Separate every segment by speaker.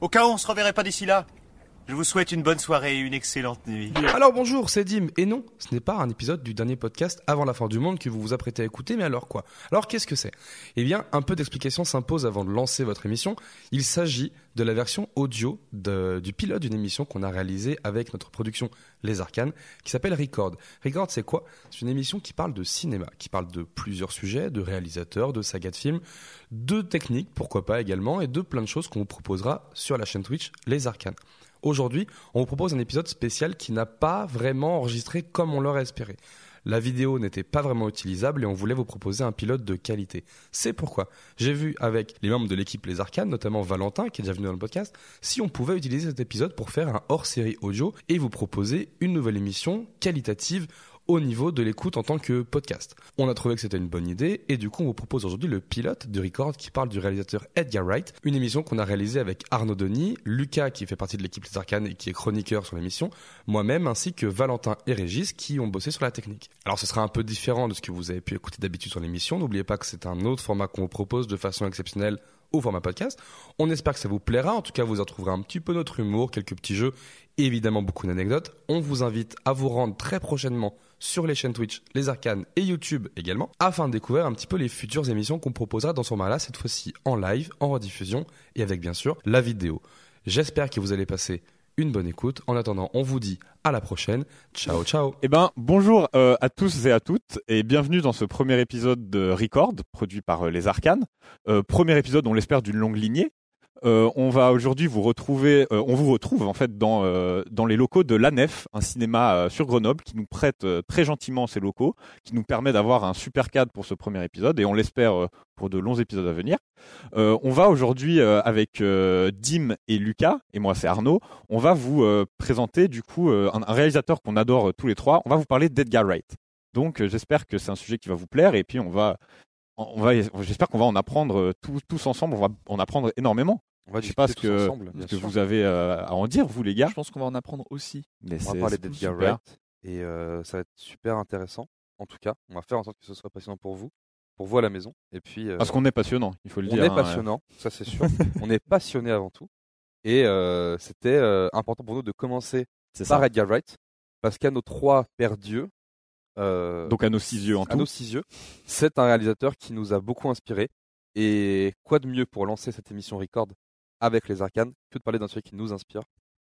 Speaker 1: Au cas où on se reverrait pas d'ici là. Je vous souhaite une bonne soirée et une excellente nuit.
Speaker 2: Alors bonjour, c'est Dim. Et non, ce n'est pas un épisode du dernier podcast avant la fin du monde que vous vous apprêtez à écouter, mais alors quoi Alors qu'est-ce que c'est Eh bien, un peu d'explication s'impose avant de lancer votre émission. Il s'agit de la version audio de- du pilote d'une émission qu'on a réalisée avec notre production Les Arcanes, qui s'appelle Record. Record, c'est quoi C'est une émission qui parle de cinéma, qui parle de plusieurs sujets, de réalisateurs, de sagas de films, de techniques, pourquoi pas également, et de plein de choses qu'on vous proposera sur la chaîne Twitch Les Arcanes. Aujourd'hui, on vous propose un épisode spécial qui n'a pas vraiment enregistré comme on l'aurait espéré. La vidéo n'était pas vraiment utilisable et on voulait vous proposer un pilote de qualité. C'est pourquoi j'ai vu avec les membres de l'équipe Les Arcanes, notamment Valentin qui est déjà venu dans le podcast, si on pouvait utiliser cet épisode pour faire un hors-série audio et vous proposer une nouvelle émission qualitative au niveau de l'écoute en tant que podcast. On a trouvé que c'était une bonne idée et du coup on vous propose aujourd'hui le pilote du Record qui parle du réalisateur Edgar Wright, une émission qu'on a réalisée avec Arnaud Denis, Lucas qui fait partie de l'équipe Les Arcanes et qui est chroniqueur sur l'émission, moi-même ainsi que Valentin et Régis qui ont bossé sur la technique. Alors ce sera un peu différent de ce que vous avez pu écouter d'habitude sur l'émission, n'oubliez pas que c'est un autre format qu'on vous propose de façon exceptionnelle au format podcast. On espère que ça vous plaira. En tout cas, vous en trouverez un petit peu notre humour, quelques petits jeux, et évidemment beaucoup d'anecdotes. On vous invite à vous rendre très prochainement sur les chaînes Twitch, les arcanes et YouTube également, afin de découvrir un petit peu les futures émissions qu'on proposera dans ce format-là, cette fois-ci en live, en rediffusion et avec bien sûr la vidéo. J'espère que vous allez passer une bonne écoute. En attendant, on vous dit à la prochaine. Ciao, ciao.
Speaker 3: Eh ben, bonjour euh, à tous et à toutes et bienvenue dans ce premier épisode de Record, produit par euh, les Arcanes. Euh, premier épisode, on l'espère, d'une longue lignée. Euh, on va aujourd'hui vous retrouver, euh, on vous retrouve en fait dans euh, dans les locaux de l'ANEF, un cinéma euh, sur Grenoble qui nous prête euh, très gentiment ses locaux, qui nous permet d'avoir un super cadre pour ce premier épisode et on l'espère euh, pour de longs épisodes à venir. Euh, on va aujourd'hui euh, avec euh, Dim et Lucas et moi c'est Arnaud on va vous euh, présenter du coup euh, un, un réalisateur qu'on adore euh, tous les trois. On va vous parler d'Edgar Wright. Donc euh, j'espère que c'est un sujet qui va vous plaire et puis on va, on va, j'espère qu'on va en apprendre euh, tous, tous ensemble. On va en apprendre énormément.
Speaker 4: On va
Speaker 3: Je sais pas ce
Speaker 4: discuter tous
Speaker 3: que,
Speaker 4: ensemble, bien
Speaker 3: ce que
Speaker 4: sûr.
Speaker 3: vous avez euh, à en dire, vous les gars.
Speaker 5: Je pense qu'on va en apprendre aussi.
Speaker 3: Mais
Speaker 4: On va
Speaker 3: c'est-
Speaker 4: parler
Speaker 3: c'est
Speaker 4: d'Edgar
Speaker 3: super.
Speaker 4: Wright et euh, ça va être super intéressant. En tout cas, on va faire en sorte que ce soit passionnant pour vous, pour vous à la maison. Et puis, euh,
Speaker 3: Parce qu'on est passionnant, il faut le
Speaker 4: on
Speaker 3: dire.
Speaker 4: est
Speaker 3: hein.
Speaker 4: passionnant, ça c'est sûr. on est passionné avant tout. Et euh, c'était euh, important pour nous de commencer
Speaker 3: C'est ça.
Speaker 4: par Edgar Wright, parce qu'à nos trois pères dieux, euh,
Speaker 3: Donc à nos six yeux en
Speaker 4: à
Speaker 3: tout.
Speaker 4: nos six yeux, c'est un réalisateur qui nous a beaucoup inspiré. Et quoi de mieux pour lancer cette émission Record avec les arcanes que de parler d'un sujet qui nous inspire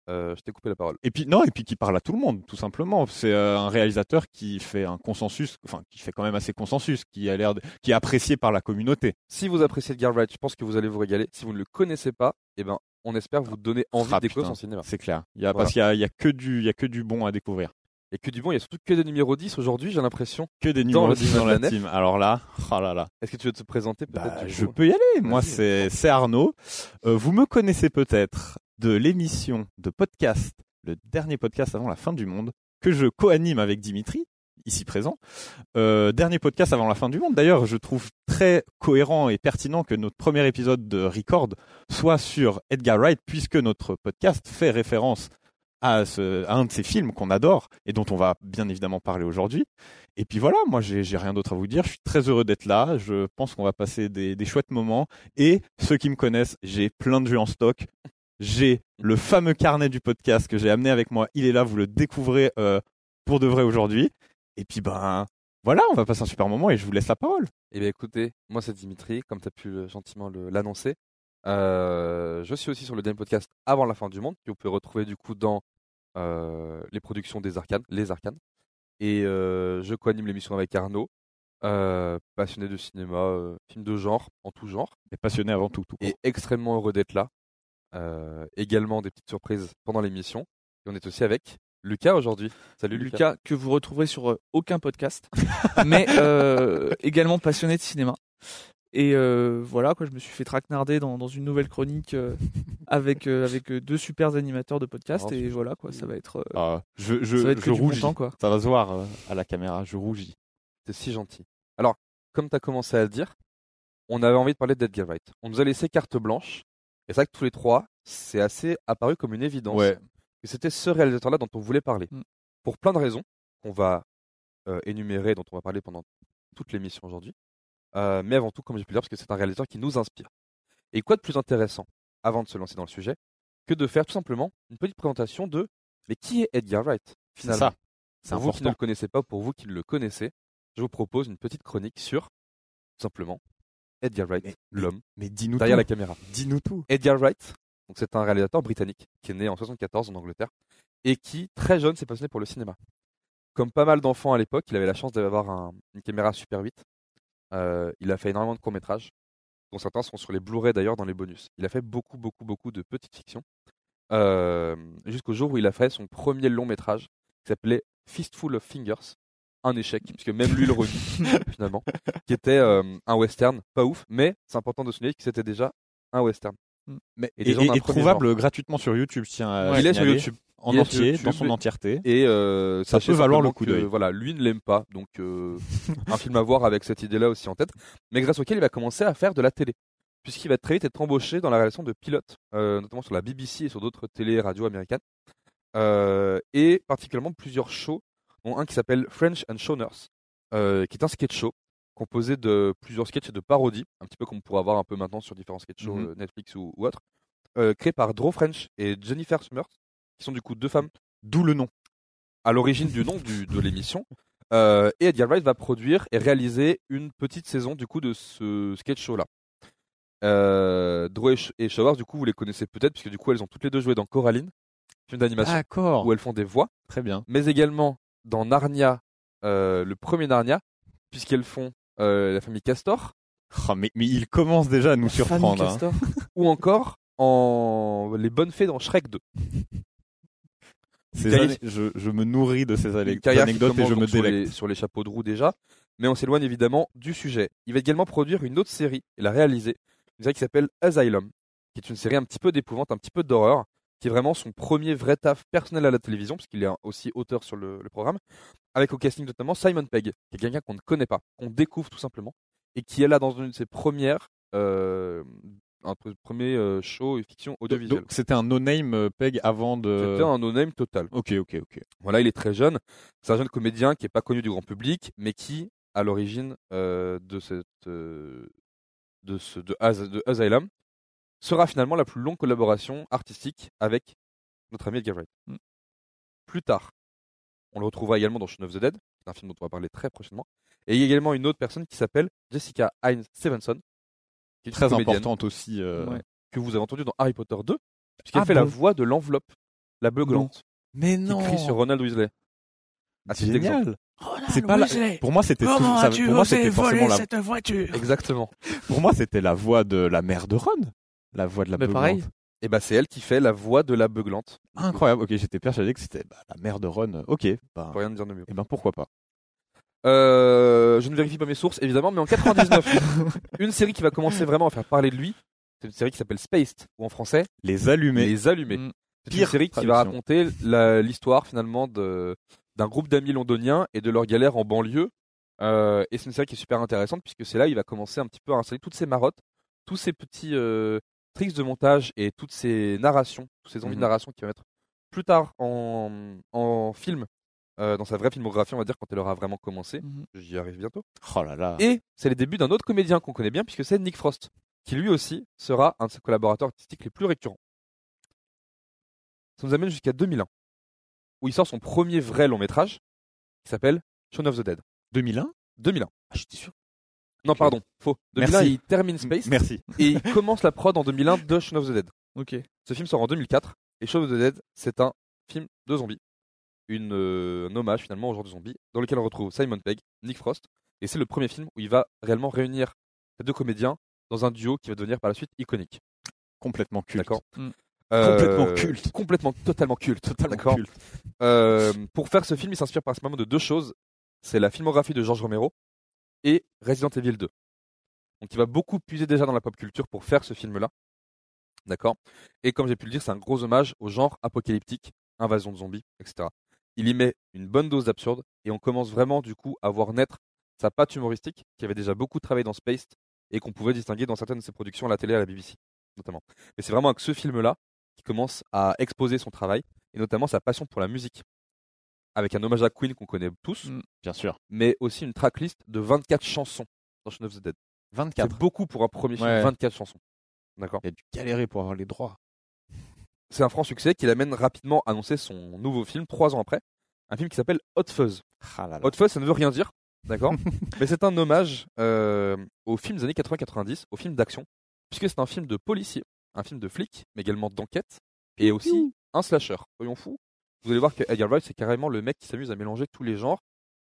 Speaker 4: Euh, Je t'ai coupé la parole.
Speaker 3: Et puis non, et puis qui parle à tout le monde, tout simplement. C'est euh, un réalisateur qui fait un consensus, enfin qui fait quand même assez consensus, qui a l'air, de- qui est apprécié par la communauté.
Speaker 4: Si vous appréciez Edgar Wright, je pense que vous allez vous régaler. Si vous ne le connaissez pas, eh ben, on espère vous donner envie
Speaker 3: Ah,
Speaker 4: de découvrir
Speaker 3: putain.
Speaker 4: son cinéma.
Speaker 3: C'est clair. Il y a,
Speaker 4: Voilà.
Speaker 3: Parce qu'il y a, il y a que du, il y a que du bon à découvrir.
Speaker 4: Et que du bon, il y a surtout que des numéros 10 aujourd'hui, j'ai l'impression.
Speaker 3: Que des numéros
Speaker 4: le
Speaker 3: 10
Speaker 4: team
Speaker 3: dans la
Speaker 4: de la
Speaker 3: team. Alors là, oh là là.
Speaker 4: Est-ce que tu veux te présenter peut-être
Speaker 3: Bah,
Speaker 4: du
Speaker 3: je
Speaker 4: coup
Speaker 3: peux y aller. Moi,
Speaker 4: Vas-y.
Speaker 3: c'est c'est Arnaud. Euh, vous me connaissez peut-être de l'émission de podcast, le dernier podcast avant la fin du monde, que je co-anime avec Dimitri, ici présent. Euh, dernier podcast avant la fin du monde. D'ailleurs, je trouve très cohérent et pertinent que notre premier épisode de Record soit sur Edgar Wright, puisque notre podcast fait référence à, ce- à un de ses films qu'on adore et dont on va bien évidemment parler aujourd'hui. Et puis voilà, moi j'ai j'ai rien d'autre à vous dire. Je suis très heureux d'être là. Je pense qu'on va passer des, des chouettes moments. Et ceux qui me connaissent, j'ai plein de jeux en stock. J'ai le fameux carnet du podcast que j'ai amené avec moi. Il est là, vous le découvrez euh, pour de vrai aujourd'hui. Et puis ben voilà, on va passer un super moment et je vous laisse la parole.
Speaker 4: Eh bien écoutez, moi c'est Dimitri, comme tu as pu euh, gentiment le- l'annoncer. Euh, je suis aussi sur le dernier podcast Avant la fin du monde, que vous pouvez retrouver du coup dans euh, les productions des arcanes, les arcanes. Et euh, je co-anime l'émission avec Arnaud, euh, passionné de cinéma, euh, films de genre, en tout genre,
Speaker 3: Et passionné avant tout, tout court.
Speaker 4: et extrêmement heureux d'être là. Euh, également des petites surprises pendant l'émission. Et on est aussi avec Lucas aujourd'hui. Salut Lucas.
Speaker 5: Lucas, que vous retrouverez sur euh, aucun podcast, mais euh, également passionné de cinéma. Et euh, voilà, quoi, je me suis fait traquenarder dans, dans une nouvelle chronique euh, avec, euh, avec euh, deux super animateurs de podcast.
Speaker 4: Oh,
Speaker 5: et
Speaker 4: super.
Speaker 5: voilà, quoi, ça va être, euh,
Speaker 3: Ah, je je,
Speaker 5: ça va être
Speaker 3: je
Speaker 5: que du bon
Speaker 3: rougis.
Speaker 5: temps, quoi.
Speaker 3: Ça va se voir euh, à la caméra, je rougis.
Speaker 4: T'es si gentil. Alors, comme tu as commencé à le dire, on avait envie de parler d'Edgar Wright. On nous a laissé carte blanche. Et c'est vrai que tous les trois, c'est assez apparu comme une évidence que c'était ce réalisateur-là dont on voulait parler.
Speaker 5: Mm.
Speaker 4: Pour plein de raisons qu'on va euh, énumérer, dont on va parler pendant toute l'émission aujourd'hui. Euh, mais avant tout, comme j'ai pu le dire, parce que c'est un réalisateur qui nous inspire. Et quoi de plus intéressant, avant de se lancer dans le sujet, que de faire tout simplement une petite présentation de mais qui est Edgar Wright
Speaker 3: C'est
Speaker 4: finalement.
Speaker 3: ça. C'est
Speaker 4: Pour vous qui ne
Speaker 3: important.
Speaker 4: le connaissez pas, pour vous qui le connaissez, je vous propose une petite chronique sur tout simplement Edgar Wright,
Speaker 3: Mais-
Speaker 4: l'homme
Speaker 3: Mais dis-nous tout.
Speaker 4: derrière la caméra.
Speaker 3: Dis-nous tout.
Speaker 4: Edgar Wright, donc c'est un réalisateur britannique qui est né en 74 en Angleterre et qui, très jeune, s'est passionné pour le cinéma. Comme pas mal d'enfants à l'époque, il avait la chance d'avoir un- une caméra Super 8. Euh, il a fait énormément de courts-métrages, dont certains sont sur les Blu-ray d'ailleurs dans les bonus. Il a fait beaucoup, beaucoup, beaucoup de petites fictions, euh, jusqu'au jour où il a fait son premier long-métrage qui s'appelait Fistful of Fingers, un échec, puisque même lui le reconnaît finalement, qui était euh, un western, pas ouf, mais c'est important de souligner que c'était déjà un western.
Speaker 3: Mais,
Speaker 4: Et
Speaker 3: et
Speaker 4: des gens d'un
Speaker 3: et- et
Speaker 4: premier
Speaker 3: trouvable gratuitement sur YouTube, euh, je tiens à
Speaker 4: Euh, il est sur
Speaker 3: signaler,
Speaker 4: YouTube.
Speaker 3: En
Speaker 4: Il est sur
Speaker 3: entier,
Speaker 4: YouTube,
Speaker 3: dans son
Speaker 4: mais-
Speaker 3: entièreté.
Speaker 4: Et euh,
Speaker 3: Ça
Speaker 4: sachez
Speaker 3: peut valoir
Speaker 4: simplement
Speaker 3: le coup
Speaker 4: que,
Speaker 3: d'œil.
Speaker 4: Voilà, lui ne l'aime pas, donc euh, un film à voir avec cette idée-là aussi en tête, mais grâce auquel il va commencer à faire de la télé, puisqu'il va très vite être embauché dans la réalisation de pilotes, euh, notamment sur la BBC et sur d'autres télé et radios américaines, Euh, et particulièrement plusieurs shows, dont un qui s'appelle French and Shoners, euh, qui est un sketch show composé de plusieurs sketchs et de parodies, un petit peu comme on pourrait avoir un peu maintenant sur différents sketch shows
Speaker 3: Mhm.
Speaker 4: euh, Netflix ou, ou autres, euh, créés par Drew French et Jennifer Summers, qui sont du coup deux femmes
Speaker 3: D'où le nom.
Speaker 4: à l'origine du nom du- de l'émission. Euh, et Edgar Wright va produire et réaliser une petite saison du coup de ce sketch show là. Euh, Drew et Sh- et Showers, du coup, vous les connaissez peut-être, puisque du coup, elles ont toutes les deux joué dans Coraline, film d'animation,
Speaker 5: Ah.
Speaker 3: D'accord.
Speaker 4: où elles font des voix,
Speaker 3: Très bien.
Speaker 4: mais également dans Narnia, euh, le premier Narnia, puisqu'elles font euh, la famille Castor,
Speaker 3: Oh, mais, mais il commence déjà à nous surprendre. hein.
Speaker 4: ou encore en les bonnes fées dans Shrek 2.
Speaker 3: Ces
Speaker 4: Carrière-
Speaker 3: années- je, je me nourris de ces
Speaker 4: Une
Speaker 3: anec-
Speaker 4: carrière qui
Speaker 3: anecdotes et
Speaker 4: commence
Speaker 3: je me
Speaker 4: donc sur les,
Speaker 3: délecte.
Speaker 4: sur les chapeaux de roue déjà, mais on s'éloigne évidemment du sujet. Il va également produire une autre série et la réaliser, une série qui s'appelle Asylum, qui est une série un petit peu d'épouvante, un petit peu d'horreur, qui est vraiment son premier vrai taf personnel à la télévision, parce qu'il est un- aussi auteur sur le, le programme, avec au casting notamment Simon Pegg, qui est quelqu'un qu'on ne connaît pas, qu'on découvre tout simplement, et qui est là dans une de ses premières, euh, un pre- premier euh, show et fiction audiovisuelle.
Speaker 3: Donc c'était un no-name euh, Peg avant de.
Speaker 4: C'était un no-name total.
Speaker 3: Ok, ok, ok.
Speaker 4: Voilà, il est très jeune. C'est un jeune comédien qui n'est pas connu du grand public, mais qui, à l'origine euh, de cette euh, de ce de, As- de Asylum, sera finalement la plus longue collaboration artistique avec notre ami Edgar Wright.
Speaker 5: Mm.
Speaker 4: Plus tard, on le retrouvera également dans Shaun of the Dead, qui est un film dont on va parler très prochainement. Et il y a également une autre personne qui s'appelle Jessica Hines Stevenson, qui est une
Speaker 3: Très
Speaker 4: comédienne
Speaker 3: importante aussi. euh,
Speaker 5: Ouais.
Speaker 4: que vous avez entendue dans Harry Potter 2, puisqu'elle
Speaker 5: Ah
Speaker 4: fait la
Speaker 5: bon
Speaker 4: voix de l'enveloppe, la bleuglante,
Speaker 3: Mais
Speaker 4: qui crie sur Ronald Weasley. À titre d'exemple.
Speaker 3: Génial. C'est pas la- Pour Oh moi, c'était tout- ça- pour moi, c'était forcément la...
Speaker 5: voiture
Speaker 4: Exactement.
Speaker 3: Pour moi, c'était la voix de la mère de Ron. La voix de la
Speaker 5: Mais
Speaker 3: Beuglante.
Speaker 5: pareil.
Speaker 4: Et bah c'est elle qui fait la voix de la beuglante.
Speaker 3: Incroyable. Ok, j'étais persuadé que c'était bah, la mère de Ron. Ok. Bah,
Speaker 4: Faut rien dire de mieux.
Speaker 3: Et ben pourquoi pas.
Speaker 4: Euh, je ne vérifie pas mes sources évidemment, mais en 99, une série qui va commencer vraiment à faire parler de lui, c'est une série qui s'appelle Spaced ou en français
Speaker 3: Les allumer.
Speaker 4: Les Allumés.
Speaker 5: Mm.
Speaker 4: C'est une
Speaker 3: Pire
Speaker 4: série qui va
Speaker 3: traduction.
Speaker 4: raconter la- l'histoire finalement de d'un groupe d'amis londoniens et de leur galère en banlieue. Euh, et c'est une série qui est super intéressante puisque c'est là où il va commencer un petit peu à installer toutes ses marottes, tous ces petits euh, tricks de montage et toutes ces narrations, toutes ces envies de
Speaker 3: Mhm.
Speaker 4: narration qu'il va mettre plus tard en, en film, euh, dans sa vraie filmographie, on va dire quand elle aura vraiment commencé.
Speaker 5: Mhm.
Speaker 4: J'y arrive bientôt.
Speaker 3: Oh là là.
Speaker 4: Et c'est les débuts d'un autre comédien qu'on connaît bien, puisque c'est Nick Frost, qui lui aussi sera un de ses collaborateurs artistiques les plus récurrents. Ça nous amène jusqu'à 2001, où il sort son premier vrai long métrage, qui s'appelle Shaun of the Dead.
Speaker 3: 2001.
Speaker 4: 2001.
Speaker 3: Ah, j'étais sûr.
Speaker 4: Non,
Speaker 3: Ok.
Speaker 4: pardon, faux. 2001,
Speaker 3: Merci.
Speaker 4: il termine Space
Speaker 3: Merci.
Speaker 4: et il commence la prod en 2001 de Shaun of the Dead.
Speaker 5: Ok.
Speaker 4: Ce film sort en 2004 et Shaun of the Dead, c'est un film de zombies. Une, euh, un hommage finalement au genre de zombies, dans lequel on retrouve Simon Pegg, Nick Frost, et c'est le premier film où il va réellement réunir ces deux comédiens dans un duo qui va devenir par la suite iconique.
Speaker 3: Complètement culte.
Speaker 4: D'accord Euh,
Speaker 5: Mm.
Speaker 3: Complètement culte.
Speaker 4: Complètement, totalement culte.
Speaker 3: Totalement
Speaker 4: D'accord
Speaker 3: culte.
Speaker 4: Euh, pour faire ce film, il s'inspire principalement de deux choses. C'est la filmographie de George Romero et Resident Evil 2. Donc il va beaucoup puiser déjà dans la pop culture pour faire ce film-là. D'accord Et comme j'ai pu le dire, c'est un gros hommage au genre apocalyptique, invasion de zombies, etc. Il y met une bonne dose d'absurde et on commence vraiment du coup à voir naître sa patte humoristique qui avait déjà beaucoup travaillé dans Space et qu'on pouvait distinguer dans certaines de ses productions à la télé et à la BBC notamment. Mais c'est vraiment avec ce film-là qu'il commence à exposer son travail et notamment sa passion pour la musique. Avec un hommage à Queen qu'on connaît tous,
Speaker 5: Mm.
Speaker 3: Bien sûr.
Speaker 4: mais aussi une tracklist de 24 chansons dans Shaun of the Dead.
Speaker 3: 24.
Speaker 4: C'est beaucoup pour un premier film,
Speaker 3: Ouais.
Speaker 4: 24 chansons. D'accord
Speaker 3: Il a dû galérer pour avoir les droits.
Speaker 4: c'est un franc succès qui l'amène rapidement à annoncer son nouveau film trois ans après, un film qui s'appelle Hot Fuzz.
Speaker 3: Ah là là.
Speaker 4: Hot Fuzz, ça ne veut rien dire, d'accord Mais c'est un hommage euh, aux films des années 80-90, aux films d'action, puisque c'est un film de policier, un film de flic, mais également d'enquête, et aussi un slasher. Soyons fous. Vous allez voir que Edgar Wright, c'est carrément le mec qui s'amuse à mélanger tous les genres,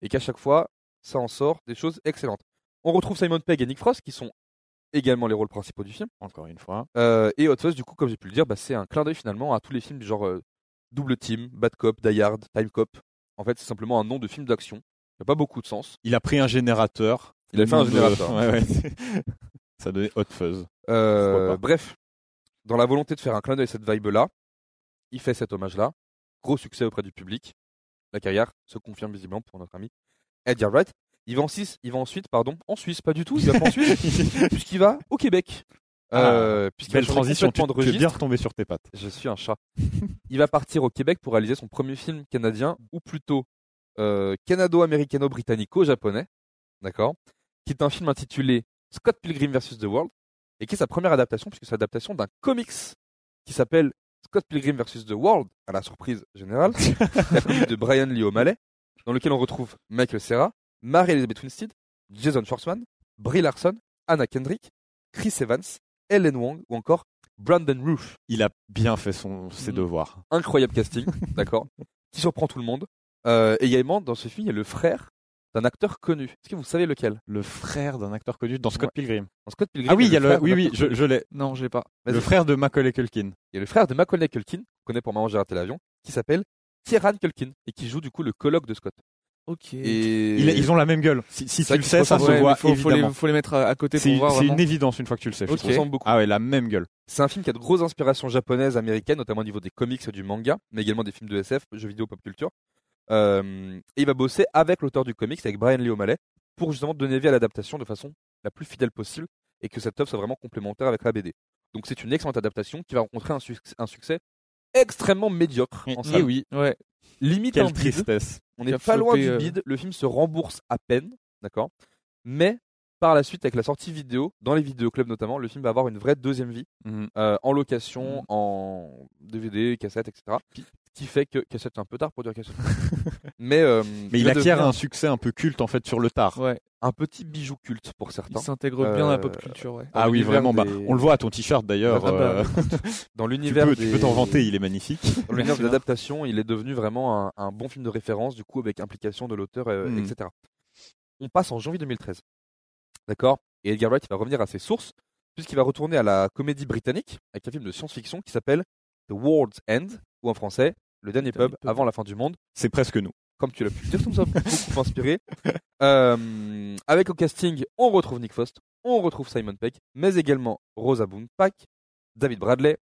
Speaker 4: et qu'à chaque fois, ça en sort des choses excellentes. On retrouve Simon Pegg et Nick Frost, qui sont également les rôles principaux du film.
Speaker 3: Encore une fois.
Speaker 4: Euh, et Hot Fuzz, du coup, comme j'ai pu le dire, bah, c'est un clin d'œil finalement à tous les films du genre euh, Double Team, Bad Cop, Die Hard, Time Cop. En fait, c'est simplement un nom de film d'action. Il n'y a pas beaucoup de sens.
Speaker 3: Il a pris un générateur.
Speaker 4: Il a fait un
Speaker 3: De-
Speaker 4: générateur.
Speaker 3: Ouais, ouais. ça donnait hot fuzz.
Speaker 4: Euh,
Speaker 3: Pourquoi pas.
Speaker 4: bref, dans la volonté de faire un clin d'œil à cette vibe-là, il fait cet hommage-là. Gros succès auprès du public. La carrière se confirme visiblement pour notre ami Edgar Wright. Il va, en Suisse- il va ensuite, pardon, en Suisse, pas du tout, il va pas en Suisse, puisqu'il va au Québec. Euh, puisqu'il va
Speaker 3: Ah, Belle
Speaker 4: changer
Speaker 3: transition. Tu,
Speaker 4: complètement de
Speaker 3: tu es bien
Speaker 4: registre.
Speaker 3: retombé sur tes pattes.
Speaker 4: Je suis un chat. Il va partir au Québec pour réaliser son premier film canadien, ou plutôt euh, canado-américano-britannico-japonais, d'accord Qui est un film intitulé Scott Pilgrim vs. The World, et qui est sa première adaptation, puisque c'est l'adaptation d'un comics qui s'appelle Scott Pilgrim vs. The World, à la surprise générale, la comique de Brian Lee O'Malley, dans lequel on retrouve Michael Serra, Mary-Elizabeth Winstead, Jason Schwartzman, Brie Larson, Anna Kendrick, Chris Evans, Ellen Wong ou encore Brandon Routh
Speaker 3: Il a bien fait son, ses
Speaker 5: Mm.
Speaker 3: devoirs.
Speaker 4: incroyable casting, d'accord, qui surprend tout le monde. Euh, et également, dans ce film, il y a le frère d'un acteur connu. Est-ce que vous savez lequel
Speaker 3: Le frère d'un acteur connu dans Scott
Speaker 4: Ouais.
Speaker 3: Pilgrim.
Speaker 4: Dans Scott Pilgrim,
Speaker 3: Ah oui, il y a le,
Speaker 4: frère d'un
Speaker 3: oui, oui,
Speaker 4: acteur
Speaker 3: je,
Speaker 4: connu.
Speaker 3: je l'ai.
Speaker 5: Non, je l'ai pas.
Speaker 4: Vas-y.
Speaker 3: Le frère de Macaulay Culkin.
Speaker 4: Il y a le frère de Macaulay Culkin, qu'on connaît pour Maman j'ai raté l'avion, qui s'appelle Kieran Culkin et qui joue du coup le colloque de Scott.
Speaker 5: Ok.
Speaker 4: Et
Speaker 3: Il- ils ont la même gueule. Si,
Speaker 4: C'est
Speaker 3: si tu
Speaker 4: vrai
Speaker 3: le
Speaker 4: qu'ils
Speaker 3: sais,
Speaker 4: se
Speaker 3: ça se
Speaker 4: ressemblent,
Speaker 5: Ouais,
Speaker 3: voit
Speaker 5: mais faut, faut les,
Speaker 3: évidemment.
Speaker 5: faut les mettre euh, à, à côté
Speaker 3: C'est
Speaker 5: pour voir
Speaker 3: c'est
Speaker 5: vraiment.
Speaker 3: une évidence une fois que tu le sais. je
Speaker 4: ils se
Speaker 3: trouve.
Speaker 4: ressemblent beaucoup.
Speaker 3: Ah ouais, la même gueule.
Speaker 4: C'est un film qui a de grosses inspirations japonaises, américaines, notamment au niveau des comics et du manga, mais également des films de SF, jeux vidéo, pop culture. Euh, et il va bosser avec l'auteur du comics, avec Brian Lee O'Malley, pour justement donner vie à l'adaptation de façon la plus fidèle possible et que cette œuvre soit vraiment complémentaire avec la BD. Donc c'est une excellente adaptation qui va rencontrer un, succ- un succès extrêmement médiocre en salle.
Speaker 3: oui.
Speaker 5: Ouais.
Speaker 4: Limite un
Speaker 3: Quelle
Speaker 4: bide.
Speaker 3: tristesse.
Speaker 4: On
Speaker 5: Eh Qui
Speaker 4: n'est
Speaker 5: a
Speaker 4: pas loin
Speaker 5: flopé,
Speaker 4: du
Speaker 5: euh.
Speaker 4: bide. Le film se rembourse à peine, d'accord. Mais par la suite, avec la sortie vidéo, dans les vidéoclubs notamment, le film va avoir une vraie deuxième vie
Speaker 3: Mm.
Speaker 4: euh, en location, en DVD, cassette, etc. Qui fait que cassette, c'est un peu tard pour dire cassette. mais euh,
Speaker 3: Mais il
Speaker 4: va
Speaker 3: acquiert
Speaker 4: devenir
Speaker 3: un succès un peu culte en fait sur le tard.
Speaker 5: Ouais.
Speaker 4: un petit bijou culte pour
Speaker 5: Il
Speaker 4: certains.
Speaker 5: s'intègre bien dans la
Speaker 4: Euh,
Speaker 5: pop culture, ouais.
Speaker 3: Ah oui,
Speaker 4: l'univers
Speaker 3: vraiment. Bah,
Speaker 4: des-
Speaker 3: on le voit à ton t-shirt d'ailleurs.
Speaker 5: Ah bah,
Speaker 3: euh,
Speaker 4: Dans
Speaker 3: tu
Speaker 4: l'univers,
Speaker 3: peux tu
Speaker 4: des-
Speaker 3: peux t'en vanter, il est magnifique.
Speaker 4: Dans l'univers de
Speaker 5: Merci,
Speaker 4: l'adaptation, il est devenu vraiment un, un bon film de référence, du coup, avec implication de l'auteur, euh,
Speaker 3: Hmm.
Speaker 4: etc. On passe en janvier 2013. D'accord Et Edgar Wright il va revenir à ses sources, puisqu'il va retourner à la comédie britannique avec un film de science-fiction qui s'appelle The World's End, ou en français, Le dernier
Speaker 5: dernier
Speaker 4: pub
Speaker 5: pub.
Speaker 4: avant la fin du monde.
Speaker 3: C'est presque nous.
Speaker 4: comme tu l'as pu le dire, tout ça beaucoup inspiré. Euh, avec au casting, on retrouve Nick Faust, on retrouve Simon Peck, mais également Rosa Boone Pack, David Bradley,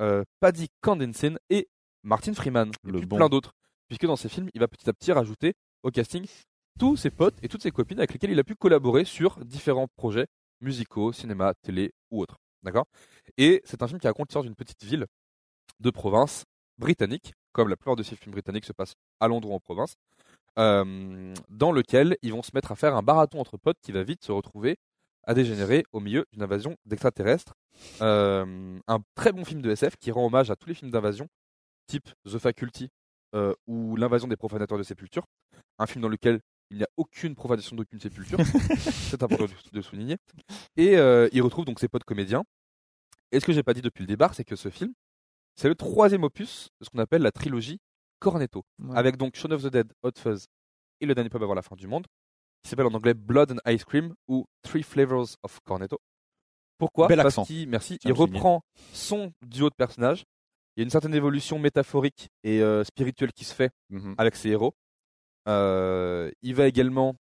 Speaker 4: euh, Paddy Condensin et Martin Freeman, et
Speaker 3: Le
Speaker 4: puis
Speaker 3: bon.
Speaker 4: plein d'autres. Puisque dans ces films, il va petit à petit rajouter au casting tous ses potes et toutes ses copines avec lesquelles il a pu collaborer sur différents projets musicaux, cinéma, télé ou autres. D'accord Et c'est un film qui raconte l'histoire d'une petite ville de province britannique, comme la plupart de ces films britanniques se passent à Londres ou en province, euh, dans lequel ils vont se mettre à faire un marathon entre potes qui va vite se retrouver à dégénérer au milieu d'une invasion d'extraterrestres. Euh, un très bon film de SF qui rend hommage à tous les films d'invasion, type The Faculty euh, ou l'invasion des profanateurs de sépultures. Un film dans lequel il n'y a aucune profanation d'aucune sépulture. C'est important de- de souligner. Et euh, il retrouve donc ses potes comédiens. Et ce que j'ai pas dit depuis le départ, c'est que ce film, c'est le troisième opus de ce qu'on appelle la trilogie Cornetto
Speaker 5: Ouais.
Speaker 4: avec donc Shaun of the Dead, Hot Fuzz et le dernier pub avant la fin du monde, qui s'appelle en anglais Blood and Ice Cream ou Three Flavors of Cornetto. Pourquoi
Speaker 3: Bel
Speaker 4: Parce
Speaker 3: accent.
Speaker 4: qu'il, merci,
Speaker 3: Ça
Speaker 4: il
Speaker 3: me signale.
Speaker 4: reprend son duo de personnages. Il y a une certaine évolution métaphorique et euh, spirituelle qui se fait avec ses héros. Euh, il va également,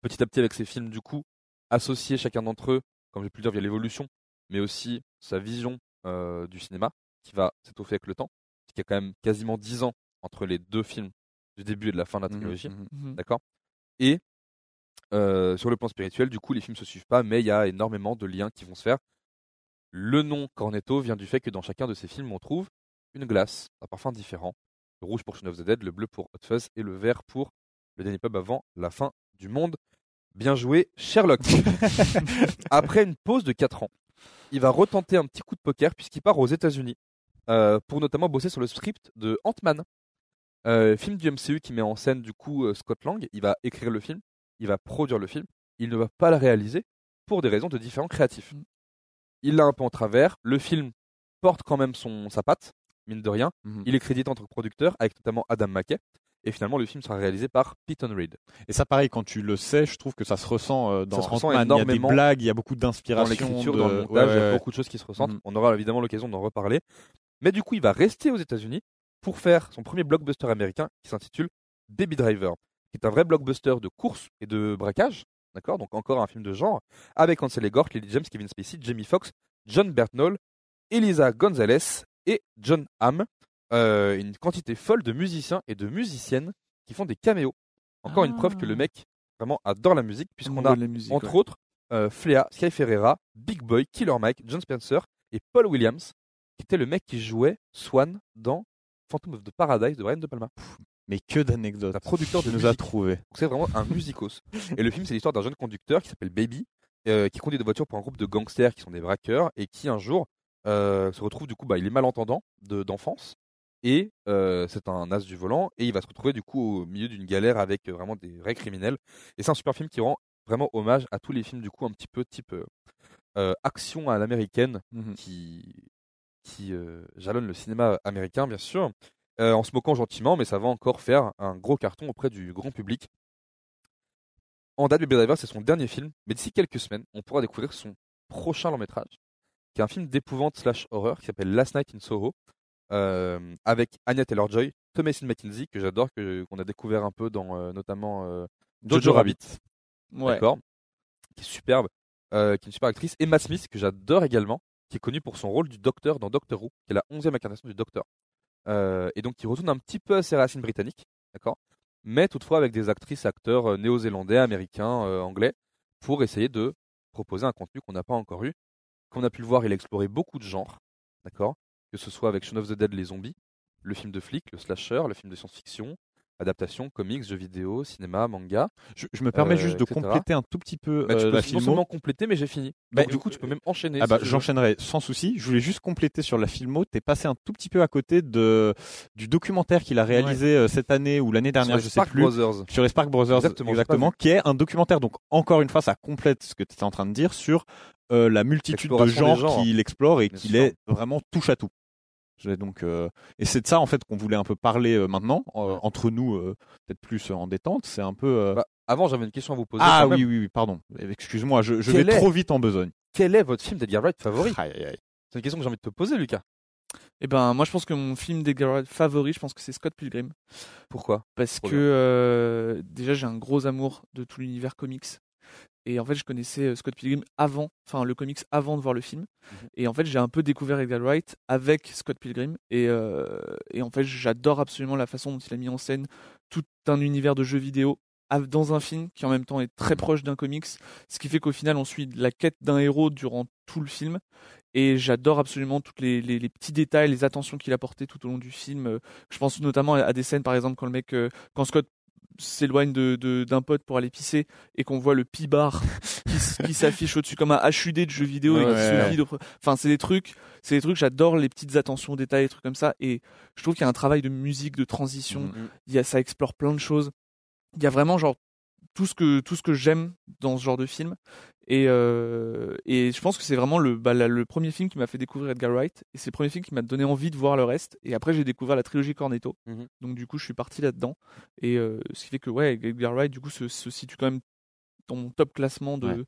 Speaker 4: petit à petit avec ses films, du coup, associer chacun d'entre eux, comme j'ai pu le dire, via l'évolution, mais aussi sa vision euh, du cinéma, qui va s'étoffer avec le temps, puisqu'il y a quand même quasiment 10 ans entre les deux films du début et de la
Speaker 3: Ah,
Speaker 4: fin de la trilogie.
Speaker 5: Mhm.
Speaker 4: D'accord Et euh, sur le plan spirituel, du coup, les films se suivent pas, mais il y a énormément de liens qui vont se faire. Le nom Cornetto vient du fait que dans chacun de ces films, on trouve une glace, un parfum différent. Le rouge pour Shaun of the Dead, le bleu pour Hot Fuzz et le vert pour le dernier pub avant la fin du monde. Bien joué, Sherlock. Après une pause de 4 ans, il va retenter un petit coup de poker puisqu'il part aux États-Unis euh, pour notamment bosser sur le script de Ant-Man, euh, film du MCU qui met en scène du coup euh, Scott Lang. Il va écrire le film, il va produire le film, il ne va pas le réaliser pour des raisons de différents créatifs. Il l'a un peu en travers. Le film porte quand même son sa patte, mine de rien.
Speaker 3: Mhm.
Speaker 4: Il est crédité en tant que producteur avec notamment Adam McKay. Et finalement, le film sera réalisé par Peyton Reed.
Speaker 3: Et ça, pareil, quand tu le sais, je trouve que ça se ressent euh,
Speaker 4: Ça
Speaker 3: dans
Speaker 4: se ressent
Speaker 3: Ant-Man. Il y a des
Speaker 4: énormément
Speaker 3: blagues, il y a beaucoup
Speaker 4: dans
Speaker 3: d'inspiration.
Speaker 4: l'écriture,
Speaker 3: de-
Speaker 4: dans le montage, il
Speaker 3: Ouais,
Speaker 4: y
Speaker 3: ouais,
Speaker 4: a
Speaker 3: ouais.
Speaker 4: beaucoup de choses qui se ressentent.
Speaker 3: Mhm.
Speaker 4: On aura évidemment l'occasion d'en reparler. Mais du coup, il va rester aux États-Unis pour faire son premier blockbuster américain qui s'intitule Baby Driver, qui est un vrai blockbuster de course et de braquage, d'accord Donc encore un film de genre avec Ansel Elgort, Lily James, Kevin Spacey, Jamie Foxx, John Bernthal, Elisa Gonzalez et John Hamm. Euh, une quantité folle de musiciens et de musiciennes qui font des caméos. Encore une preuve que le mec vraiment adore la musique puisqu'on a
Speaker 5: de la musique,
Speaker 4: entre
Speaker 5: ouais.
Speaker 4: autres euh, Flea, Sky Ferreira, Big Boy, Killer Mike, John Spencer et Paul Williams, qui était le mec qui jouait Swan dans Phantom of the Paradise de Brian De Palma.
Speaker 3: Mais que d'anecdotes.
Speaker 4: Un producteur de
Speaker 3: Tu nous a
Speaker 4: musique.
Speaker 3: trouvé.
Speaker 4: Donc c'est vraiment un musicos. Et le film, c'est l'histoire d'un jeune conducteur qui s'appelle Baby, euh, qui conduit des voitures pour un groupe de gangsters qui sont des braqueurs et qui un jour euh, se retrouve du coup, bah, il est malentendant de- d'enfance et euh, c'est un as du volant et il va se retrouver du coup au milieu d'une galère avec euh, vraiment des vrais criminels. Et c'est un super film qui rend vraiment hommage à tous les films du coup un petit peu type euh, euh, action à l'américaine qui, qui euh, jalonne le cinéma américain, bien sûr, euh, en se moquant gentiment, mais ça va encore faire un gros carton auprès du grand public. En date, Baby Driver, c'est son dernier film, mais d'ici quelques semaines, on pourra découvrir son prochain long métrage, qui est un film d'épouvante slash horreur qui s'appelle Last Night in Soho, euh, avec Anya Taylor-Joy, Thomasin McKenzie, que j'adore, que- qu'on a découvert un peu dans euh, notamment euh, Jojo, Rabbit,
Speaker 5: Ouais.
Speaker 4: d'accord, qui est superbe, euh, qui est une super actrice, Emma Smith, que j'adore également, qui est connue pour son rôle du docteur dans Doctor Who, qui est la onzième incarnation du docteur. Euh, et donc qui retourne un petit peu à ses racines britanniques, d'accord, mais toutefois avec des actrices, acteurs euh, néo-zélandais, américains, euh, anglais, pour essayer de proposer un contenu qu'on n'a pas encore eu. Comme on a pu le voir, il a exploré beaucoup de genres, d'accord, que ce soit avec Shaun of the Dead, les zombies, le film de flic, le slasher, le film de science-fiction, adaptation, comics, jeux vidéo, cinéma, manga.
Speaker 3: Je, je me permets
Speaker 4: Euh,
Speaker 3: juste de
Speaker 4: etc.
Speaker 3: compléter un tout petit peu
Speaker 4: Bah, tu
Speaker 3: euh,
Speaker 4: peux
Speaker 3: la
Speaker 4: non
Speaker 3: filmo.
Speaker 4: seulement compléter, mais j'ai fini.
Speaker 3: Bah,
Speaker 4: Donc, du coup, tu peux même enchaîner.
Speaker 3: Ah
Speaker 4: si
Speaker 3: bah,
Speaker 4: tu veux.
Speaker 3: j'enchaînerai sans souci. Je voulais juste compléter sur la filmo. T'es passé un tout petit peu à côté de du documentaire qu'il a réalisé euh, cette année ou l'année dernière,
Speaker 4: Sur
Speaker 3: je
Speaker 4: les
Speaker 3: sais
Speaker 4: Spark
Speaker 3: plus.
Speaker 4: Brothers.
Speaker 3: Sur les Spark Brothers,
Speaker 4: Exactement,
Speaker 3: exactement,
Speaker 4: j'ai pas vu.
Speaker 3: qui est un documentaire. Donc encore une fois, ça complète ce que tu étais en train de dire sur euh, la multitude de
Speaker 4: L'exploration des
Speaker 3: genres
Speaker 4: genres.
Speaker 3: qu'il explore et
Speaker 4: Bien
Speaker 3: qu'il
Speaker 4: sûr.
Speaker 3: est vraiment touche à tout. Je l'ai donc euh, et c'est de ça en fait qu'on voulait un peu parler euh, maintenant euh, entre nous, euh, peut-être plus euh, en détente. C'est un peu euh,
Speaker 4: Bah, avant, j'avais une question à vous poser.
Speaker 3: ah
Speaker 4: quand même.
Speaker 3: oui, oui oui pardon. Excuse-moi, je, je vais
Speaker 4: Quel est-
Speaker 3: trop vite en besogne.
Speaker 4: Quel est votre film d'Edgar Wright favori
Speaker 3: Aïe, aïe, aïe.
Speaker 4: C'est une question que j'ai envie de te poser, Lucas.
Speaker 5: Et ben, moi, je pense que mon film d'Edgar Wright favori, je pense que c'est Scott Pilgrim.
Speaker 4: Pourquoi
Speaker 5: parce
Speaker 4: Trop
Speaker 5: que
Speaker 4: bien.
Speaker 5: euh, déjà j'ai un gros amour de tout l'univers comics et en fait je connaissais euh, Scott Pilgrim avant enfin le comics avant de voir le film et en fait j'ai un peu découvert Edgar Wright avec Scott Pilgrim et, euh, et en fait j'adore absolument la façon dont il a mis en scène tout un univers de jeux vidéo à- dans un film qui en même temps est très proche d'un comics ce qui fait qu'au final on suit la quête d'un héros durant tout le film et j'adore absolument tous les, les- les petits détails les attentions qu'il a portées tout au long du film Euh, je pense notamment à- à des scènes par exemple quand le mec euh, quand Scott s'éloigne de, de- d'un pote pour aller pisser et qu'on voit le pi bar qui, s- qui s'affiche au-dessus comme un HUD de jeux vidéo et qui
Speaker 3: Ouais.
Speaker 5: se vide. au- Enfin, c'est des trucs, c'est des trucs. J'adore les petites attentions aux détails, des trucs comme ça. Et je trouve qu'il y a un travail de musique, de transition.
Speaker 3: Mhm.
Speaker 5: Il y a, ça explore plein de choses. Il y a vraiment genre tout ce que tout ce que j'aime dans ce genre de film. Et euh, et je pense que c'est vraiment le bah, la- le premier film qui m'a fait découvrir Edgar Wright. Et c'est le premier film qui m'a donné envie de voir le reste. Et après, j'ai découvert la trilogie Cornetto.
Speaker 4: Mhm.
Speaker 5: Donc du coup, je suis parti là-dedans. Et euh, ce qui fait que ouais, Edgar Wright du coup se, se situe quand même dans mon top classement de
Speaker 3: Ouais.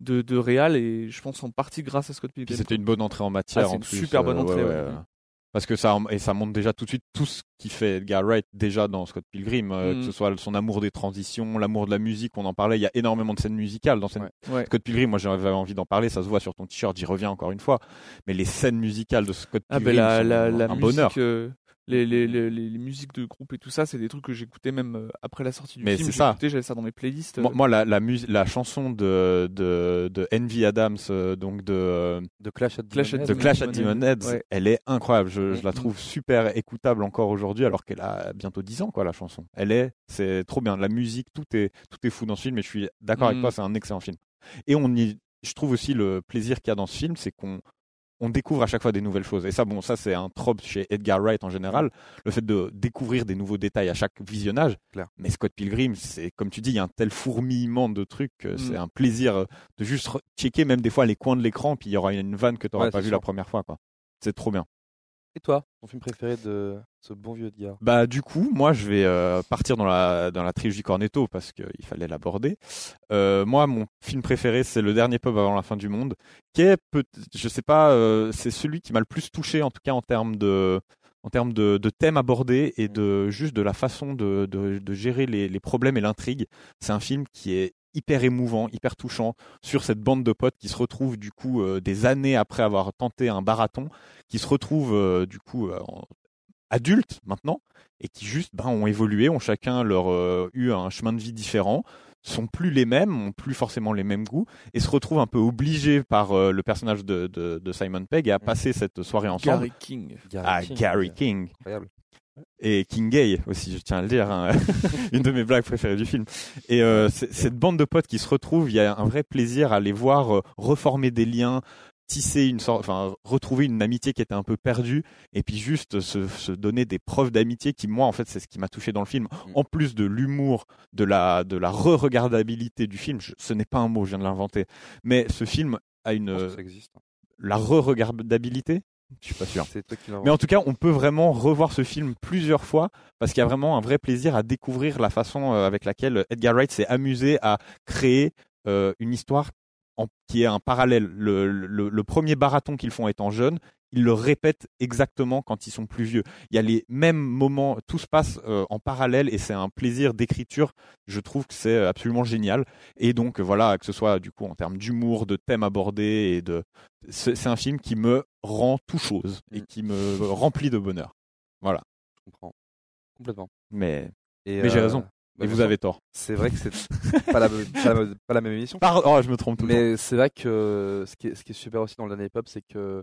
Speaker 5: de, de Real et je pense en partie grâce à Scott Pilgrim.
Speaker 3: Puis c'était une bonne entrée en matière.
Speaker 5: Ah, c'est
Speaker 3: en
Speaker 5: une
Speaker 3: plus, euh,
Speaker 5: super bonne entrée, ouais.
Speaker 3: Parce que ça et ça montre déjà tout de suite tout ce qui fait Edgar Wright déjà dans Scott Pilgrim, euh,
Speaker 5: Mm.
Speaker 3: que ce soit son amour des transitions, l'amour de la musique, on en parlait. Il y a énormément de scènes musicales dans cette
Speaker 4: Ouais.
Speaker 5: Ouais.
Speaker 3: Scott Pilgrim. Moi j'avais envie d'en parler, ça se voit sur ton t-shirt, j'y reviens encore une fois. Mais les scènes musicales de Scott
Speaker 5: Ah ben
Speaker 3: Pilgrim
Speaker 5: la,
Speaker 3: sont
Speaker 5: la,
Speaker 3: un
Speaker 5: la musique,
Speaker 3: bonheur.
Speaker 5: euh, les, les, les, les- les musiques de groupe et tout ça, c'est des trucs que j'écoutais même euh, après la sortie du
Speaker 3: Mais
Speaker 5: film.
Speaker 3: c'est ça.
Speaker 5: J'écoutais, j'avais ça dans mes playlists.
Speaker 3: Moi, moi, la, la, mus- la chanson de, de, de Envy Adams, euh, donc de, euh,
Speaker 4: De Clash at
Speaker 5: Clash at
Speaker 4: Demon Head.
Speaker 3: de
Speaker 5: Demon
Speaker 3: Clash at
Speaker 5: Head.
Speaker 3: Demon Heads,
Speaker 5: Ouais.
Speaker 3: elle est incroyable. Je, je la
Speaker 5: Mm.
Speaker 3: trouve super écoutable encore aujourd'hui, alors qu'elle a bientôt 10 ans, quoi, la chanson. Elle est, c'est trop bien. La musique, tout est, tout est fou dans ce film, et je suis d'accord
Speaker 5: Mm.
Speaker 3: avec toi, c'est un excellent film. Et on y, je trouve aussi le plaisir qu'il y a dans ce film, c'est qu'on on découvre à chaque fois des nouvelles choses. Et ça, bon, ça c'est un trope chez Edgar Wright en général, le fait de découvrir des nouveaux détails à chaque visionnage.
Speaker 4: Clair.
Speaker 3: Mais Scott Pilgrim, c'est comme tu dis, il y a un tel fourmillement de trucs, que
Speaker 5: Mm.
Speaker 3: c'est un plaisir euh, de juste re- checker même des fois les coins de l'écran, puis il y aura une vanne que tu n'auras
Speaker 4: Ouais,
Speaker 3: pas
Speaker 4: c'est
Speaker 3: vue
Speaker 4: sûr.
Speaker 3: la première fois. quoi. C'est trop bien.
Speaker 4: Et toi, ton film préféré de ce bon vieux Edgar
Speaker 3: Bah du coup, moi je vais euh, partir dans la dans la trilogie Cornetto parce qu'il fallait l'aborder. Euh, moi, mon film préféré, c'est Le Dernier Pub avant la fin du monde, qui est peut je sais pas, euh, c'est celui qui m'a le plus touché en tout cas en termes de en termes de, de thèmes abordés
Speaker 5: Mm.
Speaker 3: et de juste de la façon de, de, de gérer les, les problèmes et l'intrigue. C'est un film qui est hyper émouvant, hyper touchant sur cette bande de potes qui se retrouvent du coup euh, des années après avoir tenté un marathon, qui se retrouvent euh, du coup euh, en- adultes maintenant et qui juste ben, ont évolué, ont chacun leur euh, eu un chemin de vie différent, sont plus les mêmes, ont plus forcément les mêmes goûts et se retrouvent un peu obligés par euh, le personnage de, de- de Simon Pegg à passer cette soirée ensemble
Speaker 5: Mm. Gary King.
Speaker 3: à Ah, Gary King
Speaker 4: Incroyable.
Speaker 3: et King Gay aussi, je tiens à le dire, hein. une de mes blagues préférées du film. Et euh, c'est- cette bande de potes qui se retrouvent, il y a un vrai plaisir à les voir euh, reformer des liens, tisser une sorte, enfin retrouver une amitié qui était un peu perdue, et puis juste se, se donner des preuves d'amitié qui, moi, en fait, c'est ce qui m'a touché dans le film. En plus de l'humour, de la de la re-regardabilité du film, je- ce n'est pas un mot, je viens de l'inventer, mais ce film a une
Speaker 4: Je pense que
Speaker 3: euh,
Speaker 4: ça existe.
Speaker 3: la re-regardabilité. Je suis pas sûr.
Speaker 4: C'est toi qui l'as
Speaker 3: Mais en tout cas, on peut vraiment revoir ce film plusieurs fois parce qu'il y a vraiment un vrai plaisir à découvrir la façon euh, avec laquelle Edgar Wright s'est amusé à créer euh, une histoire en- qui est un parallèle. Le, le- le premier baraton qu'ils font étant jeunes, ils le répètent exactement quand ils sont plus vieux. Il y a les mêmes moments, tout se passe euh, en parallèle et c'est un plaisir d'écriture. Je trouve que c'est absolument génial. Et donc euh, voilà, que ce soit du coup en termes d'humour, de thèmes abordés et de, c'est c'est un film qui me rend tout chose et
Speaker 4: Mm.
Speaker 3: qui me remplit de bonheur.
Speaker 4: comprends. Complètement.
Speaker 3: Mais,
Speaker 4: Et,
Speaker 3: Mais j'ai raison.
Speaker 4: bah,
Speaker 3: et vous
Speaker 4: bien
Speaker 3: avez
Speaker 4: sûr.
Speaker 3: tort.
Speaker 4: C'est vrai que c'est pas, la, pas la- pas la même émission.
Speaker 3: Par- Oh, je me trompe tout le temps.
Speaker 4: Mais c'est vrai que euh, ce qui, est, ce qui est super aussi dans le dernier pop, c'est que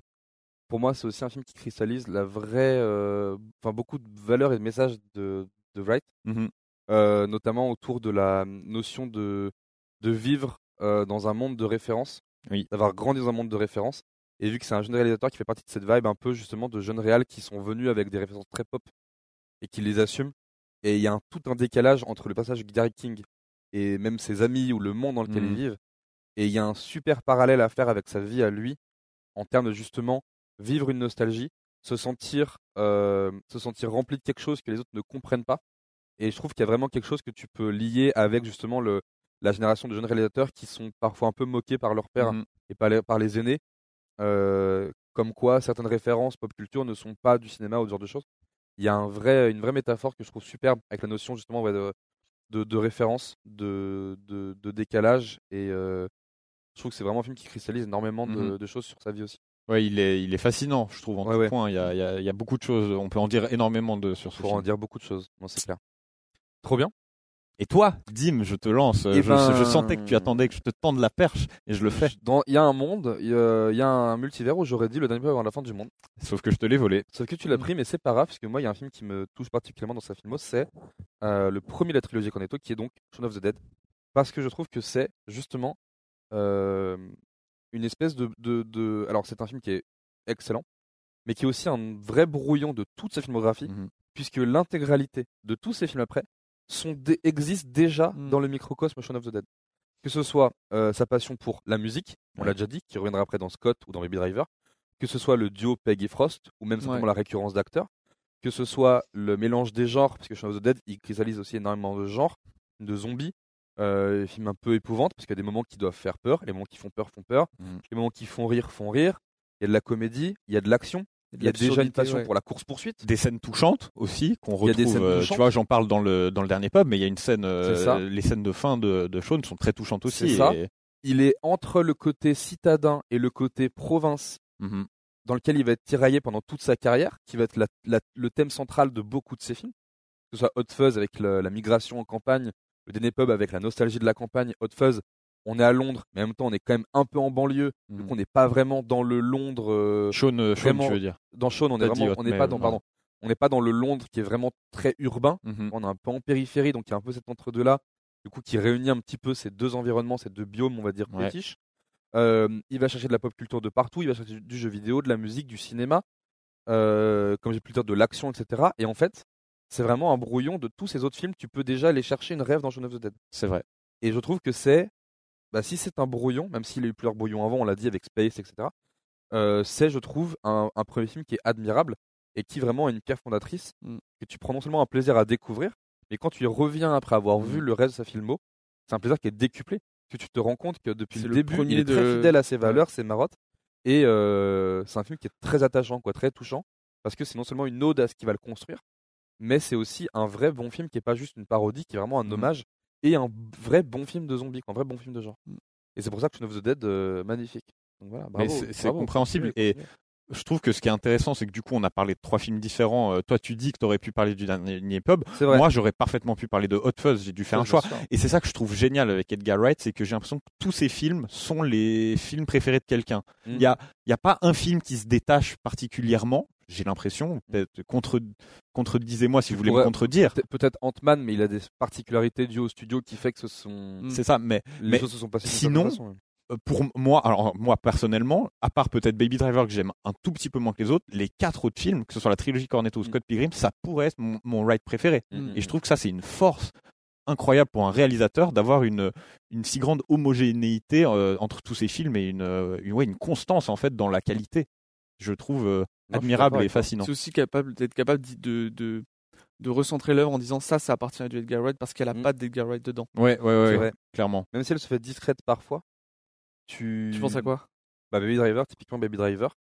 Speaker 4: pour moi, c'est aussi un film qui cristallise la vraie, euh, enfin beaucoup de valeurs et de messages de, de Wright,
Speaker 3: Mhm.
Speaker 4: euh, notamment autour de la hum, notion de, de vivre euh, dans un monde de référence,
Speaker 3: Oui.
Speaker 4: d'avoir grandi dans un monde de référence. Et vu que c'est un jeune réalisateur qui fait partie de cette vibe un peu justement de jeunes réals qui sont venus avec des références très pop et qui les assument. Et il y a un, tout un décalage entre le passage de Gary King et même ses amis ou le monde dans lequel
Speaker 3: Mhm.
Speaker 4: ils vivent. Et il y a un super parallèle à faire avec sa vie à lui, en termes de justement vivre une nostalgie, se sentir, euh, se sentir rempli de quelque chose que les autres ne comprennent pas. Et je trouve qu'il y a vraiment quelque chose que tu peux lier avec justement le, la génération de jeunes réalisateurs qui sont parfois un peu moqués par leur père
Speaker 3: Mhm.
Speaker 4: et par les, par les aînés, euh, comme quoi certaines références pop culture ne sont pas du cinéma ou ce genre de choses. Il y a un vrai, une vraie métaphore que je trouve superbe avec la notion justement ouais, de, de, de référence, de, de, de décalage. Et euh, je trouve que c'est vraiment un film qui cristallise énormément de,
Speaker 3: Mhm.
Speaker 4: de choses sur sa vie aussi.
Speaker 3: Ouais, il est, il est fascinant, je trouve, en
Speaker 4: Ouais,
Speaker 3: tout
Speaker 4: ouais.
Speaker 3: point. Il y, a, il y a- il y a beaucoup de choses. On peut en dire énormément de, sur ce
Speaker 4: Pour en
Speaker 3: film.
Speaker 4: dire beaucoup de choses, non, c'est clair. Trop bien.
Speaker 3: Et toi, Dim, je te lance. Je,
Speaker 4: Eh ben-
Speaker 3: je sentais que tu attendais que je te tende la perche et je le fais.
Speaker 4: Dans- Il y a un monde, il y a- il y a un multivers où j'aurais dit le dernier peu avant la fin du monde.
Speaker 3: Sauf que je te l'ai volé.
Speaker 4: Sauf que tu l'as pris, mais c'est pas grave, parce que moi, il y a un film qui me touche particulièrement dans sa filmo, c'est euh, le premier de la trilogie Cornetto, qui est donc Shaun of the Dead, parce que je trouve que c'est justement euh, une espèce de, de, de- Alors, c'est un film qui est excellent, mais qui est aussi un vrai brouillon de toute sa filmographie,
Speaker 3: Mhm.
Speaker 4: puisque l'intégralité de tous ces films après sont dé- existent déjà
Speaker 5: Mhm.
Speaker 4: dans le microcosme Shaun of the Dead. Que ce soit euh, sa passion pour la musique, on
Speaker 3: Ouais.
Speaker 4: l'a déjà dit, qui reviendra après dans Scott ou dans Baby Driver, que ce soit le duo Peggy Frost ou même simplement
Speaker 5: Ouais.
Speaker 4: la récurrence d'acteurs, que ce soit le mélange des genres, parce que Shaun of the Dead, il cristallise aussi énormément de genres, de zombies, euh, film un peu épouvante, parce qu'il y a des moments qui doivent faire peur, les moments qui font peur font peur,
Speaker 3: Mhm.
Speaker 4: les moments qui font rire font rire, il y a de la comédie, il y a de l'action, il y a déjà une passion pour la course-poursuite.
Speaker 3: Des scènes touchantes aussi qu'on
Speaker 4: Il y
Speaker 3: retrouve.
Speaker 4: a des scènes
Speaker 3: euh, tu
Speaker 4: touchantes.
Speaker 3: vois, j'en parle dans le dans le dernier pub, mais il y a une scène. euh,
Speaker 4: C'est ça.
Speaker 3: les scènes de fin de, de Shaun sont très touchantes aussi.
Speaker 4: C'est ça.
Speaker 3: et-
Speaker 4: Il est entre le côté citadin et le côté province
Speaker 3: Mhm.
Speaker 4: dans lequel il va être tiraillé pendant toute sa carrière, qui va être la- la- le thème central de beaucoup de ses films. Que ce soit Hot Fuzz avec le- la migration en campagne, le Dene Pub avec la nostalgie de la campagne, Hot Fuzz, on est à Londres, mais en même temps on est quand même un peu en banlieue,
Speaker 3: Mm.
Speaker 4: donc on n'est pas vraiment dans le Londres. euh,
Speaker 3: Shaun, euh, Shaun,
Speaker 4: Vraiment.
Speaker 3: tu veux dire.
Speaker 4: dans Shaun, on est
Speaker 3: T'as dit
Speaker 4: vraiment,
Speaker 3: Hot
Speaker 4: on n'est
Speaker 3: Mail,
Speaker 4: pas dans,
Speaker 3: ouais.
Speaker 4: pardon, on n'est pas dans le Londres qui est vraiment très urbain.
Speaker 3: Mhm.
Speaker 4: On est un peu en périphérie, donc il y a un peu cet entre-deux-là, du coup, qui réunit un petit peu ces deux environnements, ces deux biomes, on va dire,
Speaker 3: Ouais.
Speaker 4: british. Euh, il va chercher de la pop culture de partout, il va chercher du, du jeu vidéo, de la musique, du cinéma, euh, comme j'ai plus tard, de l'action, etc. Et en fait, c'est vraiment un brouillon de tous ces autres films. Tu peux déjà aller chercher une rêve dans Shaun of the Dead.
Speaker 3: C'est vrai.
Speaker 4: Et je trouve que c'est, bah, si c'est un brouillon, même s'il y a eu plusieurs brouillons avant, on l'a dit avec Space, etc., euh, c'est, je trouve, un, un premier film qui est admirable et qui vraiment a une pierre fondatrice
Speaker 5: Mm.
Speaker 4: que tu prends non seulement un plaisir à découvrir, mais quand tu y reviens après avoir vu
Speaker 5: Mm.
Speaker 4: le reste de sa filmo, c'est un plaisir qui est décuplé. Parce que tu te rends compte que depuis
Speaker 5: C'est
Speaker 4: le,
Speaker 5: le
Speaker 4: début, il
Speaker 5: premier
Speaker 4: est très
Speaker 5: de-
Speaker 4: fidèle à ses valeurs, ses marottes. Et euh, c'est un film qui est très attachant, quoi, très touchant, parce que c'est non seulement une ode à ce qui va le construire, mais c'est aussi un vrai bon film qui est pas juste une parodie, qui est vraiment un
Speaker 5: Mhm.
Speaker 4: hommage et un vrai bon film de zombie, quoi, un vrai bon film de genre.
Speaker 5: Mm.
Speaker 4: Et c'est pour ça que Shaun of the Dead, euh, magnifique. Donc voilà, bravo,
Speaker 3: c'est- c'est
Speaker 4: bravo,
Speaker 3: compréhensible
Speaker 4: continuez,
Speaker 3: et-
Speaker 4: continuez.
Speaker 3: Je trouve que ce qui est intéressant, c'est que du coup, on a parlé de trois films différents. Euh, toi, tu dis que t'aurais pu parler du dernier pub.
Speaker 4: c'est vrai.
Speaker 3: Moi, j'aurais parfaitement pu parler de Hot Fuzz. J'ai dû faire un choix. Et c'est ça que je trouve génial avec Edgar Wright, c'est que j'ai l'impression que tous ces films sont les films préférés de quelqu'un.
Speaker 4: Mm.
Speaker 3: Il y a, il y a pas un film qui se détache particulièrement. J'ai l'impression, peut-être contre, contredisez-moi si
Speaker 4: Tu
Speaker 3: vous voulez me
Speaker 4: pourrais-
Speaker 3: contredire.
Speaker 4: Peut- Peut-être Ant-Man, mais il a des particularités dues au studio qui fait que ce sont...
Speaker 5: Mm.
Speaker 3: C'est ça, mais
Speaker 4: les
Speaker 3: Mais
Speaker 4: choses se sont passées. d'une
Speaker 3: sinon,
Speaker 4: certaine façon.
Speaker 3: euh, pour moi, alors moi personnellement, à part peut-être Baby Driver que j'aime un tout petit peu moins que les autres, les quatre autres films, que ce soit la trilogie Cornetto ou Scott Pilgrim, ça pourrait être mon, mon Wright préféré.
Speaker 4: Mm.
Speaker 3: Et je trouve que ça, c'est une force incroyable pour un réalisateur d'avoir une, une si grande homogénéité euh, entre tous ces films et une, euh, une, ouais, une constance en fait dans la qualité. Je trouve euh,
Speaker 4: Non, je suis d'accord
Speaker 3: admirable et
Speaker 4: avec toi.
Speaker 3: fascinant.
Speaker 5: C'est aussi capable d'être capable d'y- de, de, de recentrer l'œuvre en disant ça, ça appartient à du Edgar Wright parce qu'elle a
Speaker 4: Mm.
Speaker 5: pas d'Edgar Wright dedans.
Speaker 3: Ouais, ouais,
Speaker 4: C'est
Speaker 3: ouais,
Speaker 4: vrai.
Speaker 3: clairement.
Speaker 4: Même si elle se fait discrète parfois, tu...
Speaker 5: Tu penses à quoi
Speaker 4: bah, Baby Driver, typiquement Baby Driver.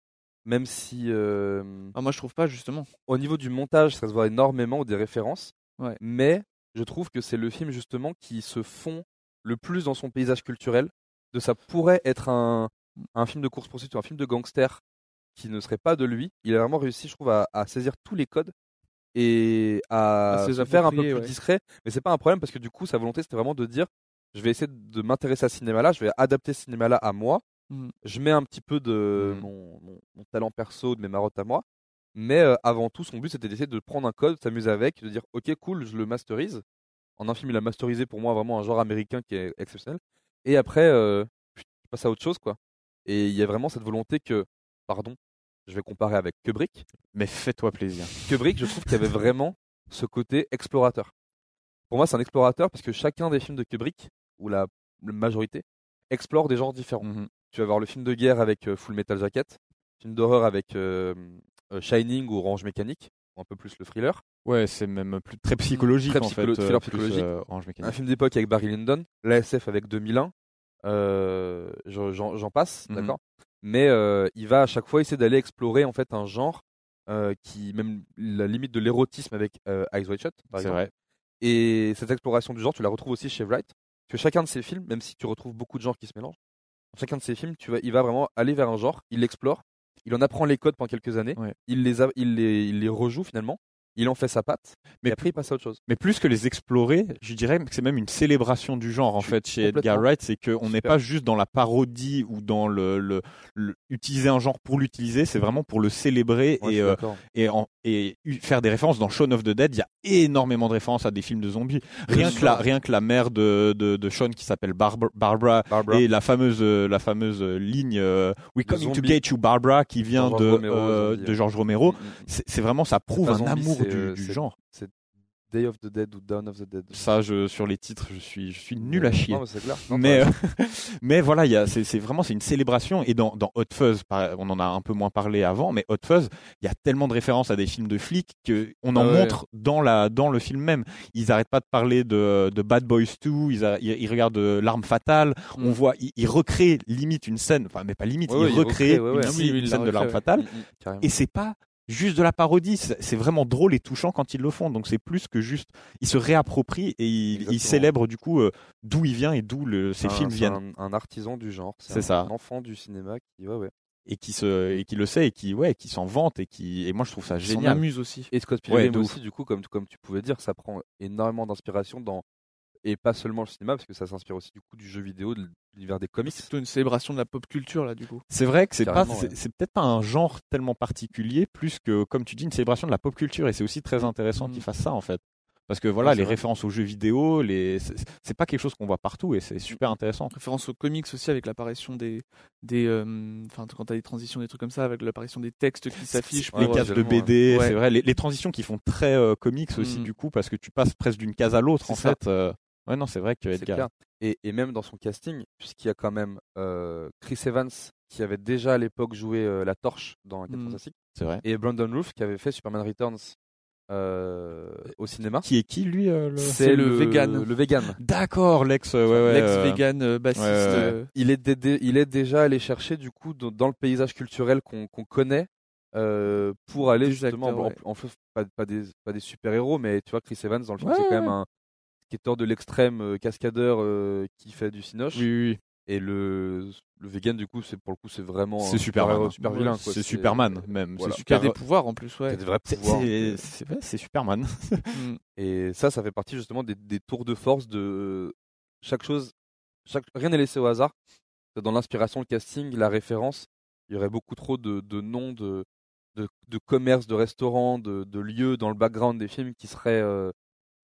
Speaker 4: Même si euh,
Speaker 5: ah, Moi, je trouve pas justement.
Speaker 4: au niveau du montage, ça se voit énormément ou des références.
Speaker 5: Ouais.
Speaker 4: Mais je trouve que c'est le film justement qui se fond le plus dans son paysage culturel. De ça pourrait être un, un film de course poursuite ou un film de gangster qui ne serait pas de lui. Il a vraiment réussi, je trouve, à, à saisir tous les codes et à,
Speaker 5: À se les
Speaker 4: se faire un peu
Speaker 5: approprier,
Speaker 4: plus
Speaker 5: ouais.
Speaker 4: discret. Mais c'est pas un problème parce que du coup, sa volonté, c'était vraiment de dire je vais essayer de m'intéresser à ce cinéma-là, je vais adapter ce cinéma-là à moi.
Speaker 5: Mm.
Speaker 4: Je mets un petit peu de
Speaker 3: Mm.
Speaker 4: mon, mon- mon talent perso, de mes marottes à moi. Mais euh, avant tout, son but, c'était d'essayer de prendre un code, de s'amuser avec, de dire ok, cool, je le masterise. En un film, il a masterisé pour moi vraiment un genre américain qui est exceptionnel. Et après, euh, je passe à autre chose, quoi. Et il y a vraiment cette volonté que, pardon, je vais comparer avec Kubrick.
Speaker 3: Mais fais-toi plaisir.
Speaker 4: Kubrick, je trouve qu'il y avait vraiment ce côté explorateur. Pour moi, c'est un explorateur parce que chacun des films de Kubrick, ou la la majorité, explore des genres différents.
Speaker 3: Mm-hmm.
Speaker 4: Tu vas voir le film de guerre avec euh, Full Metal Jacket, film d'horreur avec euh, euh, Shining ou Orange Mécanique, ou un peu plus le thriller,
Speaker 3: Ouais, c'est même plus très psychologique
Speaker 4: Mm, Très
Speaker 3: en
Speaker 4: psycholo-
Speaker 3: fait.
Speaker 4: thriller
Speaker 3: plus,
Speaker 4: psychologique.
Speaker 3: euh, Orange Mécanique.
Speaker 4: un film d'époque avec Barry Lyndon, l'ASF avec 2001, euh, je- j'en j'en passe,
Speaker 3: Mhm.
Speaker 4: d'accord Mais euh, il va à chaque fois essayer d'aller explorer en fait un genre euh, qui, même la limite de l'érotisme avec euh, Eyes Wide Shut, par
Speaker 3: C'est
Speaker 4: exemple.
Speaker 3: vrai.
Speaker 4: Et cette exploration du genre, tu la retrouves aussi chez Wright. Parce que chacun de ses films, même si tu retrouves beaucoup de genres qui se mélangent, dans chacun de ses films, tu vas, il va vraiment aller vers un genre, il l'explore, il en apprend les codes pendant quelques années,
Speaker 3: Ouais.
Speaker 4: il, les a- il, les, il les rejoue finalement, il en fait sa patte,
Speaker 3: Mais-
Speaker 4: mais après il passe à autre chose.
Speaker 3: Mais plus que les explorer, je dirais que c'est même une célébration du genre en
Speaker 4: Je suis
Speaker 3: fait chez Edgar
Speaker 4: complètement
Speaker 3: Wright, c'est qu'on n'est
Speaker 4: super.
Speaker 3: pas juste dans la parodie ou dans le, le- le- utiliser un genre pour l'utiliser, c'est vraiment pour le célébrer
Speaker 4: Ouais, je
Speaker 3: et,
Speaker 4: suis
Speaker 3: euh,
Speaker 4: d'accord.
Speaker 3: et, en- et u- faire des références. Dans Shaun of the Dead, il y a énormément de références à des films de zombies. Rien
Speaker 4: sûr.
Speaker 3: que la, rien que la mère de, de, de Shaun qui s'appelle Barb- Barbara
Speaker 4: Barbara,
Speaker 3: et la fameuse euh, la fameuse euh, ligne euh, We
Speaker 4: De
Speaker 3: coming to
Speaker 4: zombie.
Speaker 3: get you Barbara qui vient
Speaker 4: George
Speaker 3: de
Speaker 4: Romero,
Speaker 3: euh,
Speaker 4: zombie,
Speaker 3: de
Speaker 4: ouais.
Speaker 3: George Romero.
Speaker 4: Mm, mm,
Speaker 3: C'est c'est vraiment ça prouve
Speaker 4: Pas
Speaker 3: un
Speaker 4: zombie,
Speaker 3: amour
Speaker 4: c'est,
Speaker 3: du,
Speaker 4: euh,
Speaker 3: du
Speaker 4: c'est-
Speaker 3: genre.
Speaker 4: Day of the Dead ou Dawn of the Dead.
Speaker 3: Ça, je, sur les titres, je suis, je suis nul à chier.
Speaker 4: Non, mais bah, c'est clair. Non,
Speaker 3: Mais,
Speaker 4: t'as-
Speaker 3: euh, mais voilà, il y a- c'est c'est vraiment c'est une célébration. Et dans, dans Hot Fuzz, par- on en a un peu moins parlé avant, mais Hot Fuzz, il y a tellement de références à des films de flics qu'on en
Speaker 4: Ah ouais.
Speaker 3: montre dans, la, dans le film même. Ils n'arrêtent pas de parler de, de Bad Boys 2, ils, a- ils, ils regardent euh, L'arme fatale,
Speaker 5: Mm.
Speaker 3: on voit, ils, ils recréent limite une scène, enfin, mais pas limite,
Speaker 4: Ouais,
Speaker 3: ils
Speaker 4: ouais, ils
Speaker 3: recréent
Speaker 4: recréent, ouais,
Speaker 3: une
Speaker 4: ouais.
Speaker 3: scène-
Speaker 5: Ah oui, oui,
Speaker 3: une
Speaker 5: ils
Speaker 3: scène
Speaker 5: l'ont
Speaker 3: de L'arme
Speaker 5: recréé,
Speaker 3: fatale.
Speaker 5: ouais.
Speaker 4: Mm, mm, carrément.
Speaker 3: Et c'est pas juste de la parodie, c'est c'est vraiment drôle et touchant quand ils le font. Donc c'est plus que juste, ils se réapproprient et ils, ils
Speaker 4: Exactement.
Speaker 3: célèbrent du coup euh, d'où ils viennent et d'où le- ces
Speaker 4: Un-
Speaker 3: films
Speaker 4: c'est
Speaker 3: viennent
Speaker 4: Un, un artisan du genre,
Speaker 3: C'est
Speaker 4: un,
Speaker 3: ça.
Speaker 4: un enfant du cinéma qui, ouais, ouais.
Speaker 3: et qui se et qui le sait et qui ouais qui s'en vante et qui et moi je trouve ça
Speaker 5: J'en
Speaker 3: génial.
Speaker 5: amuse aussi.
Speaker 4: Et Scott
Speaker 3: Ouais,
Speaker 4: Pilgrim
Speaker 3: de
Speaker 4: aussi, du coup, comme, comme tu pouvais dire, ça prend énormément d'inspiration dans et pas seulement le cinéma, parce que ça s'inspire aussi du coup du jeu vidéo, de l'univers des comics.
Speaker 5: C'est plutôt une célébration de la pop culture là du coup.
Speaker 3: C'est vrai que c'est pas
Speaker 4: Carrément,
Speaker 3: c'est
Speaker 4: ouais.
Speaker 3: c'est peut-être pas un genre tellement particulier plus que comme tu dis une célébration de la pop culture et c'est aussi très intéressant
Speaker 5: Mm.
Speaker 3: qu'ils fassent ça en fait. Parce que voilà,
Speaker 4: Mmh. Ouais, c'est
Speaker 3: les
Speaker 4: vrai.
Speaker 3: références aux jeux vidéo, les... c'est c'est pas quelque chose qu'on voit partout et c'est super intéressant.
Speaker 5: Référence aux comics aussi avec l'apparition des. des euh, Enfin, quand t'as des transitions, des trucs comme ça, avec l'apparition des textes qui s'affichent.
Speaker 3: les
Speaker 5: pour, euh,
Speaker 3: cases de
Speaker 4: visuellement,
Speaker 3: BD,
Speaker 5: ouais.
Speaker 3: c'est vrai, les, les transitions qui font très euh, comics aussi
Speaker 5: Mm.
Speaker 3: du coup, parce que tu passes presque d'une case à l'autre en
Speaker 4: C'est ça.
Speaker 3: fait. euh, Ouais, non, c'est vrai que
Speaker 4: C'est clair.
Speaker 3: Edgar.
Speaker 4: Et, et même dans son casting, puisqu'il y a quand même euh, Chris Evans qui avait déjà à l'époque joué euh, la torche dans Quatre
Speaker 5: Mm.
Speaker 4: Fantastiques
Speaker 3: C'est vrai.
Speaker 4: et Brandon Roof qui avait fait Superman Returns euh, au cinéma.
Speaker 3: Qui est qui lui euh, le-
Speaker 5: C'est le vegan.
Speaker 4: Le vegan.
Speaker 3: D'accord, l'ex, euh, ouais, ouais, euh,
Speaker 5: L'ex-vegan euh, bassiste.
Speaker 3: ouais, ouais, ouais.
Speaker 5: euh,
Speaker 4: Il est, dé- dé- il est déjà allé chercher du coup dans, dans le paysage culturel qu'on qu'on connaît euh, pour aller
Speaker 5: Des
Speaker 4: justement
Speaker 5: acteurs,
Speaker 4: en-
Speaker 5: ouais.
Speaker 4: en, en- pas, pas des pas des super héros mais tu vois Chris Evans dans le film
Speaker 3: Ouais,
Speaker 4: c'est
Speaker 3: ouais.
Speaker 4: quand même un skateur de l'extrême euh, cascadeur euh, qui fait du cinoche
Speaker 3: Oui, oui, oui.
Speaker 4: et le le vegan du coup c'est pour le coup c'est vraiment
Speaker 3: C'est
Speaker 4: un
Speaker 3: Superman,
Speaker 4: super-héros,
Speaker 3: hein.
Speaker 4: super vilain quoi.
Speaker 3: C'est Superman même.
Speaker 4: voilà.
Speaker 3: C'est
Speaker 5: qui a
Speaker 3: super.
Speaker 5: des pouvoirs en plus,
Speaker 4: T'as
Speaker 5: ouais.
Speaker 4: des vrais
Speaker 3: c'est-
Speaker 4: pouvoirs.
Speaker 3: c'est- c'est- ouais, c'est Superman.
Speaker 5: Mm.
Speaker 4: Et ça, ça fait partie justement des, des tours de force de chaque chose. Chaque... Rien n'est laissé au hasard. Dans l'inspiration, le casting, la référence, il y aurait beaucoup trop de, de noms de, de, de commerces, de restaurants, de, de lieux dans le background des films qui seraient, euh,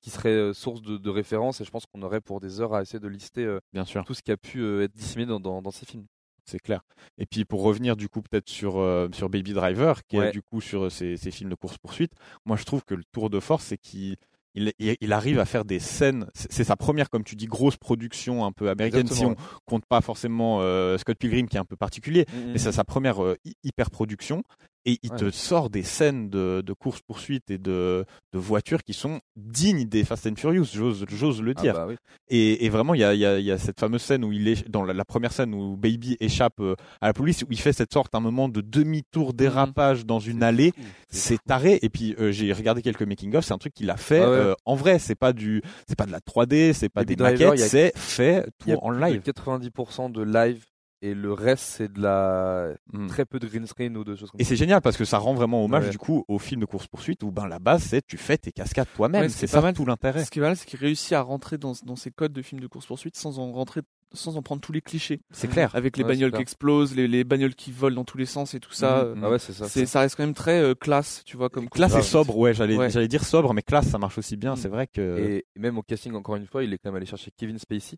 Speaker 4: qui seraient euh, source de, de références. Et je pense qu'on aurait pour des heures à essayer de lister euh,
Speaker 3: Bien sûr.
Speaker 4: tout ce qui a pu euh, être disséminé dans, dans, dans ces films.
Speaker 3: C'est clair. Et puis pour revenir du coup peut-être sur, euh, sur Baby Driver, qui est
Speaker 4: Ouais.
Speaker 3: du coup sur euh, ces, ces films de course-poursuite, moi je trouve que le tour de force, c'est qu'il il, il- il arrive à faire des scènes. C'est c'est sa première, comme tu dis, grosse production un peu américaine,
Speaker 4: Exactement,
Speaker 3: si on compte pas forcément euh, Scott Pilgrim qui est un peu particulier,
Speaker 4: Mm,
Speaker 3: mais c'est sa première euh, hyper production. Et il
Speaker 4: Mmh. Ouais.
Speaker 3: te sort des scènes de, de course-poursuite et de, de voitures qui sont dignes des Fast and Furious, j'ose j'ose le
Speaker 4: Ah
Speaker 3: dire.
Speaker 4: bah oui.
Speaker 3: Et, et vraiment, il y a, il y a- il y a cette fameuse scène où il est dans la, la première scène où Baby échappe euh, à la police, où il fait cette sorte un moment de
Speaker 4: Mhm.
Speaker 3: demi-tour dérapage dans une allée. C'est taré. Et puis euh, j'ai regardé quelques making of. C'est un truc qu'il a fait
Speaker 4: Ah ouais.
Speaker 3: euh, en vrai. C'est pas du, c'est pas de la 3D, c'est pas
Speaker 4: Baby
Speaker 3: des
Speaker 4: Driver,
Speaker 3: maquettes.
Speaker 4: il y a-
Speaker 3: C'est fait tout
Speaker 4: Il y a
Speaker 3: en
Speaker 4: plus de
Speaker 3: live.
Speaker 4: 90% de live et le reste, c'est de la.
Speaker 3: Mm.
Speaker 4: Très peu de green screen ou de choses comme
Speaker 3: Et
Speaker 4: ça.
Speaker 3: c'est génial parce que ça rend vraiment hommage
Speaker 4: Ouais.
Speaker 3: du coup au film de course poursuite où ben la base c'est tu fais tes cascades toi-même.
Speaker 5: Ouais,
Speaker 3: c'est
Speaker 5: c'est
Speaker 3: ça
Speaker 5: pas mal.
Speaker 3: tout l'intérêt.
Speaker 5: Ce qui est mal, c'est qu'il réussit à rentrer dans, dans ces codes de films de course-poursuite sans en rentrer sans en prendre tous les clichés
Speaker 3: C'est clair.
Speaker 5: avec les
Speaker 4: Ouais, c'est
Speaker 5: bagnoles qui
Speaker 4: clair.
Speaker 5: explosent les, les bagnoles qui volent dans tous les sens et tout ça euh,
Speaker 3: Mhm.
Speaker 4: Ah ouais, c'est ça.
Speaker 5: c'est ça reste quand même très euh, classe tu vois comme
Speaker 3: Classe et
Speaker 5: course.
Speaker 3: sobre, ouais, j'allais
Speaker 5: Ouais.
Speaker 3: j'allais dire sobre, mais classe, ça marche aussi bien.
Speaker 5: Mm.
Speaker 3: C'est vrai que
Speaker 4: Et même au casting, encore une fois, il est quand même allé chercher Kevin Spacey,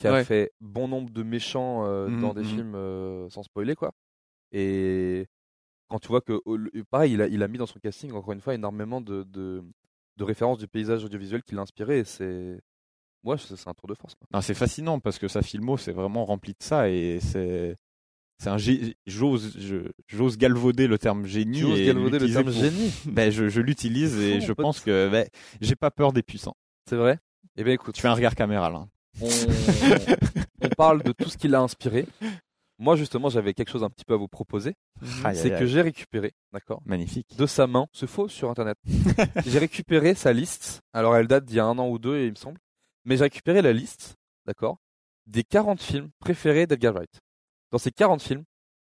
Speaker 4: qui a
Speaker 5: Ouais.
Speaker 4: fait bon nombre de méchants euh,
Speaker 3: Mhm,
Speaker 4: dans des
Speaker 3: mhm.
Speaker 4: films euh, sans spoiler, quoi. Et quand tu vois que, au- le- pareil, il a, il a mis dans son casting, encore une fois, énormément de, de, de références du paysage audiovisuel qui l'a inspiré. Et c'est. Moi, c'est c'est un tour de force. quoi.
Speaker 3: Non, c'est fascinant parce que sa filmo, c'est vraiment rempli de ça et c'est. C'est un gé- j'ose je- j'ose galvauder le terme génie
Speaker 4: Tu oses
Speaker 3: et
Speaker 4: galvauder le
Speaker 3: l'utiliser
Speaker 4: terme
Speaker 3: pour-
Speaker 4: génie,
Speaker 3: ben, je, je l'utilise et
Speaker 4: Fou,
Speaker 3: je
Speaker 4: pote.
Speaker 3: pense que ben, j'ai pas peur des puissants.
Speaker 4: c'est vrai Eh bien, écoute,
Speaker 3: Tu fais un regard caméral. hein.
Speaker 4: on, on parle de tout ce qui l'a inspiré. Moi, justement, j'avais quelque chose un petit peu à vous proposer.
Speaker 3: Aïe,
Speaker 4: Mm, C'est
Speaker 3: aïe,
Speaker 4: que
Speaker 3: aïe.
Speaker 4: j'ai récupéré, d'accord
Speaker 3: magnifique.
Speaker 4: de sa main. C'est faux sur internet. j'ai récupéré sa liste. Alors elle date d'il y a un an ou deux, il me semble. Mais j'ai récupéré la liste, d'accord, des 40 films préférés d'Edgar Wright. Dans ces 40 films,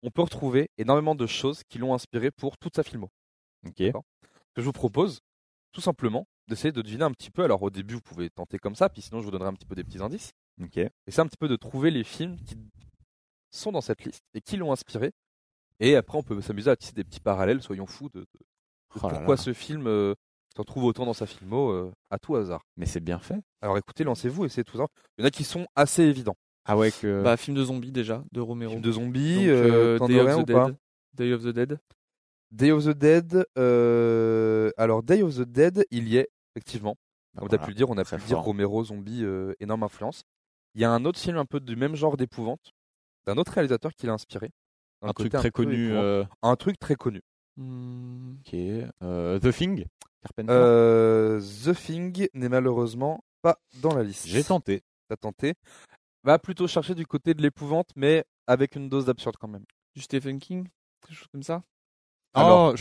Speaker 4: on peut retrouver énormément de choses qui l'ont inspiré pour toute sa filmo.
Speaker 3: Ok.
Speaker 4: Ce que je vous propose, tout simplement, d'essayer de deviner un petit peu. Alors au début, vous pouvez tenter comme ça, puis sinon je vous donnerai un petit peu des petits indices.
Speaker 3: Ok.
Speaker 4: Et c'est un petit peu de trouver les films qui sont dans cette liste et qui l'ont inspiré. Et après, on peut s'amuser à tisser des petits parallèles, soyons fous, de, de- de
Speaker 3: Oh là
Speaker 4: pourquoi
Speaker 3: là.
Speaker 4: ce film euh, se retrouve autant dans sa filmo euh, à tout hasard.
Speaker 3: Mais c'est bien fait.
Speaker 4: Alors écoutez, lancez-vous, essayez tout ça. Il y en a qui sont assez évidents.
Speaker 3: Ah ouais que.
Speaker 5: bah film de zombies déjà de Romero
Speaker 4: Film de zombies,
Speaker 5: Donc,
Speaker 4: euh,
Speaker 5: euh,
Speaker 4: t'en
Speaker 5: Day
Speaker 4: aurais
Speaker 5: of
Speaker 4: un
Speaker 5: the
Speaker 4: ou pas
Speaker 5: Dead Day of the Dead
Speaker 4: Day of the Dead. euh, Alors Day of the Dead, il y est effectivement.
Speaker 3: bah
Speaker 4: Comme
Speaker 3: voilà.
Speaker 4: Ah, t'as pu le dire, on a pu
Speaker 3: très
Speaker 4: le dire
Speaker 3: fort.
Speaker 4: Romero, zombie, euh, énorme influence. Il y a un autre film un peu du même genre d'épouvante d'un autre réalisateur qui l'a inspiré. Dans
Speaker 3: un
Speaker 4: le
Speaker 3: truc
Speaker 4: côté
Speaker 3: très
Speaker 4: peu
Speaker 3: connu.
Speaker 4: épouvant.
Speaker 3: euh,
Speaker 4: Un truc très connu.
Speaker 5: Hmm,
Speaker 3: ok. Euh, The Thing. Carpenter.
Speaker 4: Euh, The Thing n'est malheureusement pas dans la liste.
Speaker 3: J'ai tenté.
Speaker 4: T'as tenté. Va plutôt chercher du côté de l'épouvante, mais avec une dose d'absurde quand même.
Speaker 5: du Stephen King quelque chose comme ça
Speaker 4: Oh,
Speaker 3: Alors,
Speaker 4: Alors,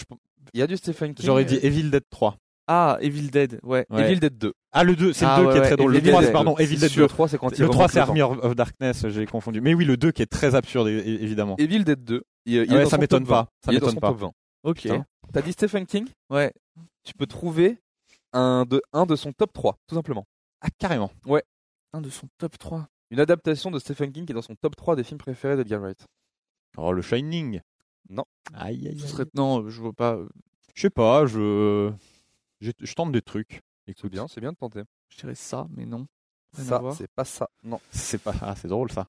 Speaker 4: Il y a du Stephen King. euh,
Speaker 3: j'aurais dit Evil Dead 3.
Speaker 5: ah Evil Dead ouais
Speaker 3: Ouais.
Speaker 4: Evil Dead 2.
Speaker 3: Ah le 2, c'est
Speaker 5: Ah
Speaker 3: le 2
Speaker 5: ouais,
Speaker 3: qui est
Speaker 5: ouais,
Speaker 3: très drôle.
Speaker 5: Evil
Speaker 3: le 3,
Speaker 5: Dead,
Speaker 3: c'est- pardon,
Speaker 4: Si
Speaker 3: Evil Dead
Speaker 4: sur
Speaker 3: 2.
Speaker 4: Le 3, c'est quand il
Speaker 3: Le 3
Speaker 4: remonte
Speaker 3: c'est
Speaker 4: le temps.
Speaker 3: Army of Darkness, j'ai confondu. Mais oui, le 2 qui est très absurde é- é- évidemment.
Speaker 4: Evil Dead 2. Il, il est
Speaker 3: Ah
Speaker 4: dans
Speaker 3: ouais, ça
Speaker 4: son
Speaker 3: m'étonne
Speaker 4: top 20.
Speaker 3: pas, ça
Speaker 4: il est dans
Speaker 3: m'étonne
Speaker 4: son
Speaker 3: pas.
Speaker 4: top 20.
Speaker 5: ok
Speaker 3: Putain.
Speaker 4: T'as dit Stephen King,
Speaker 5: ouais
Speaker 4: tu peux trouver un de, un de son top 3, tout simplement.
Speaker 3: Ah carrément.
Speaker 5: un de son top 3
Speaker 4: Une adaptation de Stephen King qui est dans son top 3 des films préférés d'Edgar Wright.
Speaker 3: Oh le Shining.
Speaker 4: Non.
Speaker 3: Aïe aïe.
Speaker 5: ce
Speaker 3: aïe.
Speaker 5: serait non euh, je vois pas euh,
Speaker 3: Je sais pas, je je je tente des trucs.
Speaker 4: C'est bien, c'est bien de tenter.
Speaker 5: Je dirais ça, mais non. Rien à
Speaker 4: Ça,
Speaker 5: voir.
Speaker 4: c'est pas ça. Non.
Speaker 3: C'est pas. Ah, c'est drôle ça.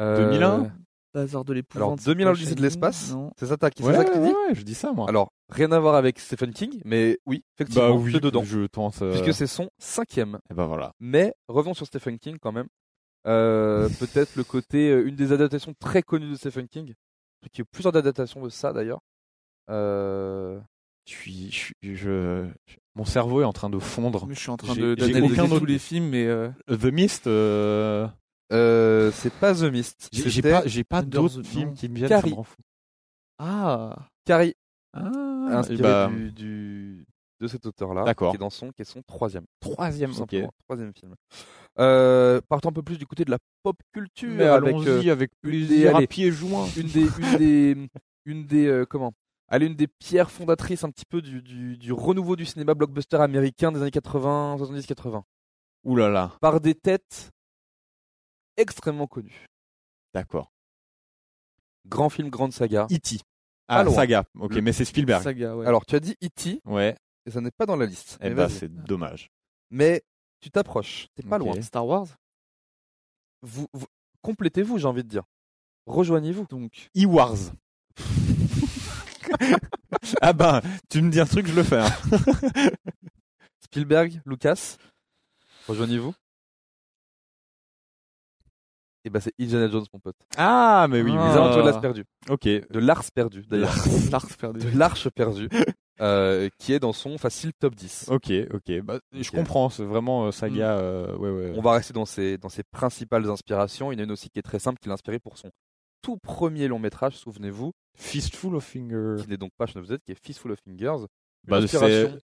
Speaker 4: Euh,
Speaker 3: 2001
Speaker 5: Bazar de l'épouvante.
Speaker 4: Alors,
Speaker 5: c'est
Speaker 4: 2000 ans
Speaker 5: pas
Speaker 4: l'Odyssée de
Speaker 5: Shining,
Speaker 4: l'espace.
Speaker 5: Non.
Speaker 4: C'est ça, t'as qui
Speaker 3: Ouais,
Speaker 4: c'est ça que tu dis
Speaker 3: ouais, ouais, je dis ça moi. Bah
Speaker 4: Alors, rien à voir avec Stephen King, mais oui, effectivement, c'est dedans.
Speaker 3: je tente. euh,
Speaker 4: Puisque c'est son cinquième.
Speaker 3: Eh ben voilà.
Speaker 4: Mais revenons sur Stephen King quand même. Euh, Peut-être le côté, euh, une des adaptations très connues de Stephen King, qui a plusieurs adaptations de ça d'ailleurs. Euh,
Speaker 3: Je suis- je suis- je- je- Mon cerveau est en train de
Speaker 4: Oh,
Speaker 3: fondre.
Speaker 5: Mais je suis en train
Speaker 3: J'ai-
Speaker 5: de-
Speaker 3: j'ai
Speaker 5: d'analyser
Speaker 3: aucun
Speaker 5: tous
Speaker 3: autre-
Speaker 5: les films, mais euh,
Speaker 3: The Mist. euh,
Speaker 4: euh, c'est pas The Mist.
Speaker 3: J'ai j'ai
Speaker 4: c'était
Speaker 3: pas, j'ai pas
Speaker 5: Under
Speaker 3: d'autres
Speaker 5: the-
Speaker 3: films
Speaker 5: non.
Speaker 3: qui me viennent. ça
Speaker 4: Carrie.
Speaker 3: me rend fou.
Speaker 5: ah,
Speaker 4: Carrie,
Speaker 3: Ah,
Speaker 4: inspiré
Speaker 3: eh ben,
Speaker 4: du, du- de cet auteur-là,
Speaker 3: D'accord.
Speaker 4: qui est dans son, qui est son troisième,
Speaker 3: troisième.
Speaker 4: tout
Speaker 3: ok.
Speaker 4: simplement, troisième film. Euh, partons un peu plus du côté de la pop culture
Speaker 3: Mais
Speaker 4: avec euh,
Speaker 3: allons-y avec
Speaker 4: des-
Speaker 3: plaisir à
Speaker 4: allez.
Speaker 3: pieds joints.
Speaker 4: une des une des une des euh, comment Allez, une des pierres fondatrices un petit peu du, du, du renouveau du cinéma blockbuster américain des années 80, 70-80,
Speaker 3: Ouh là là.
Speaker 4: par des têtes extrêmement connues.
Speaker 3: D'accord.
Speaker 4: Grand film, grande saga.
Speaker 3: E.T. Ah,
Speaker 4: loin.
Speaker 3: saga. Ok,
Speaker 4: Le-
Speaker 3: mais c'est Spielberg.
Speaker 5: saga, ouais.
Speaker 4: Alors, tu as dit E.T.,
Speaker 3: Ouais.
Speaker 4: et ça n'est pas dans la liste.
Speaker 3: Eh
Speaker 4: mais,
Speaker 3: ben,
Speaker 4: vas-y.
Speaker 3: c'est dommage.
Speaker 4: Mais tu t'approches, t'es pas
Speaker 3: Ok.
Speaker 4: loin.
Speaker 5: Star Wars,
Speaker 4: Vous, vous- complétez-vous, j'ai envie de dire. Rejoignez-vous.
Speaker 5: donc.
Speaker 3: E-Wars. ah ben, tu me dis un truc, je le fais. hein.
Speaker 4: Spielberg, Lucas, rejoignez-vous. Et bah, c'est Indiana Jones, mon pote.
Speaker 3: Ah, mais oui.
Speaker 4: Les
Speaker 3: oui.
Speaker 5: Ah.
Speaker 4: aventures de l'Arche perdue.
Speaker 3: Ok.
Speaker 4: De l'Ars perdu, d'ailleurs.
Speaker 5: Lars perdu.
Speaker 4: de l'Arche perdue, euh, qui est dans son facile top 10.
Speaker 3: Ok, ok. Bah, Je
Speaker 4: Ok. Hmm.
Speaker 3: comprends, c'est vraiment euh, saga. euh, ouais, ouais.
Speaker 4: On va rester dans ses, dans ses principales inspirations. Il y en a une aussi qui est très simple, qu'il a inspirée pour son tout premier long métrage, souvenez-vous,
Speaker 3: Fistful of Finger.
Speaker 4: qui n'est donc pas Shaun of the Dead, qui est Fistful of Fingers. Une
Speaker 3: Bah,
Speaker 4: inspiration.
Speaker 3: c'est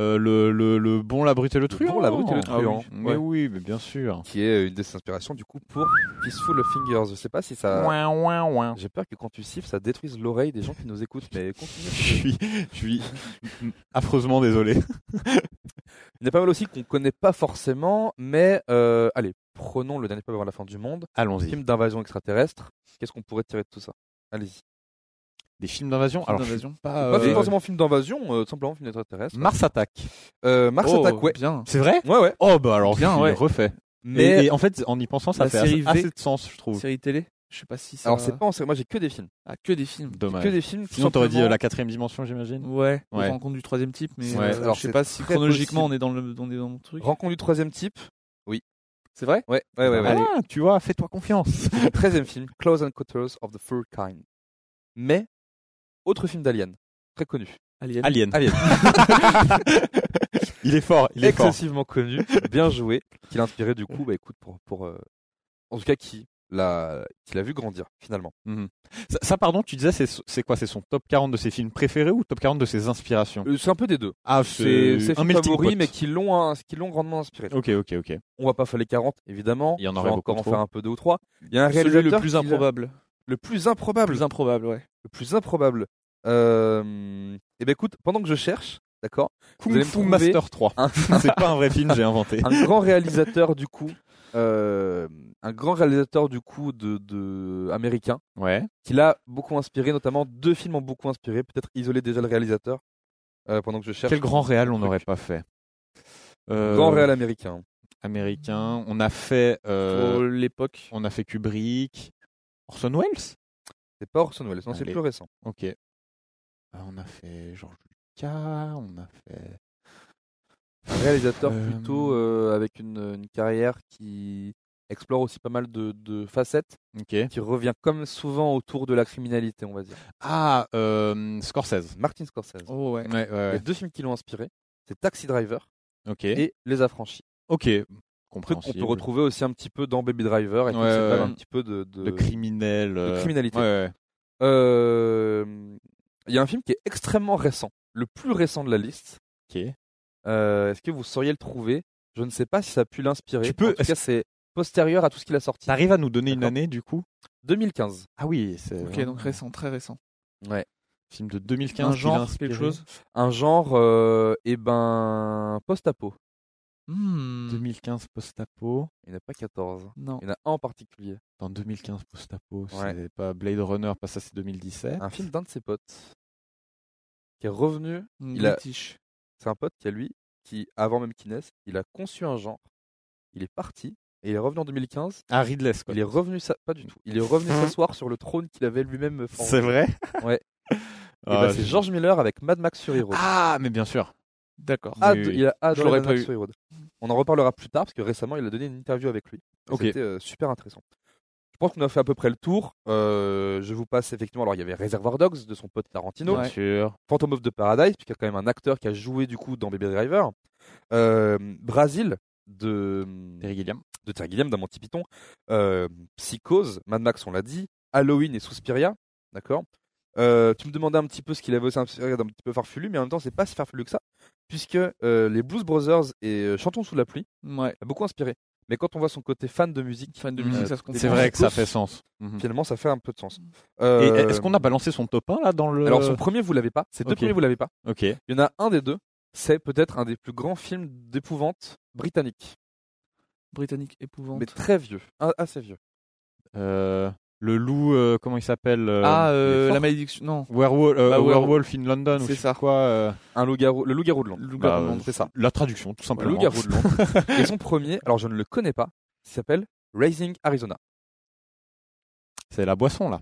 Speaker 3: euh, le, le, le bon, la brute et le truand.
Speaker 4: bon, la brute et le
Speaker 3: Ah oui.
Speaker 4: truand.
Speaker 3: Mais
Speaker 4: Ouais.
Speaker 3: oui, mais bien sûr.
Speaker 4: qui est euh, une des inspirations du coup pour Fistful of Fingers. Je sais pas si ça.
Speaker 3: Ouin, ouin, ouin.
Speaker 4: J'ai peur que quand tu siffles, ça détruise l'oreille des gens qui nous écoutent. Mais
Speaker 3: Je
Speaker 4: continue.
Speaker 3: suis, je suis affreusement désolé.
Speaker 4: Il y en a pas mal aussi qu'on connaît pas forcément, mais euh, allez, prenons le dernier pas avant la fin du monde,
Speaker 3: Allons-y.
Speaker 4: film d'invasion extraterrestre. Qu'est-ce qu'on pourrait tirer de tout ça Allez-y.
Speaker 3: Des films d'invasion. Alors, je suis
Speaker 5: d'invasion.
Speaker 3: pas.
Speaker 4: Pas
Speaker 3: euh,
Speaker 4: forcément film d'invasion, euh, tout simplement film extraterrestre.
Speaker 3: Mars Attack.
Speaker 4: Euh, Mars
Speaker 5: Oh,
Speaker 4: Attack, ouais.
Speaker 5: Bien.
Speaker 3: C'est vrai
Speaker 4: Ouais, ouais.
Speaker 3: Oh bah alors
Speaker 5: Bien,
Speaker 3: je
Speaker 5: ouais.
Speaker 3: refait.
Speaker 4: Mais
Speaker 3: Et, et en fait, en y pensant, ça
Speaker 5: La
Speaker 3: fait
Speaker 5: série
Speaker 3: assez,
Speaker 5: V.
Speaker 3: assez de sens, je trouve.
Speaker 5: Série télé, je sais pas si ça.
Speaker 4: alors c'est pas en série. Moi j'ai que des films,
Speaker 5: Ah, que des films.
Speaker 3: Dommage.
Speaker 4: que des films. tout
Speaker 3: Sinon, t'aurais dit euh,
Speaker 4: simplement.
Speaker 3: la quatrième dimension, j'imagine.
Speaker 5: Ouais,
Speaker 3: Ouais.
Speaker 5: ouais. rencontre du troisième type, mais
Speaker 3: Ouais.
Speaker 5: euh,
Speaker 4: Alors,
Speaker 5: je sais
Speaker 4: c'est
Speaker 5: pas si
Speaker 4: très
Speaker 5: chronologiquement
Speaker 4: possible. Oh.
Speaker 5: on est dans le, on est dans le truc.
Speaker 4: Rencontre du troisième type.
Speaker 5: C'est vrai
Speaker 4: Ouais, ouais, ouais. ouais.
Speaker 3: Ah, tu vois, fais-toi confiance.
Speaker 4: Le treizième film, Close Encounters of the Third Kind. Mais autre film d'Alien, très connu,
Speaker 5: Alien.
Speaker 3: Alien.
Speaker 4: Alien.
Speaker 3: il est fort, il est fort.
Speaker 4: excessivement connu, bien joué, qui l'a inspiré du coup, bah écoute pour pour euh, en tout cas qui l'a qui l'a vu grandir finalement.
Speaker 3: Ça, ça, pardon, tu disais, c'est c'est quoi C'est son top 40 de ses films préférés ou top 40 de ses inspirations
Speaker 4: Euh, C'est un peu des deux.
Speaker 3: Ah,
Speaker 4: C'est c'est
Speaker 3: un
Speaker 4: films
Speaker 3: melting
Speaker 4: favoris,
Speaker 3: pot.
Speaker 4: mais qui l'ont hein, qui l'ont grandement inspiré.
Speaker 3: Ok, ok, ok.
Speaker 4: On va pas faire les 40 évidemment.
Speaker 3: Il y en
Speaker 4: Je
Speaker 3: aurait
Speaker 4: vais
Speaker 3: beaucoup
Speaker 4: encore en
Speaker 3: trop.
Speaker 4: faire un peu deux ou trois. Il y a un
Speaker 5: Celui
Speaker 4: réalisateur
Speaker 5: le plus
Speaker 4: qui l'a-
Speaker 5: improbable.
Speaker 4: le plus improbable,
Speaker 5: Plus improbable, ouais.
Speaker 4: le plus improbable. Euh... Eh ben écoute, pendant que je cherche, d'accord, Vous
Speaker 3: Kung
Speaker 4: allez me
Speaker 3: Fu
Speaker 4: trouver
Speaker 3: Master 3.
Speaker 4: un,
Speaker 3: c'est pas un vrai film, j'ai inventé.
Speaker 4: un grand réalisateur du coup, euh, un grand réalisateur du coup de, de américain,
Speaker 3: Ouais.
Speaker 4: qui l'a beaucoup inspiré, notamment deux films ont beaucoup inspiré, peut-être isolé déjà le réalisateur. euh, pendant que je cherche.
Speaker 3: Quel grand réal on
Speaker 4: Truc.
Speaker 3: n'aurait pas fait
Speaker 4: Grand
Speaker 3: Euh,
Speaker 4: réal américain.
Speaker 3: américain. On a fait, euh,
Speaker 5: Pour l'époque.
Speaker 3: on a fait Kubrick, Orson Welles.
Speaker 4: C'est pas Orson Welles, non, c'est
Speaker 3: Allez.
Speaker 4: plus récent.
Speaker 3: Ok. Euh, on a fait Georges Lucas. On a fait.
Speaker 4: Un réalisateur
Speaker 3: Euh,
Speaker 4: plutôt euh, avec une, une carrière qui explore aussi pas mal de, de facettes,
Speaker 3: Ok.
Speaker 4: qui revient comme souvent autour de la criminalité, on va dire.
Speaker 3: Ah, euh, Scorsese.
Speaker 4: Martin Scorsese.
Speaker 5: Oh ouais.
Speaker 3: Ouais, ouais,
Speaker 4: Il y a
Speaker 3: ouais.
Speaker 4: deux films qui l'ont inspiré, c'est Taxi Driver
Speaker 3: Ok.
Speaker 4: et Les Affranchis.
Speaker 3: Ok.
Speaker 4: Truc qu'on
Speaker 3: Compréhensible.
Speaker 4: peut retrouver aussi un petit peu dans Baby Driver et tout,
Speaker 3: Ouais,
Speaker 4: c'est pas
Speaker 3: ouais.
Speaker 4: un petit peu de, de-
Speaker 3: de criminel.
Speaker 4: de
Speaker 3: euh,
Speaker 4: criminalité.
Speaker 3: Ouais, ouais.
Speaker 4: Euh, Il y a un film qui est extrêmement récent, le plus récent de la liste.
Speaker 3: Ok.
Speaker 4: Euh, Est-ce que vous sauriez le trouver Je ne sais pas si ça a pu l'inspirer.
Speaker 3: Tu peux-
Speaker 4: En tout cas, c'est postérieur à tout ce qu'il a sorti.
Speaker 3: T'arrives à nous donner une
Speaker 4: D'accord.
Speaker 3: année du coup
Speaker 4: 2015.
Speaker 3: Ah oui, c'est.
Speaker 5: Ok, donc récent, très récent.
Speaker 4: Ouais.
Speaker 3: Film de 2015.
Speaker 5: Un
Speaker 3: qui l'a
Speaker 5: genre,
Speaker 3: inspiré.
Speaker 5: quelque chose.
Speaker 4: Un genre, euh, eh ben, post-apo.
Speaker 5: Hmm,
Speaker 3: 2015 post-apo.
Speaker 4: Il n'y en a pas 14.
Speaker 5: Non.
Speaker 4: Il y en a un en particulier.
Speaker 3: Dans 2015 post-apo,
Speaker 4: Ouais.
Speaker 3: c'est pas Blade Runner, pas ça, c'est 2017.
Speaker 4: Un film d'un de ses potes qui est revenu. Il
Speaker 5: Il
Speaker 4: a-
Speaker 5: British.
Speaker 4: C'est un pote qui a lui, qui avant même qu'il naisse, il a conçu un genre. Il est parti et il est revenu en 2015.
Speaker 3: Ah, Ridley Scott.
Speaker 4: Il est revenu sa- pas du tout. Il est revenu s'asseoir sur le trône qu'il avait lui-même formé.
Speaker 3: C'est vrai
Speaker 4: Ouais. Et
Speaker 3: Ah,
Speaker 4: bah, c'est
Speaker 3: je-
Speaker 4: George Miller avec Mad Max Fury Road.
Speaker 3: Ah, mais bien sûr.
Speaker 5: D'accord.
Speaker 3: Ah, oui,
Speaker 4: Ad-
Speaker 3: oui.
Speaker 4: Il a
Speaker 5: Je
Speaker 4: adoré
Speaker 5: l'aurais
Speaker 4: Mad
Speaker 5: pas
Speaker 4: Max
Speaker 5: eu.
Speaker 4: Fury Road. On en reparlera plus tard parce que récemment il a donné une interview avec lui. Et
Speaker 3: Ok.
Speaker 4: C'était euh, super intéressant. Je pense qu'on a fait à peu près le tour. Euh, je vous passe effectivement. Alors il y avait Reservoir Dogs de son pote Tarantino,
Speaker 5: Ouais.
Speaker 3: Bien sûr.
Speaker 4: Phantom of the Paradise, puisqu'il y a quand même un acteur qui a joué du coup dans Baby Driver, euh, Brasil de
Speaker 3: Terry Gilliam.
Speaker 4: de Terry Gilliam, d'un Monty Python, euh, Psychose, Mad Max, on l'a dit, Halloween et Suspiria, d'accord Euh, Tu me demandais un petit peu ce qu'il avait aussi un petit regarde, un petit peu farfelu, mais en même temps, c'est pas si farfelu que ça, puisque euh, les Blues Brothers et euh, Chantons sous la pluie
Speaker 5: Ouais.
Speaker 4: a beaucoup inspiré. Mais quand on voit son côté fan de musique,
Speaker 5: Fan de
Speaker 4: euh,
Speaker 5: musique, ça se comprend.
Speaker 4: des
Speaker 3: C'est vrai que ça
Speaker 4: musicos,
Speaker 3: fait sens. Mhm.
Speaker 4: Finalement, ça fait un peu de sens.
Speaker 3: Et
Speaker 4: Euh,
Speaker 3: est-ce qu'on a balancé son top 1 là dans le.
Speaker 4: Alors, son premier, vous l'avez pas. Ces deux
Speaker 3: Ok.
Speaker 4: premiers, vous l'avez pas.
Speaker 3: Ok.
Speaker 4: Il y en a un des deux. C'est peut-être un des plus grands films d'épouvante britannique,
Speaker 5: Britannique épouvante.
Speaker 4: mais très vieux, un- assez vieux.
Speaker 3: Euh, le loup, euh, comment il s'appelle euh,
Speaker 5: ah,
Speaker 3: il est
Speaker 5: euh,
Speaker 3: fort.
Speaker 5: la malédiction. Non.
Speaker 3: Werewolf, euh,
Speaker 5: Bah, Werewolf.
Speaker 3: Werewolf in London, ou je
Speaker 5: C'est
Speaker 3: sais
Speaker 5: ça.
Speaker 3: quoi. euh,
Speaker 4: Un loup-garou, le loup-garou de Londres.
Speaker 5: Loup
Speaker 3: bah,
Speaker 5: Garou.
Speaker 3: euh,
Speaker 4: C'est ça.
Speaker 3: La traduction, tout simplement.
Speaker 4: Le loup-garou de Londres. et son premier, alors je ne le connais pas, il s'appelle Raising Arizona.
Speaker 3: C'est la boisson là.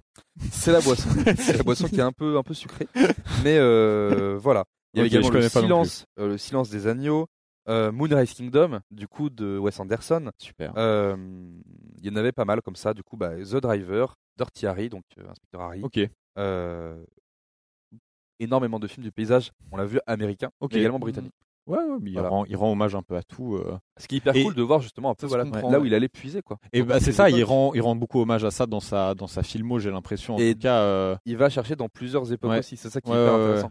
Speaker 4: C'est la boisson. C'est la boisson qui est un peu, un peu sucrée. Mais euh, voilà. Il y avait
Speaker 3: Ok, je
Speaker 4: également le
Speaker 3: connais pas non
Speaker 4: silence, euh, le silence des agneaux, euh, Moonrise Kingdom, du coup de Wes Anderson.
Speaker 3: Super.
Speaker 4: Euh, il y en avait pas mal comme ça. Du coup, bah, The Driver, Dirty Harry, donc euh, Inspecteur Harry.
Speaker 3: Ok.
Speaker 4: Euh, énormément de films du paysage, on l'a vu, américain,
Speaker 3: Ok.
Speaker 4: mais également britannique.
Speaker 3: Ouais, ouais, mais il,
Speaker 4: Voilà.
Speaker 3: rend, il rend hommage un peu à tout. euh.
Speaker 4: Ce qui est hyper
Speaker 3: Et-
Speaker 4: cool de voir justement un peu
Speaker 5: Ça se
Speaker 4: voilà,
Speaker 5: comprend,
Speaker 4: là
Speaker 5: ouais.
Speaker 4: où il allait puiser. Quoi.
Speaker 3: Et bah, c'est
Speaker 4: les
Speaker 3: ça, il
Speaker 4: époques.
Speaker 3: rend, il rend beaucoup hommage à ça dans sa, dans sa filmo, j'ai l'impression. En
Speaker 4: Et-
Speaker 3: tout cas, euh,
Speaker 4: Il va chercher dans plusieurs époques
Speaker 3: Ouais.
Speaker 4: aussi, c'est ça qui est
Speaker 3: Ouais,
Speaker 4: hyper
Speaker 3: ouais, ouais.
Speaker 4: intéressant.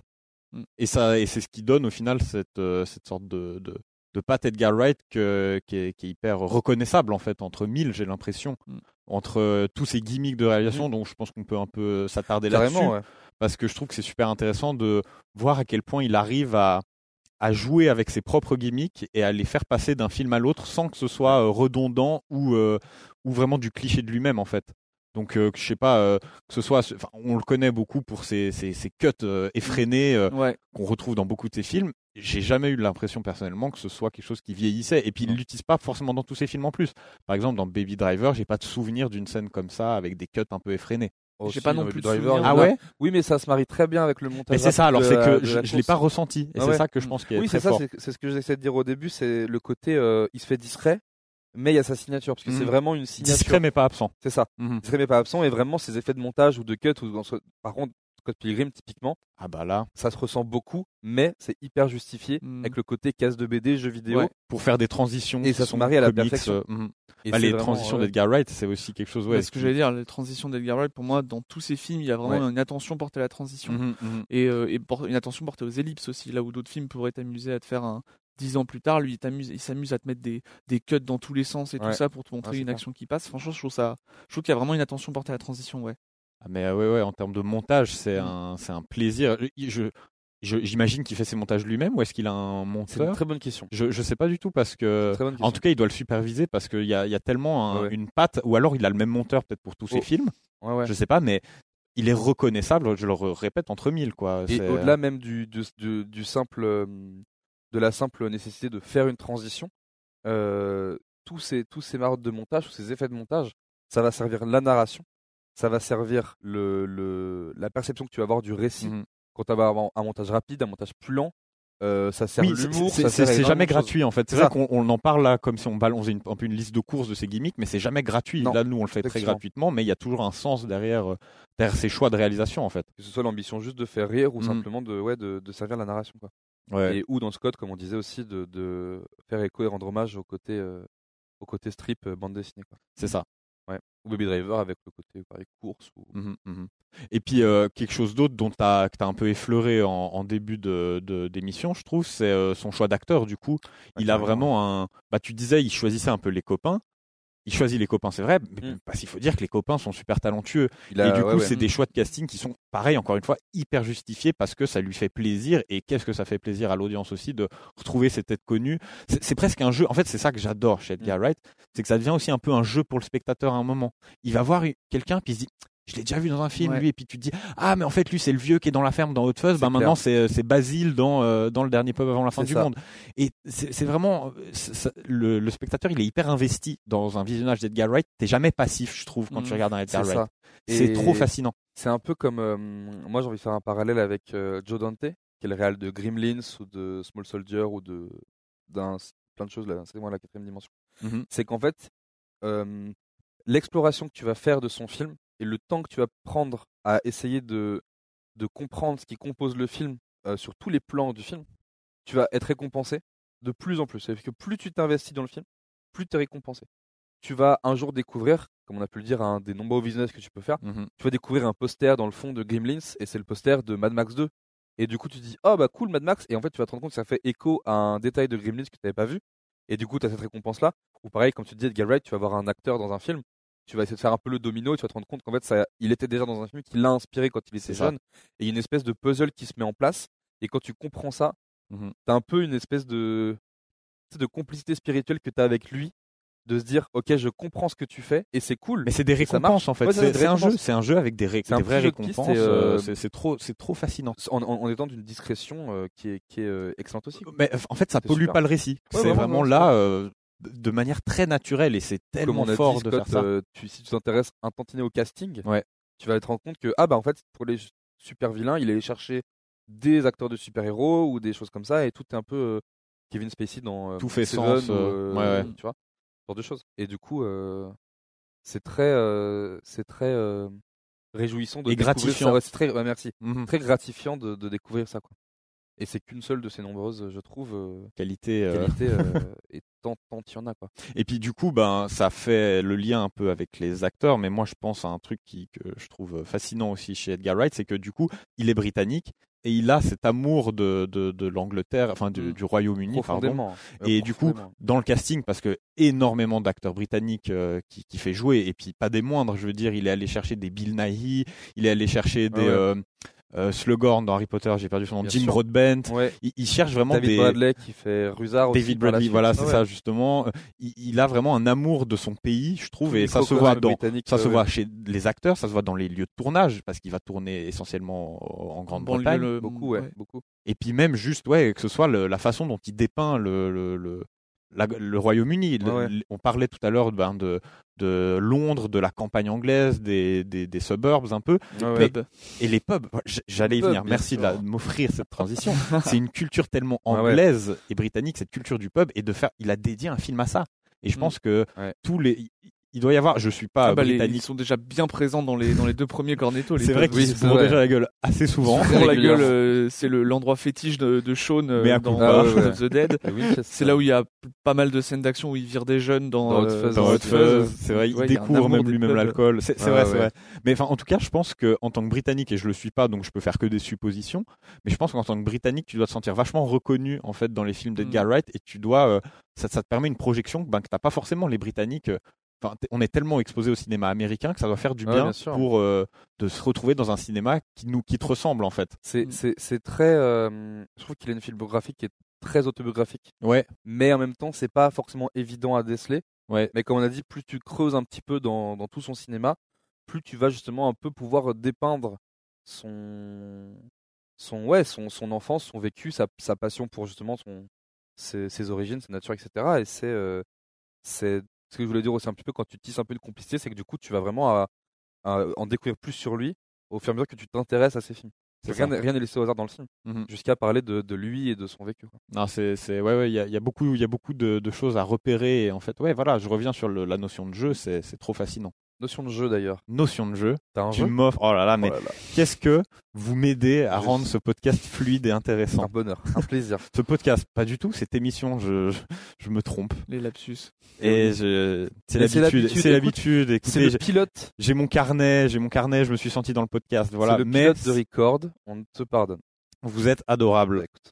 Speaker 3: et ça, et c'est ce qui donne au final cette, euh, cette sorte de, de, de patte Edgar Wright que- qui, est, qui est hyper reconnaissable en fait entre mille, j'ai l'impression,
Speaker 5: Mm.
Speaker 3: entre euh, tous ces gimmicks de réalisation. Donc je pense qu'on peut un peu euh, s'attarder
Speaker 4: Mm.
Speaker 3: là-dessus
Speaker 4: Carrément, ouais.
Speaker 3: parce que je trouve que c'est super intéressant de voir à quel point il arrive à à jouer avec ses propres gimmicks et à les faire passer d'un film à l'autre sans que ce soit euh, redondant ou euh, ou vraiment du cliché de lui-même en fait. Donc euh, je sais pas euh, que ce soit enfin, on le connaît beaucoup pour ses, ses, ses cuts euh, effrénés euh,
Speaker 5: Ouais.
Speaker 3: qu'on retrouve dans beaucoup de ses films. J'ai jamais eu l'impression personnellement que ce soit quelque chose qui vieillissait. Et puis
Speaker 4: Mm.
Speaker 3: il l'utilise pas forcément dans tous ses films en plus. Par exemple dans Baby Driver, j'ai pas de souvenir d'une scène comme ça avec des cuts un peu effrénés.
Speaker 4: Aussi,
Speaker 5: pas non
Speaker 4: Baby
Speaker 5: plus de
Speaker 4: Driver,
Speaker 5: souvenirs.
Speaker 4: il y en
Speaker 3: Ah
Speaker 4: a-
Speaker 3: ouais
Speaker 4: Oui, mais ça se marie très bien avec le montage.
Speaker 3: Mais c'est ça. Alors
Speaker 4: de
Speaker 3: c'est
Speaker 4: la-
Speaker 3: que
Speaker 4: de
Speaker 3: je,
Speaker 4: la
Speaker 3: je l'ai
Speaker 4: course.
Speaker 3: pas ressenti. Et
Speaker 4: Ah
Speaker 3: c'est
Speaker 4: ouais.
Speaker 3: ça que je pense qui est
Speaker 4: Oui,
Speaker 3: très
Speaker 4: c'est ça.
Speaker 3: fort.
Speaker 4: C'est c'est ce que j'essaie de dire au début, c'est le côté, euh, il se fait discret, mais il y a sa signature parce que
Speaker 3: Mhm.
Speaker 4: c'est vraiment une signature. Mm-hmm.
Speaker 3: Discret mais pas absent.
Speaker 4: C'est ça.
Speaker 3: Mhm.
Speaker 4: Discret mais pas absent et vraiment ses effets de montage ou de cut ou en soi- par contre Scott Pilgrim typiquement,
Speaker 3: Ah bah là.
Speaker 4: ça se ressent beaucoup, mais c'est hyper justifié
Speaker 3: Hmm.
Speaker 5: Mhm.
Speaker 4: avec le côté casse de BD, jeux vidéo.
Speaker 5: Ouais.
Speaker 3: Pour faire des transitions.
Speaker 4: Et
Speaker 3: qui
Speaker 4: ça se
Speaker 3: sont
Speaker 4: marie à la
Speaker 3: comics,
Speaker 4: perfection.
Speaker 3: euh, mhm.
Speaker 4: Et
Speaker 3: Bah,
Speaker 4: c'est
Speaker 3: les
Speaker 4: vraiment,
Speaker 3: transitions
Speaker 4: euh, Bah,
Speaker 3: d'Edgar Wright, c'est aussi quelque chose. Ouais.
Speaker 5: C'est ce que j'allais dire, les transitions d'Edgar Wright, pour moi, dans tous ses films, il y a vraiment une attention portée à la transition.
Speaker 3: Mhm, mhm.
Speaker 5: Et, euh, et por- une attention portée aux ellipses aussi, là où d'autres films pourraient t'amuser à te faire un. Dix ans plus tard, lui, il t'amuse- il s'amuse à te mettre des, des cuts dans tous les sens et tout
Speaker 4: Ouais.
Speaker 5: ça pour te montrer
Speaker 4: Ouais, c'est
Speaker 5: une
Speaker 4: clair.
Speaker 5: action qui passe. Franchement, je trouve ça, je trouve qu'il y a vraiment une attention portée à la transition, ouais.
Speaker 3: Ah, mais euh, ouais, ouais, en termes de montage, c'est
Speaker 5: Mm.
Speaker 3: un, c'est un plaisir. Euh, Je, je- je- j'imagine qu'il fait ses montages lui-même ou est-ce qu'il a un
Speaker 4: C'est une
Speaker 3: monteur
Speaker 4: très bonne question.
Speaker 3: je, je sais pas du tout parce que.
Speaker 4: Très bonne
Speaker 3: En
Speaker 4: question.
Speaker 3: tout cas, il doit le superviser parce qu'il y a, il y a tellement un-
Speaker 4: Ouais, ouais.
Speaker 3: une patte, ou alors il a le même monteur peut-être pour tous ses
Speaker 4: Oh.
Speaker 3: films,
Speaker 4: Ouais, ouais.
Speaker 3: je sais pas, mais il est reconnaissable, je le re- répète, entre mille quoi.
Speaker 4: Et
Speaker 3: C'est- euh,
Speaker 4: au-delà même du, du, du- du simple, euh, de la simple nécessité de faire une transition, euh, tous ces, tous ces maraudes de montage, tous ces effets de montage, ça va servir la narration, ça va servir le, le- la perception que tu vas avoir du récit.
Speaker 3: Mhm.
Speaker 4: Quand tu vas avoir un montage rapide, un montage plus lent, euh, ça sert
Speaker 3: Oui, c'est-
Speaker 4: l'humour,
Speaker 3: c'est-
Speaker 4: ça
Speaker 3: c'est
Speaker 4: sert
Speaker 3: c'est
Speaker 4: énormément
Speaker 3: jamais
Speaker 4: de choses.
Speaker 3: gratuit en fait. C'est
Speaker 4: C'est
Speaker 3: vrai qu'on on en parle là comme si on balançait une, un peu une liste de courses de ses gimmicks, mais c'est jamais gratuit.
Speaker 4: Non,
Speaker 3: là, nous, on le fait très
Speaker 4: effectivement.
Speaker 3: gratuitement, mais il y a toujours un sens derrière, euh, derrière ses choix de réalisation en fait.
Speaker 4: Que ce soit l'ambition juste de faire rire ou
Speaker 3: Mhm.
Speaker 4: simplement de, ouais, de, de servir la narration. Quoi.
Speaker 3: Ouais.
Speaker 4: Et ou dans Scott, comme on disait aussi, de, de faire écho et rendre hommage au côté, euh, au côté strip euh, bande dessinée. Quoi.
Speaker 3: C'est ça.
Speaker 4: ou Baby Driver avec le côté pareil, course ou
Speaker 3: Mhm, mhm. Et puis euh, quelque chose d'autre dont tu as, un peu effleuré en, en début de de- d'émission, je trouve, c'est euh, son choix d'acteur. Du coup, il a
Speaker 4: carrément,
Speaker 3: vraiment un. Bah, tu disais, il choisissait un peu les copains. Il choisit les copains, c'est vrai, mais
Speaker 4: Mm.
Speaker 3: parce qu'il faut dire que les copains sont super talentueux.
Speaker 4: Il a-
Speaker 3: et du
Speaker 4: ouais,
Speaker 3: coup,
Speaker 4: ouais.
Speaker 3: c'est des choix de casting qui sont, pareil, encore une fois, hyper justifiés parce que ça lui fait plaisir. Et qu'est-ce que ça fait plaisir à l'audience aussi de retrouver ces têtes connues. C'est c'est presque un jeu. En fait, c'est ça que
Speaker 4: Mm.
Speaker 3: j'adore chez Edgar Wright, c'est que ça devient aussi un peu un jeu pour le spectateur à un moment. Il va voir quelqu'un, puis il se dit je l'ai déjà vu dans un film
Speaker 5: Ouais.
Speaker 3: lui et puis tu te dis ah mais en fait lui c'est le vieux qui est dans la ferme dans Hot Fuzz bah
Speaker 4: C'est
Speaker 3: maintenant c'est c'est Basile dans euh, dans le dernier pub avant la fin
Speaker 4: C'est
Speaker 3: du
Speaker 4: ça.
Speaker 3: monde et c'est c'est vraiment euh, c'est- ça- le, le spectateur il est hyper investi dans un visionnage d'Edgar Wright t'es jamais passif je trouve quand
Speaker 5: Mhm.
Speaker 3: tu regardes un
Speaker 4: Mm. C'est
Speaker 3: Edgar Wright
Speaker 4: ça.
Speaker 3: c'est
Speaker 4: Et
Speaker 3: trop fascinant
Speaker 4: C'est un peu comme. euh, moi, j'ai envie de faire un parallèle avec euh, Joe Dante, qui est le réal de Gremlins ou de Small Soldier ou de. d'un plein de choses, là, c'est moi la quatrième dimension.
Speaker 3: Mhm.
Speaker 4: C'est qu'en fait, euh, l'exploration que tu vas faire de son film et le temps que tu vas prendre à essayer de, de comprendre ce qui compose le film euh, sur tous les plans du film, tu vas être récompensé de plus en plus. C'est-à-dire que plus tu t'investis dans le film, plus tu es récompensé. Tu vas un jour découvrir, comme on a pu le dire, un des nombreux business que tu peux faire tu vas découvrir un poster dans le fond de Gremlins et c'est le poster de Mad Max 2. Et du coup, tu te dis, oh bah cool Mad Max. Et en fait, tu vas te rendre compte que ça fait écho à un détail de Gremlins que tu n'avais pas vu. Et du coup, tu as cette récompense-là. Ou pareil, comme tu te dis, Edgar Wright, tu vas voir un acteur dans un film. Tu vas essayer de faire un peu le domino et tu vas te rendre compte qu'en fait, ça, il était déjà dans un film qui l'a inspiré quand il était
Speaker 3: C'est ça.
Speaker 4: jeune. Et il y a une espèce de puzzle qui se met en place. Et quand tu comprends ça,
Speaker 3: Mhm.
Speaker 4: tu as un peu une espèce de, tu sais, de complicité spirituelle que tu as avec lui. De se dire, ok, je comprends ce que tu fais et c'est cool.
Speaker 3: mais c'est des
Speaker 4: Ça marche.
Speaker 3: récompenses en fait
Speaker 4: Ouais, c'est
Speaker 3: c'est
Speaker 4: des
Speaker 3: c'est un jeu
Speaker 4: récompenses.
Speaker 3: c'est un jeu avec des, ré-
Speaker 4: C'est un
Speaker 3: des vraies
Speaker 4: petit jeu de piste et,
Speaker 3: récompenses
Speaker 4: euh,
Speaker 3: euh, c'est c'est trop c'est trop fascinant
Speaker 4: en, en- en étant d'une discrétion euh, qui est, qui est euh, excellente aussi. quoi.
Speaker 3: mais euh, en fait ça
Speaker 4: C'est
Speaker 3: pollue
Speaker 4: super.
Speaker 3: pas le récit
Speaker 4: Ouais,
Speaker 3: c'est
Speaker 4: ouais, ouais,
Speaker 3: vraiment
Speaker 4: ouais,
Speaker 3: là euh, de de manière très naturelle et c'est
Speaker 4: Comme
Speaker 3: tellement
Speaker 4: on a
Speaker 3: fort
Speaker 4: dit,
Speaker 3: de
Speaker 4: Scott,
Speaker 3: faire ça
Speaker 4: euh, tu- si tu t'intéresses un tantinet au casting,
Speaker 3: Ouais.
Speaker 4: tu vas te rendre compte que ah bah en fait pour les super vilains, il allait chercher des acteurs de super héros ou des choses comme ça et tout est un peu euh, Kevin Spacey dans euh,
Speaker 3: Tout fait
Speaker 4: Seven
Speaker 3: sens,
Speaker 4: ou,
Speaker 3: euh,
Speaker 4: euh,
Speaker 3: ouais, ouais.
Speaker 4: tu vois, ce genre de choses. Et du coup, euh, c'est très, euh, c'est très euh, réjouissant de
Speaker 3: Et
Speaker 4: découvrir
Speaker 3: gratifiant.
Speaker 4: ça. Ouais, c'est très, ouais, merci,
Speaker 3: Mhm.
Speaker 4: très gratifiant de, de découvrir ça quoi. Et c'est qu'une seule de ces nombreuses, je trouve, euh,
Speaker 3: qualité euh,
Speaker 4: qualités euh, et tant tant il y en a quoi.
Speaker 3: Et puis du coup, ben, ça fait le lien un peu avec les acteurs, mais moi je pense à un truc qui, que je trouve fascinant aussi chez Edgar Wright, c'est que du coup, il est britannique et il a cet amour de, de, de l'Angleterre, enfin du,
Speaker 5: Mm.
Speaker 3: du Royaume-Uni, pardon,
Speaker 4: Mmh. profondément. euh,
Speaker 3: Et du coup,
Speaker 4: profondément.
Speaker 3: dans le casting, parce que énormément d'acteurs britanniques euh, qui, qui fait jouer, et puis pas des moindres, je veux dire, il est allé chercher des Bill Nighy, il est allé chercher des
Speaker 4: Ah Ouais.
Speaker 3: euh, euh, Slughorn dans Harry Potter, j'ai perdu son nom,
Speaker 4: Bien
Speaker 3: Jim
Speaker 4: sûr.
Speaker 3: Broadbent,
Speaker 4: Ouais.
Speaker 3: il, il cherche vraiment
Speaker 4: David
Speaker 3: des...
Speaker 4: Bradley qui fait Ruzard aussi
Speaker 3: David
Speaker 4: par la
Speaker 3: Bradley,
Speaker 4: suite.
Speaker 3: voilà, c'est
Speaker 4: Ah ouais.
Speaker 3: ça justement. Euh, Il, il a vraiment un amour de son pays, je trouve, et ça se
Speaker 4: Microcosme
Speaker 3: voit dans,
Speaker 4: britannique, euh,
Speaker 3: ça se
Speaker 4: ouais.
Speaker 3: voit chez les acteurs, ça se voit dans les lieux de tournage, parce qu'il va tourner essentiellement en Grande-Bretagne.
Speaker 5: Banlieue, le-
Speaker 4: beaucoup, ouais,
Speaker 5: ouais.
Speaker 4: beaucoup.
Speaker 3: Et puis même juste, ouais, que ce soit le- la façon dont il dépeint le, le, le, la- le Royaume-Uni. Le-
Speaker 4: Ouais, ouais.
Speaker 3: le- On parlait tout à l'heure ben, de, de Londres, de la campagne anglaise, des, des, des suburbs un peu,
Speaker 4: Mais-
Speaker 5: Pub.
Speaker 3: et les pubs. J- J'allais y
Speaker 4: pubs,
Speaker 3: venir,
Speaker 4: bien
Speaker 3: merci de la-
Speaker 4: sûr.
Speaker 3: de m'offrir cette transition. C'est une culture tellement
Speaker 4: Ah ouais.
Speaker 3: anglaise et britannique, cette culture du pub, et de faire, il a dédié un film à ça. Et je
Speaker 5: Mm.
Speaker 3: pense que
Speaker 4: Ouais.
Speaker 3: tous les, il doit y avoir, je suis pas
Speaker 5: Ah bah, les- ils
Speaker 3: britannique,
Speaker 5: sont déjà bien présents dans les, dans les deux premiers Cornetto. les
Speaker 3: c'est vrai
Speaker 5: pubs.
Speaker 3: qu'ils
Speaker 4: oui,
Speaker 3: se
Speaker 4: c'est
Speaker 3: font
Speaker 4: vrai.
Speaker 3: déjà la gueule assez souvent.
Speaker 5: Pour la gueule,
Speaker 4: Régulièrement.
Speaker 5: euh, c'est le- l'endroit fétiche de, de Sean euh,
Speaker 3: Mais à
Speaker 5: dans
Speaker 3: coup de
Speaker 5: Dawn
Speaker 4: barre. Ah ouais,
Speaker 5: of the Dead.
Speaker 4: Le Winchester.
Speaker 5: C'est là où il y a p- pas mal de scènes d'action où ils virent des jeunes dans,
Speaker 4: Dans Hot
Speaker 5: euh,
Speaker 4: Fuzz,
Speaker 3: Dans
Speaker 4: Hot
Speaker 3: Hot
Speaker 4: Fuzz,
Speaker 3: Fuzz, c'est vrai, il
Speaker 5: Ouais, y a un
Speaker 3: découvre
Speaker 5: amour
Speaker 3: même
Speaker 5: des
Speaker 3: lui-même
Speaker 5: pubs.
Speaker 3: l'alcool. C'est c'est
Speaker 4: Ouais,
Speaker 3: vrai,
Speaker 4: ouais,
Speaker 3: c'est
Speaker 4: ouais.
Speaker 3: vrai. Mais enfin, en tout cas, je pense que en tant que Britannique, et je le suis pas, donc je peux faire que des suppositions. Mais je pense qu'en tant que Britannique, tu dois te sentir vachement reconnu en fait dans les films d'Edgar Wright, et tu dois, euh, ça, ça te permet une projection ben, que t'as pas forcément les Britanniques. euh, Enfin, t'es- on est tellement exposé au cinéma américain que ça doit faire du
Speaker 4: Ouais,
Speaker 3: bien,
Speaker 4: bien sûr.
Speaker 3: pour euh, de se retrouver dans un cinéma qui nous qui te ressemble en fait.
Speaker 4: C'est-
Speaker 5: Mm.
Speaker 4: c'est c'est très. euh, je trouve qu'il a une filmographie qui est très autobiographique,
Speaker 3: Ouais,
Speaker 4: mais en même temps, c'est pas forcément évident à déceler.
Speaker 3: ouais.
Speaker 4: Mais comme on a dit, plus tu creuses un petit peu dans, dans tout son cinéma, plus tu vas justement un peu pouvoir euh, dépeindre son son ouais son, son enfance, son vécu, sa, sa passion pour justement son ses, ses origines, sa nature, etc. Et c'est euh, c'est ce que je voulais dire aussi un petit peu quand tu tisses un peu une complicité, c'est que du coup tu vas vraiment à- à en découvrir plus sur lui au fur et à mesure que tu t'intéresses à ses films.
Speaker 3: C'est
Speaker 4: Rien
Speaker 3: ça.
Speaker 4: n'est rien n'est laissé au hasard dans le film,
Speaker 3: Mhm.
Speaker 4: jusqu'à parler de, de lui et de son vécu. quoi.
Speaker 3: Non, c'est, c'est, ouais, ouais, il y a, il y a beaucoup, il y a beaucoup de, de choses à repérer. Et en fait, ouais, voilà, je reviens sur le- la notion de jeu, c'est, c'est trop fascinant.
Speaker 4: Notion de jeu d'ailleurs.
Speaker 3: Notion de jeu,
Speaker 4: T'as un
Speaker 3: tu
Speaker 4: jeu
Speaker 3: m'offres, oh là là, mais
Speaker 4: Oh là là,
Speaker 3: qu'est-ce que vous m'aidez à
Speaker 4: Je
Speaker 3: rendre ce podcast fluide et
Speaker 4: c'est un
Speaker 3: intéressant
Speaker 4: bonheur, un plaisir.
Speaker 3: Ce podcast, pas du tout, cette émission, je, je, je me trompe.
Speaker 5: les lapsus.
Speaker 3: Et je, c'est
Speaker 4: Mais c'est
Speaker 3: l'habitude,
Speaker 4: l'habitude, écoute,
Speaker 3: c'est l'habitude.
Speaker 4: C'est
Speaker 3: Écoutez,
Speaker 4: le
Speaker 3: j'ai-
Speaker 4: pilote
Speaker 3: j'ai mon carnet, j'ai mon carnet, je me suis senti dans le podcast. Voilà,
Speaker 4: C'est le
Speaker 3: mais
Speaker 4: pilote de Record, on ne te pardonne.
Speaker 3: vous êtes adorable.
Speaker 4: Bah, Écoute,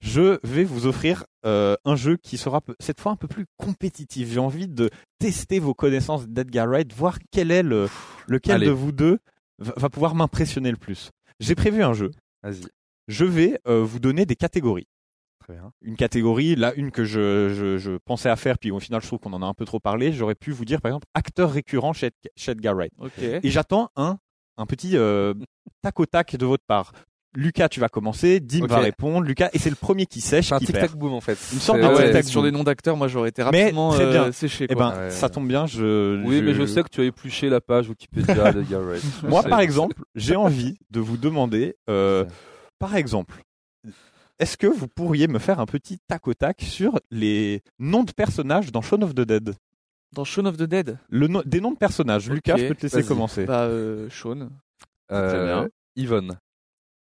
Speaker 3: je vais vous offrir euh, un jeu qui sera peu- cette fois un peu plus compétitif. J'ai envie de tester vos connaissances d'Edgar Wright, voir quel est le, lequel
Speaker 4: allez.
Speaker 3: de vous deux va, va pouvoir m'impressionner le plus. J'ai prévu un jeu.
Speaker 4: Vas-y.
Speaker 3: Je vais euh, vous donner des catégories.
Speaker 4: Très bien.
Speaker 3: une catégorie. Là, une que je, je, je pensais à faire, puis au final, je trouve qu'on en a un peu trop parlé. J'aurais pu vous dire, par exemple, acteur récurrent chez, Ed- chez Edgar Wright.
Speaker 5: Ok. Ah,
Speaker 3: Et j'attends un, un petit euh, tac au tac de votre part. Lucas, tu vas commencer. Dim
Speaker 4: Ok.
Speaker 3: va répondre. Lucas, et c'est le premier qui sèche
Speaker 4: C'est un
Speaker 3: qui perd.
Speaker 4: tic-tac boom en fait.
Speaker 3: Il me semble
Speaker 4: C'est-
Speaker 3: que
Speaker 5: Ah ouais,
Speaker 3: tic-tac,
Speaker 5: sur
Speaker 3: boum.
Speaker 5: des noms d'acteurs, moi j'aurais été
Speaker 3: Mais
Speaker 5: rapidement
Speaker 3: très bien.
Speaker 5: euh, séché.
Speaker 3: Eh
Speaker 5: quoi.
Speaker 3: ben,
Speaker 4: Ouais.
Speaker 3: ça tombe bien. Je,
Speaker 4: Oui, mais je sais que tu as épluché la page Wikipédia de Edgar Wright. Je
Speaker 3: Moi,
Speaker 4: sais.
Speaker 3: par exemple, j'ai envie de vous demander, euh, par exemple, est-ce que vous pourriez me faire un petit tac au tac sur les noms de personnages dans Shaun of the Dead
Speaker 5: Dans Shaun of the Dead,
Speaker 3: le nom- Des noms de personnages.
Speaker 5: Ok,
Speaker 3: Lucas, je peux te laisser
Speaker 4: vas-y.
Speaker 3: commencer.
Speaker 5: bah euh, Shaun,
Speaker 4: Euh,
Speaker 3: Très bien.
Speaker 4: Yvonne.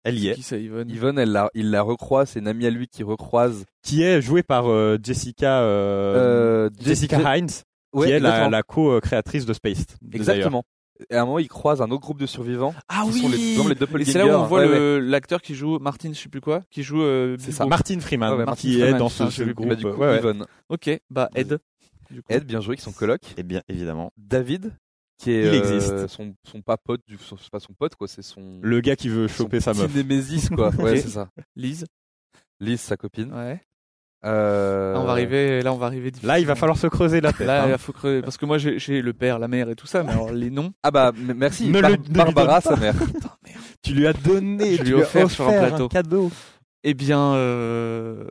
Speaker 3: Elle y
Speaker 5: c'est
Speaker 3: est.
Speaker 5: qui ça, Yvonne
Speaker 4: Yvonne, elle la, il la recroise, c'est une amie à lui qui recroise.
Speaker 3: Qui est jouée par euh, Jessica, euh,
Speaker 4: Euh,
Speaker 3: Jessica
Speaker 4: Je-
Speaker 3: Hines,
Speaker 4: Ouais,
Speaker 3: qui est la,
Speaker 4: exactement.
Speaker 3: la co-créatrice de Space. d'ailleurs.
Speaker 4: Exactement. Et à un moment, il croise un autre groupe de survivants.
Speaker 5: Ah
Speaker 4: qui sont les- vraiment les deux
Speaker 5: Et c'est là où
Speaker 4: doppelgangers,
Speaker 5: on
Speaker 4: hein.
Speaker 5: voit
Speaker 4: ouais,
Speaker 5: le- l'acteur qui joue Martin, je sais plus quoi, qui joue. euh,
Speaker 4: C'est
Speaker 5: Bilbo.
Speaker 4: ça.
Speaker 3: Martin Freeman,
Speaker 4: Ouais, ouais,
Speaker 5: Martin
Speaker 3: qui est
Speaker 5: Freeman,
Speaker 3: dans
Speaker 5: putain,
Speaker 3: ce, ce
Speaker 5: j'ai vu.
Speaker 3: groupe.
Speaker 4: Bah, du coup,
Speaker 3: Ouais, ouais.
Speaker 4: Yvonne.
Speaker 5: Ok, bah Ed. Du coup.
Speaker 4: Ed, bien joué, qui sont colocs.
Speaker 3: Eh bien, évidemment.
Speaker 4: David, qui est
Speaker 3: Il
Speaker 4: euh,
Speaker 3: existe.
Speaker 4: son, son pas pote, du, son- c'est pas son pote quoi, c'est son
Speaker 3: Le gars qui veut
Speaker 4: son
Speaker 3: choper sa
Speaker 4: petit
Speaker 3: meuf.
Speaker 4: Némésis quoi. Ouais,
Speaker 5: Ok.
Speaker 4: c'est ça.
Speaker 5: Lise.
Speaker 4: Lise, sa copine.
Speaker 5: Ouais.
Speaker 4: Euh,
Speaker 5: Là, on va arriver. Là, on va arriver.
Speaker 3: Là, il va falloir se creuser la tête.
Speaker 5: Là, euh,
Speaker 3: hein.
Speaker 5: il faut creuser. Parce que moi, j'ai- j'ai le père, la mère et tout ça, mais alors les noms.
Speaker 4: Ah bah m- merci.
Speaker 3: Ne
Speaker 4: Bar-
Speaker 3: le- ne lui
Speaker 4: Barbara,
Speaker 3: donne
Speaker 4: sa mère.
Speaker 3: Tu lui as donné,
Speaker 5: Je
Speaker 3: tu
Speaker 5: lui ai offert sur un plateau.
Speaker 3: cadeau.
Speaker 5: Eh bien, euh,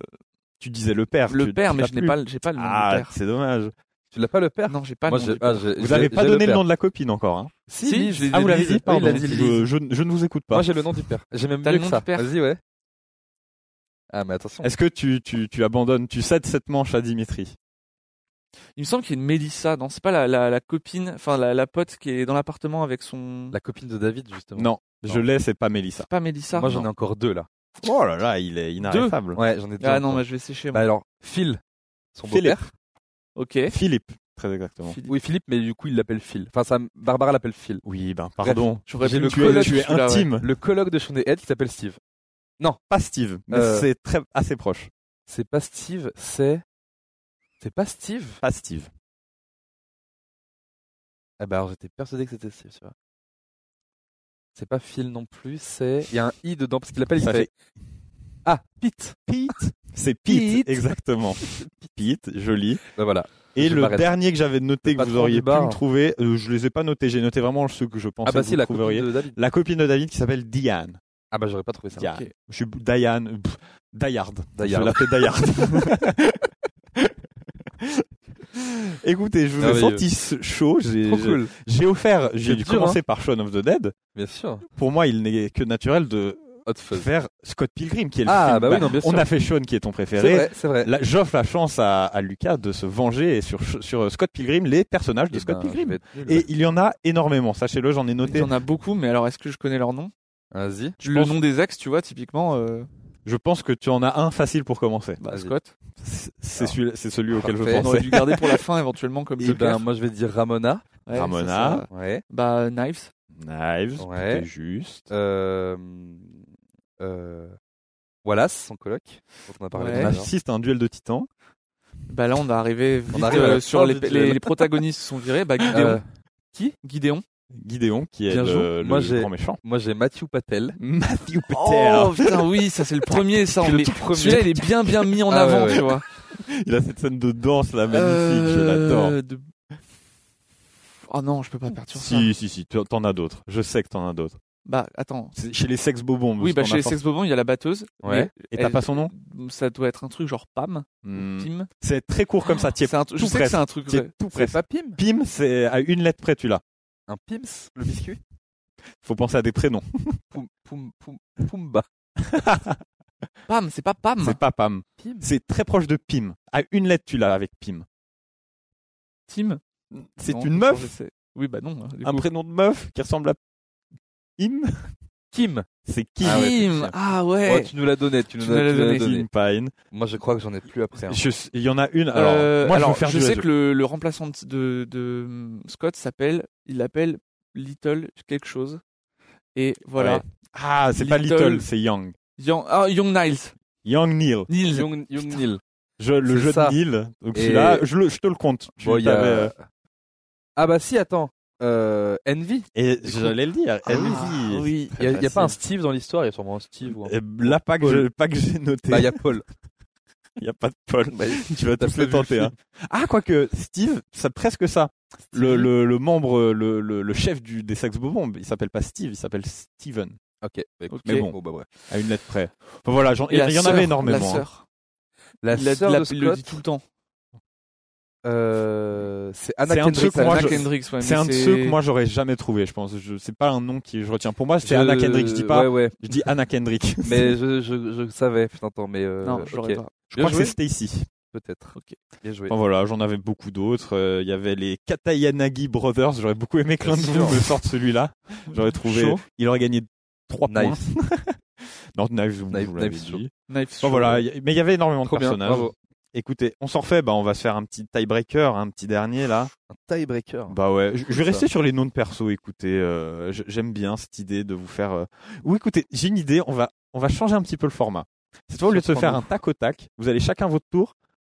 Speaker 3: Tu disais le père.
Speaker 5: le
Speaker 3: tu-
Speaker 5: père,
Speaker 3: tu
Speaker 5: mais
Speaker 3: l'as
Speaker 5: je n'ai
Speaker 3: plus.
Speaker 5: pas, le- j'ai pas le nom du
Speaker 3: Ah,
Speaker 5: père.
Speaker 3: c'est dommage.
Speaker 4: Tu l'as pas le père
Speaker 5: Non, j'ai pas
Speaker 4: Moi,
Speaker 5: le nom.
Speaker 4: j'ai-
Speaker 5: du
Speaker 4: ah,
Speaker 5: père.
Speaker 4: j'ai-
Speaker 3: Vous
Speaker 4: j'ai-
Speaker 3: n'avez pas
Speaker 4: j'ai
Speaker 3: donné le,
Speaker 4: père.
Speaker 3: nom de la copine encore. Hein.
Speaker 5: Si, je l'ai
Speaker 3: Ah, vous l'avez
Speaker 5: Lise.
Speaker 3: dit,
Speaker 5: Oui,
Speaker 3: pardon.
Speaker 5: il a dit Lise.
Speaker 3: je, je ne- je ne vous écoute pas.
Speaker 4: Moi j'ai le nom du père. J'ai même
Speaker 5: T'as
Speaker 4: mieux
Speaker 5: le
Speaker 4: que
Speaker 5: nom
Speaker 4: ça.
Speaker 5: du père
Speaker 4: Vas-y ouais. Ah mais attention.
Speaker 3: Est-ce que tu, tu, tu abandonnes, tu cèdes cette manche à Dimitri
Speaker 5: Il me semble qu'il y a une Mélissa, non C'est pas la, la, la copine, enfin la, la pote qui est dans l'appartement avec son.
Speaker 4: La copine de David justement.
Speaker 3: Non, je l'ai, c'est pas Mélissa.
Speaker 5: C'est pas Mélissa
Speaker 4: Moi j'en
Speaker 5: non.
Speaker 4: ai encore deux là.
Speaker 3: Oh là là, il est inarrêtable.
Speaker 4: Ouais, j'en ai deux.
Speaker 5: Ah
Speaker 4: encore.
Speaker 5: non, mais je vais sécher.
Speaker 4: Bah
Speaker 5: Moi.
Speaker 4: alors Phil, son
Speaker 3: Philippe.
Speaker 4: beau-père.
Speaker 5: Ok.
Speaker 3: Philippe, très exactement.
Speaker 5: Philippe.
Speaker 4: Oui Philippe, mais du coup il l'appelle Phil. Enfin sa- Barbara l'appelle Phil.
Speaker 3: Oui, ben pardon.
Speaker 5: J'aurais
Speaker 4: j'ai
Speaker 5: pu
Speaker 4: le
Speaker 5: me
Speaker 3: Tu es,
Speaker 5: coloc,
Speaker 3: tu es
Speaker 5: celui-là, ouais.
Speaker 3: intime,
Speaker 4: Le colloque de Shaun et Ed qui s'appelle Steve.
Speaker 3: pas Steve, mais
Speaker 4: Euh.
Speaker 3: c'est très assez proche.
Speaker 4: C'est pas Steve, c'est. C'est pas Steve
Speaker 3: Pas Steve.
Speaker 4: Ah bah alors j'étais persuadé que c'était Steve, tu vois. C'est pas Phil non plus, c'est. Il y a un i dedans parce qu'il appelle, il
Speaker 3: Ça
Speaker 4: fait. Ah, Pete
Speaker 3: Pete, c'est Pete,
Speaker 4: Pete.
Speaker 3: exactement. Pete, joli.
Speaker 4: Bah voilà.
Speaker 3: Et
Speaker 4: Je
Speaker 3: le
Speaker 4: m'arrête.
Speaker 3: dernier que j'avais noté
Speaker 4: Le
Speaker 3: que vous
Speaker 4: patron
Speaker 3: auriez
Speaker 4: du
Speaker 3: pu
Speaker 4: bar.
Speaker 3: me trouver, euh, je les ai pas notés. J'ai noté vraiment ceux que je pensais
Speaker 4: Ah bah
Speaker 3: que
Speaker 4: si,
Speaker 3: vous
Speaker 4: la
Speaker 3: trouveriez.
Speaker 4: copine de David.
Speaker 3: La copine de David qui s'appelle Diane.
Speaker 4: Ah bah j'aurais pas trouvé ça.
Speaker 3: Diane.
Speaker 5: ok.
Speaker 3: Je suis Diane. pff, Dayard.
Speaker 4: Dayard.
Speaker 3: Je l'appelle Dayard. Écoutez, je vous ai
Speaker 4: Merveilleux.
Speaker 3: senti s- chaud. J'ai
Speaker 4: Trop cool.
Speaker 3: j'ai offert, j'ai
Speaker 4: C'est dur, hein.
Speaker 3: commencé par Shaun of the Dead.
Speaker 4: Bien sûr.
Speaker 3: Pour moi, il n'est que naturel de
Speaker 4: Hot fuzz.
Speaker 3: faire Scott Pilgrim qui est le
Speaker 4: Euh. Ah
Speaker 3: film.
Speaker 4: bah oui, non, bien sûr.
Speaker 3: On a fait Shaun qui est ton
Speaker 4: C'est
Speaker 3: préféré.
Speaker 4: vrai, c'est vrai.
Speaker 3: Là, J'offre la chance à, à Lucas de se venger sur, sur euh, Scott Pilgrim, les personnages de
Speaker 4: Eh
Speaker 3: Scott
Speaker 4: ben, je
Speaker 3: Pilgrim.
Speaker 4: vais être nul.
Speaker 3: Et il y en a énormément, sachez-le, j'en ai
Speaker 5: Il
Speaker 3: noté.
Speaker 5: y en a beaucoup, mais alors est-ce que je connais leur nom
Speaker 4: Vas-y.
Speaker 5: Le nom des ex, tu vois, typiquement. euh,
Speaker 3: Je pense que tu en as un facile pour commencer.
Speaker 5: bah,
Speaker 4: Vas-y.
Speaker 5: Scott.
Speaker 3: C'est c'est celui, Eh, c'est celui auquel je
Speaker 4: Parfait.
Speaker 5: On aurait
Speaker 3: pensais.
Speaker 5: dû le garder pour la fin éventuellement comme
Speaker 4: Eh
Speaker 5: Joker.
Speaker 4: ben, moi je vais dire Ramona.
Speaker 5: Ouais,
Speaker 3: Ramona.
Speaker 5: ça, ça-
Speaker 4: Ouais.
Speaker 5: Bah Knives.
Speaker 3: Knives,
Speaker 4: Ouais.
Speaker 3: c'est juste.
Speaker 4: Euh. euh, Wallace, son coloc, dont on a parlé
Speaker 5: Ouais.
Speaker 4: tout à
Speaker 3: On
Speaker 4: l'heure.
Speaker 3: assiste à un duel de titans.
Speaker 5: Bah là, on va arriver vite
Speaker 4: arrive à
Speaker 5: euh,
Speaker 4: la
Speaker 5: sur
Speaker 4: fin
Speaker 5: les,
Speaker 4: du duel.
Speaker 5: les, les protagonistes sont virés. Bah Gideon.
Speaker 4: Euh,
Speaker 5: Qui Gideon.
Speaker 3: Gideon, qui est
Speaker 4: Bien joué.
Speaker 3: le, le
Speaker 4: Moi, j'ai-
Speaker 3: grand méchant.
Speaker 4: Moi j'ai Matthew Patel.
Speaker 3: Matthew
Speaker 5: Oh putain, oui, ça c'est le premier, ça. on met- Celui-là, il est bien bien mis en
Speaker 4: Ah,
Speaker 5: avant,
Speaker 4: ouais, ouais.
Speaker 5: tu vois.
Speaker 3: Il a cette scène de danse là, magnifique, je
Speaker 5: Euh,
Speaker 3: l'adore.
Speaker 5: de- Oh non, je peux pas partir ça.
Speaker 3: Si, si, si, tu- t'en as d'autres. Je sais que t'en as d'autres.
Speaker 5: Bah attends.
Speaker 3: C'est Chez les sex bobombes.
Speaker 5: Oui, bah chez les sex bobons, il y a la batteuse.
Speaker 4: Ouais.
Speaker 3: Et t'as pas son nom
Speaker 5: mais Ça doit être un truc genre Pam,
Speaker 3: Hmm.
Speaker 5: Pim. Ah,
Speaker 3: C'est très court comme ça, tu es
Speaker 5: C'est un tru- Je
Speaker 3: tout
Speaker 5: sais que
Speaker 3: presque.
Speaker 5: c'est un truc.
Speaker 3: T'y es
Speaker 5: ouais.
Speaker 3: tout
Speaker 4: C'est
Speaker 3: presque.
Speaker 4: pas Pim
Speaker 3: Pim, c'est à une lettre près, tu l'as.
Speaker 4: Un Pims Le biscuit
Speaker 3: Faut penser à des prénoms.
Speaker 4: Poum, poum, poum, Pumba.
Speaker 5: Pam, c'est pas Pam.
Speaker 3: C'est pas Pam.
Speaker 4: Pim
Speaker 3: C'est très proche de Pim. À une lettre, tu l'as avec Pim.
Speaker 5: Tim.
Speaker 3: C'est
Speaker 5: Non,
Speaker 3: une
Speaker 5: je
Speaker 3: meuf,
Speaker 5: sais. Oui, bah non. du
Speaker 3: un
Speaker 5: coup.
Speaker 3: prénom de meuf qui ressemble à Pim.
Speaker 4: Kim
Speaker 3: C'est Kim.
Speaker 4: Ah ouais,
Speaker 5: Tim.
Speaker 4: c'est
Speaker 5: Ah ouais.
Speaker 4: Oh, Tu nous l'as donné, tu nous
Speaker 5: Tu nous l'as
Speaker 4: l'as tu nous l'as donné.
Speaker 5: donné.
Speaker 3: Kim Pine.
Speaker 4: Moi je crois que j'en ai plus après. hein.
Speaker 3: Je sais- Il y en a une. Alors,
Speaker 5: Euh,
Speaker 3: moi,
Speaker 5: alors,
Speaker 3: je veux faire
Speaker 5: je
Speaker 3: du
Speaker 5: sais
Speaker 3: réseau.
Speaker 5: que le, le remplaçant de, de- de, hum, Scott s'appelle, il l'appelle Little quelque chose. Et voilà.
Speaker 3: Ouais. Ah, c'est pas
Speaker 5: Little-
Speaker 3: Little, c'est Young.
Speaker 5: Young, ah, Young Niles.
Speaker 3: Young Neil.
Speaker 5: Niles.
Speaker 4: Young, Young Neil.
Speaker 3: Je- le
Speaker 4: C'est
Speaker 3: jeu
Speaker 4: ça.
Speaker 3: de Neil. Donc
Speaker 4: Et-
Speaker 3: celui-là, je, le- je te le compte. Tu
Speaker 4: Bon, il y a-
Speaker 3: t'avais, euh,
Speaker 4: Ah bah si, attends. Euh, Envy
Speaker 3: Et j'allais le dire.
Speaker 5: Ah,
Speaker 3: Elvis.
Speaker 5: oui.
Speaker 4: Il y a, il y a pas un Steve dans l'histoire, il y a sûrement un Steve. Ou un...
Speaker 3: Et Là, pas que
Speaker 4: Paul.
Speaker 3: je- pas que j'ai noté.
Speaker 4: Bah il y a Paul.
Speaker 3: Il n'y a pas de Paul. tu vas
Speaker 4: t'as
Speaker 3: tous
Speaker 4: pas vu
Speaker 3: les
Speaker 4: le
Speaker 3: tenter.
Speaker 4: film.
Speaker 3: hein. Ah, quoique, Steve, c'est presque ça. Le, le, le membre, le, le, le chef du, des Sax Bobombes, il s'appelle pas Steve, il s'appelle Steven.
Speaker 4: Ok, bah, écoute,
Speaker 3: Ok.
Speaker 4: mais bon, bon, bah, bref.
Speaker 3: À une lettre près. Enfin, voilà, j'en-
Speaker 5: Et
Speaker 3: il y
Speaker 5: la
Speaker 3: en
Speaker 5: sœur,
Speaker 3: avait énormément.
Speaker 5: La
Speaker 3: hein.
Speaker 5: sœur.
Speaker 4: La
Speaker 5: Il l'a-
Speaker 4: sœur
Speaker 5: l'a-
Speaker 4: de
Speaker 5: il le
Speaker 4: Scott,
Speaker 5: dit tout le temps.
Speaker 4: euh, c'est Anna
Speaker 3: C'est un de ceux
Speaker 4: Kendrick.
Speaker 3: que moi,
Speaker 5: Anna
Speaker 3: je-
Speaker 5: Kendrick, ouais,
Speaker 3: C'est
Speaker 5: mais
Speaker 3: un de ceux que moi j'aurais jamais trouvé, je pense. Je, c'est pas un nom qui je retiens. Pour moi, c'est
Speaker 4: Je-
Speaker 3: Anna Kendrick. Je dis pas,
Speaker 4: Ouais, ouais.
Speaker 3: je dis Anna Kendrick.
Speaker 4: Mais je, je, je savais, putain, attends, mais. Euh,
Speaker 5: Non, je l'aurais
Speaker 4: ok.
Speaker 5: pas.
Speaker 3: je
Speaker 4: Bien
Speaker 3: crois
Speaker 4: joué,
Speaker 3: que c'est Stacy.
Speaker 4: peut-être. Ok. Bien joué.
Speaker 3: Enfin, voilà, j'en avais beaucoup d'autres. Euh, Il y avait les Katayanagi Brothers. J'aurais beaucoup aimé que l'un de
Speaker 4: Bien
Speaker 3: vous
Speaker 4: sûr.
Speaker 3: me sorte celui-là. J'aurais trouvé.
Speaker 5: Chaud.
Speaker 3: Il aurait gagné 3 points.
Speaker 4: Nice.
Speaker 3: Non, Knives, vous
Speaker 4: Knives-
Speaker 3: vous l'avez
Speaker 4: Knives,
Speaker 3: dit.
Speaker 4: chaud.
Speaker 5: Knife
Speaker 3: Bon,
Speaker 5: Show.
Speaker 3: voilà, y- mais il y avait énormément
Speaker 4: Trop
Speaker 3: de
Speaker 4: bien,
Speaker 3: personnages.
Speaker 4: bravo.
Speaker 3: Écoutez, on s'en refait, bah, on va se faire un petit tiebreaker, un petit dernier là.
Speaker 4: Un tiebreaker.
Speaker 3: Bah ouais, je, je vais
Speaker 4: ça.
Speaker 3: rester sur les noms de perso. Écoutez, euh, j- j'aime bien cette idée de vous faire. euh, Ou écoutez, j'ai une idée. On va, on va changer un petit peu le format. Cette fois, au lieu de se faire un tac au tac, vous allez chacun à votre tour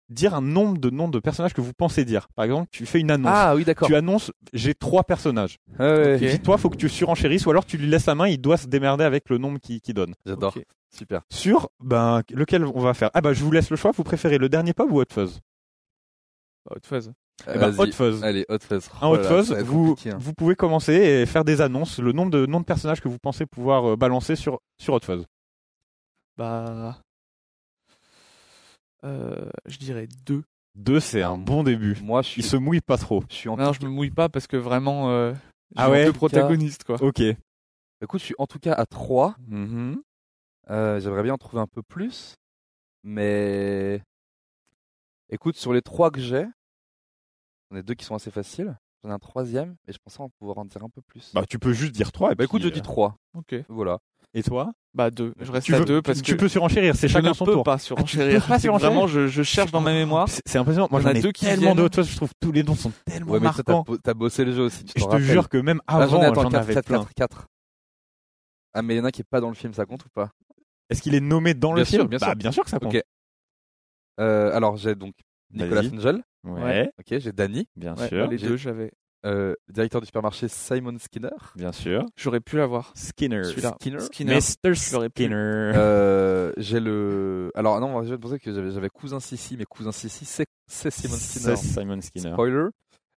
Speaker 3: dire un nombre de noms de personnages que vous pensez dire. Par exemple, tu fais une annonce.
Speaker 4: Ah oui, d'accord.
Speaker 3: Tu annonces, j'ai trois personnages.
Speaker 4: Ah ouais,
Speaker 5: Ok.
Speaker 3: Et toi, faut que tu surenchérisses ou alors tu lui laisses la main, il doit se démerder avec le nombre qu'il qu'il donne.
Speaker 4: J'adore.
Speaker 5: Ok.
Speaker 4: Super.
Speaker 3: Sur, ben, lequel on va faire Ah bah, je vous laisse le choix. Vous préférez le dernier pub ou Hot Fuzz
Speaker 5: Bah, autre phase.
Speaker 3: Eh ben,
Speaker 4: Vas-y.
Speaker 3: Hot Fuzz.
Speaker 4: Allez, Hot Fuzz.
Speaker 3: Un
Speaker 4: Oh
Speaker 3: Hot
Speaker 4: là,
Speaker 3: Fuzz,
Speaker 4: ça va être
Speaker 3: vous,
Speaker 4: compliqué, hein.
Speaker 3: vous pouvez commencer et faire des annonces, le nombre de, nom de personnages que vous pensez pouvoir euh, balancer sur, sur Hot Fuzz.
Speaker 5: Bah. Euh, je dirais deux.
Speaker 3: Deux, c'est un bon début.
Speaker 4: Moi, je suis,
Speaker 3: Il se mouille pas trop.
Speaker 4: je suis en.
Speaker 5: Non, je me mouille pas parce que vraiment. Euh, j'ai
Speaker 3: Ah ouais
Speaker 5: Deux protagonistes, quoi.
Speaker 3: Ok.
Speaker 4: Écoute, je suis en tout cas à 3. Mhm. Euh, J'aimerais bien en trouver un peu plus. Mais. Écoute, sur les 3 que j'ai, j'en ai deux qui sont assez faciles. J'en ai un troisième, et je pensais en pouvoir en dire un peu plus.
Speaker 3: Bah, tu peux juste dire trois. Et
Speaker 4: Bah, écoute,
Speaker 3: puis,
Speaker 4: je dis
Speaker 3: euh,
Speaker 4: 3.
Speaker 5: Ok.
Speaker 4: Voilà.
Speaker 3: Et toi
Speaker 5: Bah, deux. Je reste
Speaker 3: tu,
Speaker 5: à
Speaker 3: veux-
Speaker 5: deux parce
Speaker 3: tu
Speaker 5: que.
Speaker 3: peux surenchérir, c'est
Speaker 5: je
Speaker 3: chacun
Speaker 5: ne
Speaker 3: son
Speaker 5: peux
Speaker 3: tour.
Speaker 5: pas surenchérir.
Speaker 3: pas
Speaker 5: C'est que
Speaker 3: surenchérir
Speaker 5: Vraiment, je, je cherche dans ma mémoire.
Speaker 3: C'est c'est impressionnant. Moi,
Speaker 5: Il y en
Speaker 3: j'en
Speaker 5: a
Speaker 3: ai
Speaker 5: deux qui
Speaker 3: tellement de
Speaker 5: viennent.
Speaker 3: Hot Fuzz, je trouve tous les noms sont tellement
Speaker 4: Ouais, mais toi, t'as
Speaker 3: marquants.
Speaker 4: bo- t'as bossé le jeu aussi. Tu
Speaker 3: Je
Speaker 4: t'en
Speaker 3: te
Speaker 4: rappelles.
Speaker 3: jure que même
Speaker 4: Ah, j'en ai,
Speaker 3: avant,
Speaker 4: attends,
Speaker 3: j'en
Speaker 4: 4,
Speaker 3: avais
Speaker 4: 4,
Speaker 3: plein.
Speaker 4: 4, 4. Ah, mais il y en a un qui est pas dans le film, ça compte ou pas
Speaker 3: Est-ce qu'il est nommé dans le
Speaker 4: Bien sûr,
Speaker 3: film
Speaker 4: bien
Speaker 3: Bah,
Speaker 4: sûr.
Speaker 3: bien sûr que ça compte.
Speaker 4: Ok. Euh, alors, j'ai donc Nicolas
Speaker 3: Vas-y.
Speaker 4: Angel,
Speaker 3: Ouais,
Speaker 4: ok, j'ai Danny,
Speaker 3: bien
Speaker 5: Ouais,
Speaker 3: sûr.
Speaker 5: les deux, j'avais.
Speaker 4: euh, directeur du supermarché Simon Skinner,
Speaker 3: Bien sûr.
Speaker 5: J'aurais pu l'avoir.
Speaker 3: Skinner.
Speaker 5: Celui-là.
Speaker 4: Skinner.
Speaker 5: Skinner.
Speaker 3: Mr.
Speaker 5: Je l'aurais pu.
Speaker 3: Skinner.
Speaker 4: Euh, j'ai le. Alors, non, je pensais que j'avais, j'avais Cousin Sissi, mais Cousin Sissi, c'est, c'est Simon Skinner.
Speaker 3: C'est Simon Skinner.
Speaker 4: Spoiler.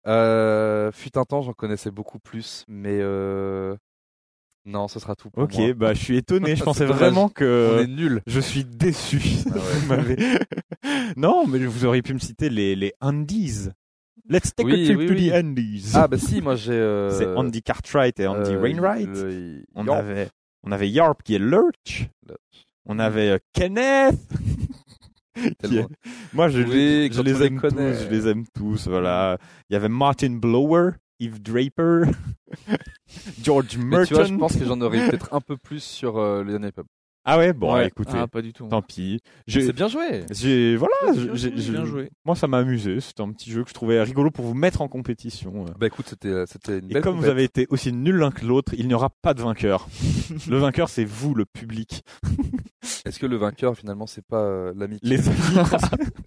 Speaker 4: Euh, fut un temps, j'en connaissais beaucoup plus, mais euh... non, ce sera tout. Pour
Speaker 3: Ok,
Speaker 4: moi.
Speaker 3: bah je suis étonné. Je
Speaker 4: C'est
Speaker 3: pensais
Speaker 4: dommage.
Speaker 3: vraiment
Speaker 4: on
Speaker 3: que
Speaker 4: est nul.
Speaker 3: je euh, suis déçu.
Speaker 4: Ah ouais.
Speaker 3: Vous m'avez- non, mais vous auriez pu me citer les, les Andes. Let's take
Speaker 4: Oui,
Speaker 3: a trip
Speaker 4: oui,
Speaker 3: to
Speaker 4: oui.
Speaker 3: the Andes.
Speaker 4: Ah bah si, moi j'ai. euh,
Speaker 3: C'est Andy Cartwright et Andy
Speaker 4: euh,
Speaker 3: Wainwright.
Speaker 4: le-
Speaker 3: On
Speaker 4: York.
Speaker 3: avait on avait Yarp qui est Lurch. On avait euh, Kenneth. qui
Speaker 4: Tellement.
Speaker 3: est- Moi je,
Speaker 4: Oui,
Speaker 3: je
Speaker 4: quand on
Speaker 3: les
Speaker 4: les
Speaker 3: aime tous,
Speaker 4: connaît.
Speaker 3: je les aime tous. Voilà. Il y avait Martin Blower, Yves Draper, George
Speaker 4: Mais
Speaker 3: Merton.
Speaker 4: tu vois, je pense que j'en aurais peut-être un peu plus sur euh, le dernier pub.
Speaker 3: Ah ouais, bon,
Speaker 5: Ouais.
Speaker 3: écoutez,
Speaker 5: Ah, pas du tout.
Speaker 3: tant pis. J'ai-
Speaker 4: C'est bien joué.
Speaker 3: J'ai voilà,
Speaker 5: Bien
Speaker 3: j'ai-
Speaker 5: joué,
Speaker 3: j'ai-
Speaker 5: bien joué.
Speaker 3: moi ça m'a amusé. C'était un petit jeu que je trouvais rigolo pour vous mettre en compétition. euh.
Speaker 4: Bah écoute, c'était c'était une
Speaker 3: Et
Speaker 4: belle.
Speaker 3: comme vous
Speaker 4: compète.
Speaker 3: avez été aussi nuls l'un que l'autre, il n'y aura pas de vainqueur. le vainqueur, c'est vous, le public.
Speaker 4: Est-ce que le vainqueur finalement c'est pas euh, l'ami qui-
Speaker 3: Les amis,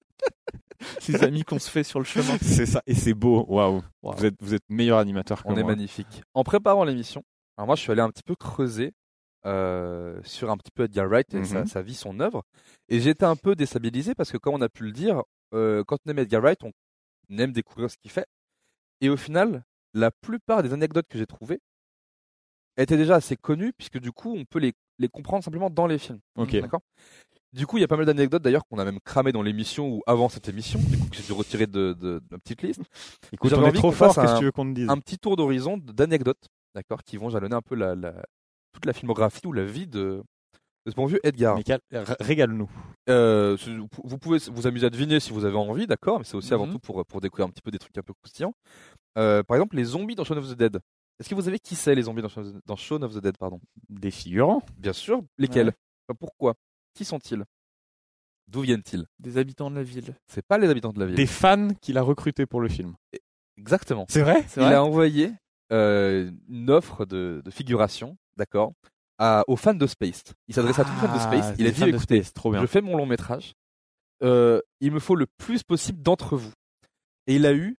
Speaker 5: Ces amis qu'on se fait sur le chemin.
Speaker 3: c'est ça. Et c'est beau. Waouh.
Speaker 5: Waouh.
Speaker 3: Vous êtes, vous êtes meilleur animateur que
Speaker 4: On est
Speaker 3: moi.
Speaker 4: magnifique. En préparant l'émission, alors moi je suis allé un petit peu creuser euh, sur un petit peu Edgar Wright et sa,
Speaker 3: Mhm.
Speaker 4: sa vie, son œuvre, et j'étais un peu déstabilisé parce que comme on a pu le dire, euh, quand on aime Edgar Wright, on aime découvrir ce qu'il fait, et au final, la plupart des anecdotes que j'ai trouvées étaient déjà assez connues puisque du coup on peut les, les comprendre simplement dans les films.
Speaker 3: Ok.
Speaker 4: D'accord. Du coup, il y a pas mal d'anecdotes d'ailleurs qu'on a même cramé dans l'émission ou avant cette émission, du coup que j'ai dû retirer de, de, de ma petite liste
Speaker 3: Écoute,
Speaker 4: J'avais
Speaker 3: on est
Speaker 4: envie
Speaker 3: trop
Speaker 4: qu'on
Speaker 3: fort.
Speaker 4: fasse
Speaker 3: Qu'est-ce que
Speaker 4: un-
Speaker 3: tu veux qu'on te dise
Speaker 4: un petit tour d'horizon d'anecdotes, d'accord, qui vont jalonner un peu la, la- toute la filmographie ou la vie de, de ce bon vieux Edgar.
Speaker 3: Michael, r- régale-nous.
Speaker 4: Euh, ce- vous pou- vous pouvez vous amuser à deviner si vous avez envie, d'accord, mais c'est aussi avant
Speaker 5: Mhm.
Speaker 4: tout pour, pour découvrir un petit peu des trucs un peu croustillants. Euh, par exemple, les zombies dans Shaun of the Dead. Est-ce que vous savez qui c'est les zombies dans Shaun of the- dans Shaun of the Dead pardon
Speaker 3: Des figurants.
Speaker 4: Bien sûr. Lesquels Enfin, Pourquoi Qui sont-ils D'où viennent-ils
Speaker 5: Des habitants de la ville.
Speaker 4: C'est pas les habitants de la ville.
Speaker 3: Des fans qu'il a recrutés pour le film.
Speaker 4: Exactement.
Speaker 3: C'est vrai
Speaker 5: C'est
Speaker 4: Il
Speaker 5: vrai
Speaker 4: a envoyé euh, une offre de, de figuration, d'accord, à- aux fans de Space. Il s'adresse à tous les fans de Space. Il a
Speaker 3: Ah, des
Speaker 4: dit
Speaker 3: fans de
Speaker 4: écoutez,
Speaker 3: Space, trop bien.
Speaker 4: je fais mon long métrage. Euh, il me faut le plus possible d'entre vous. Et il a eu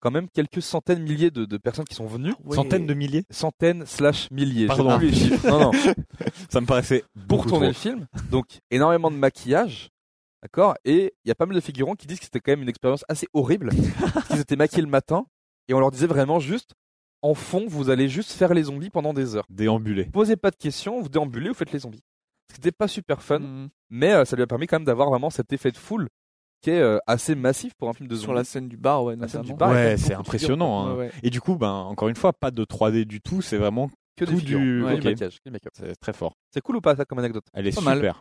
Speaker 4: quand même quelques centaines, milliers de, de personnes qui sont venues.
Speaker 5: Ouais.
Speaker 3: Centaines de milliers.
Speaker 4: Centaines slash milliers. J'ai
Speaker 3: Pardon.
Speaker 4: plus les chiffres. Non, non.
Speaker 3: Ça me paraissait
Speaker 4: Pour
Speaker 3: beaucoup
Speaker 4: tourner
Speaker 3: trop.
Speaker 4: le film. Donc, énormément de maquillage. D'accord Et il y a pas mal de figurants qui disent que c'était quand même une expérience assez horrible. parce qu'ils étaient maquillés le matin et on leur disait vraiment juste en fond, vous allez juste faire les zombies pendant des heures.
Speaker 3: Déambuler.
Speaker 4: Posez pas de questions, vous déambulez, vous faites les zombies. C'était pas super fun,
Speaker 5: Mm.
Speaker 4: mais euh, ça lui a permis quand même d'avoir vraiment cet effet de foule qui est euh, assez massif pour un film de
Speaker 5: Sur
Speaker 4: zombies.
Speaker 5: la scène du bar, ouais,
Speaker 4: La scène du bar, il
Speaker 5: notamment.
Speaker 4: y a
Speaker 3: Ouais,
Speaker 4: beaucoup de
Speaker 3: c'est
Speaker 4: figurants,
Speaker 3: impressionnant. hein.
Speaker 5: Ouais, Ah, ouais.
Speaker 3: Et du coup, ben, encore une fois, pas de 3D du tout, c'est vraiment
Speaker 4: que des
Speaker 3: Tout
Speaker 4: figurants,
Speaker 3: du-
Speaker 4: que
Speaker 5: ouais.
Speaker 4: du
Speaker 3: ok.
Speaker 4: maquillage, que du make-up.
Speaker 3: c'est très fort.
Speaker 4: C'est cool ou pas ça comme anecdote
Speaker 3: Elle est
Speaker 5: Pas mal.
Speaker 3: super.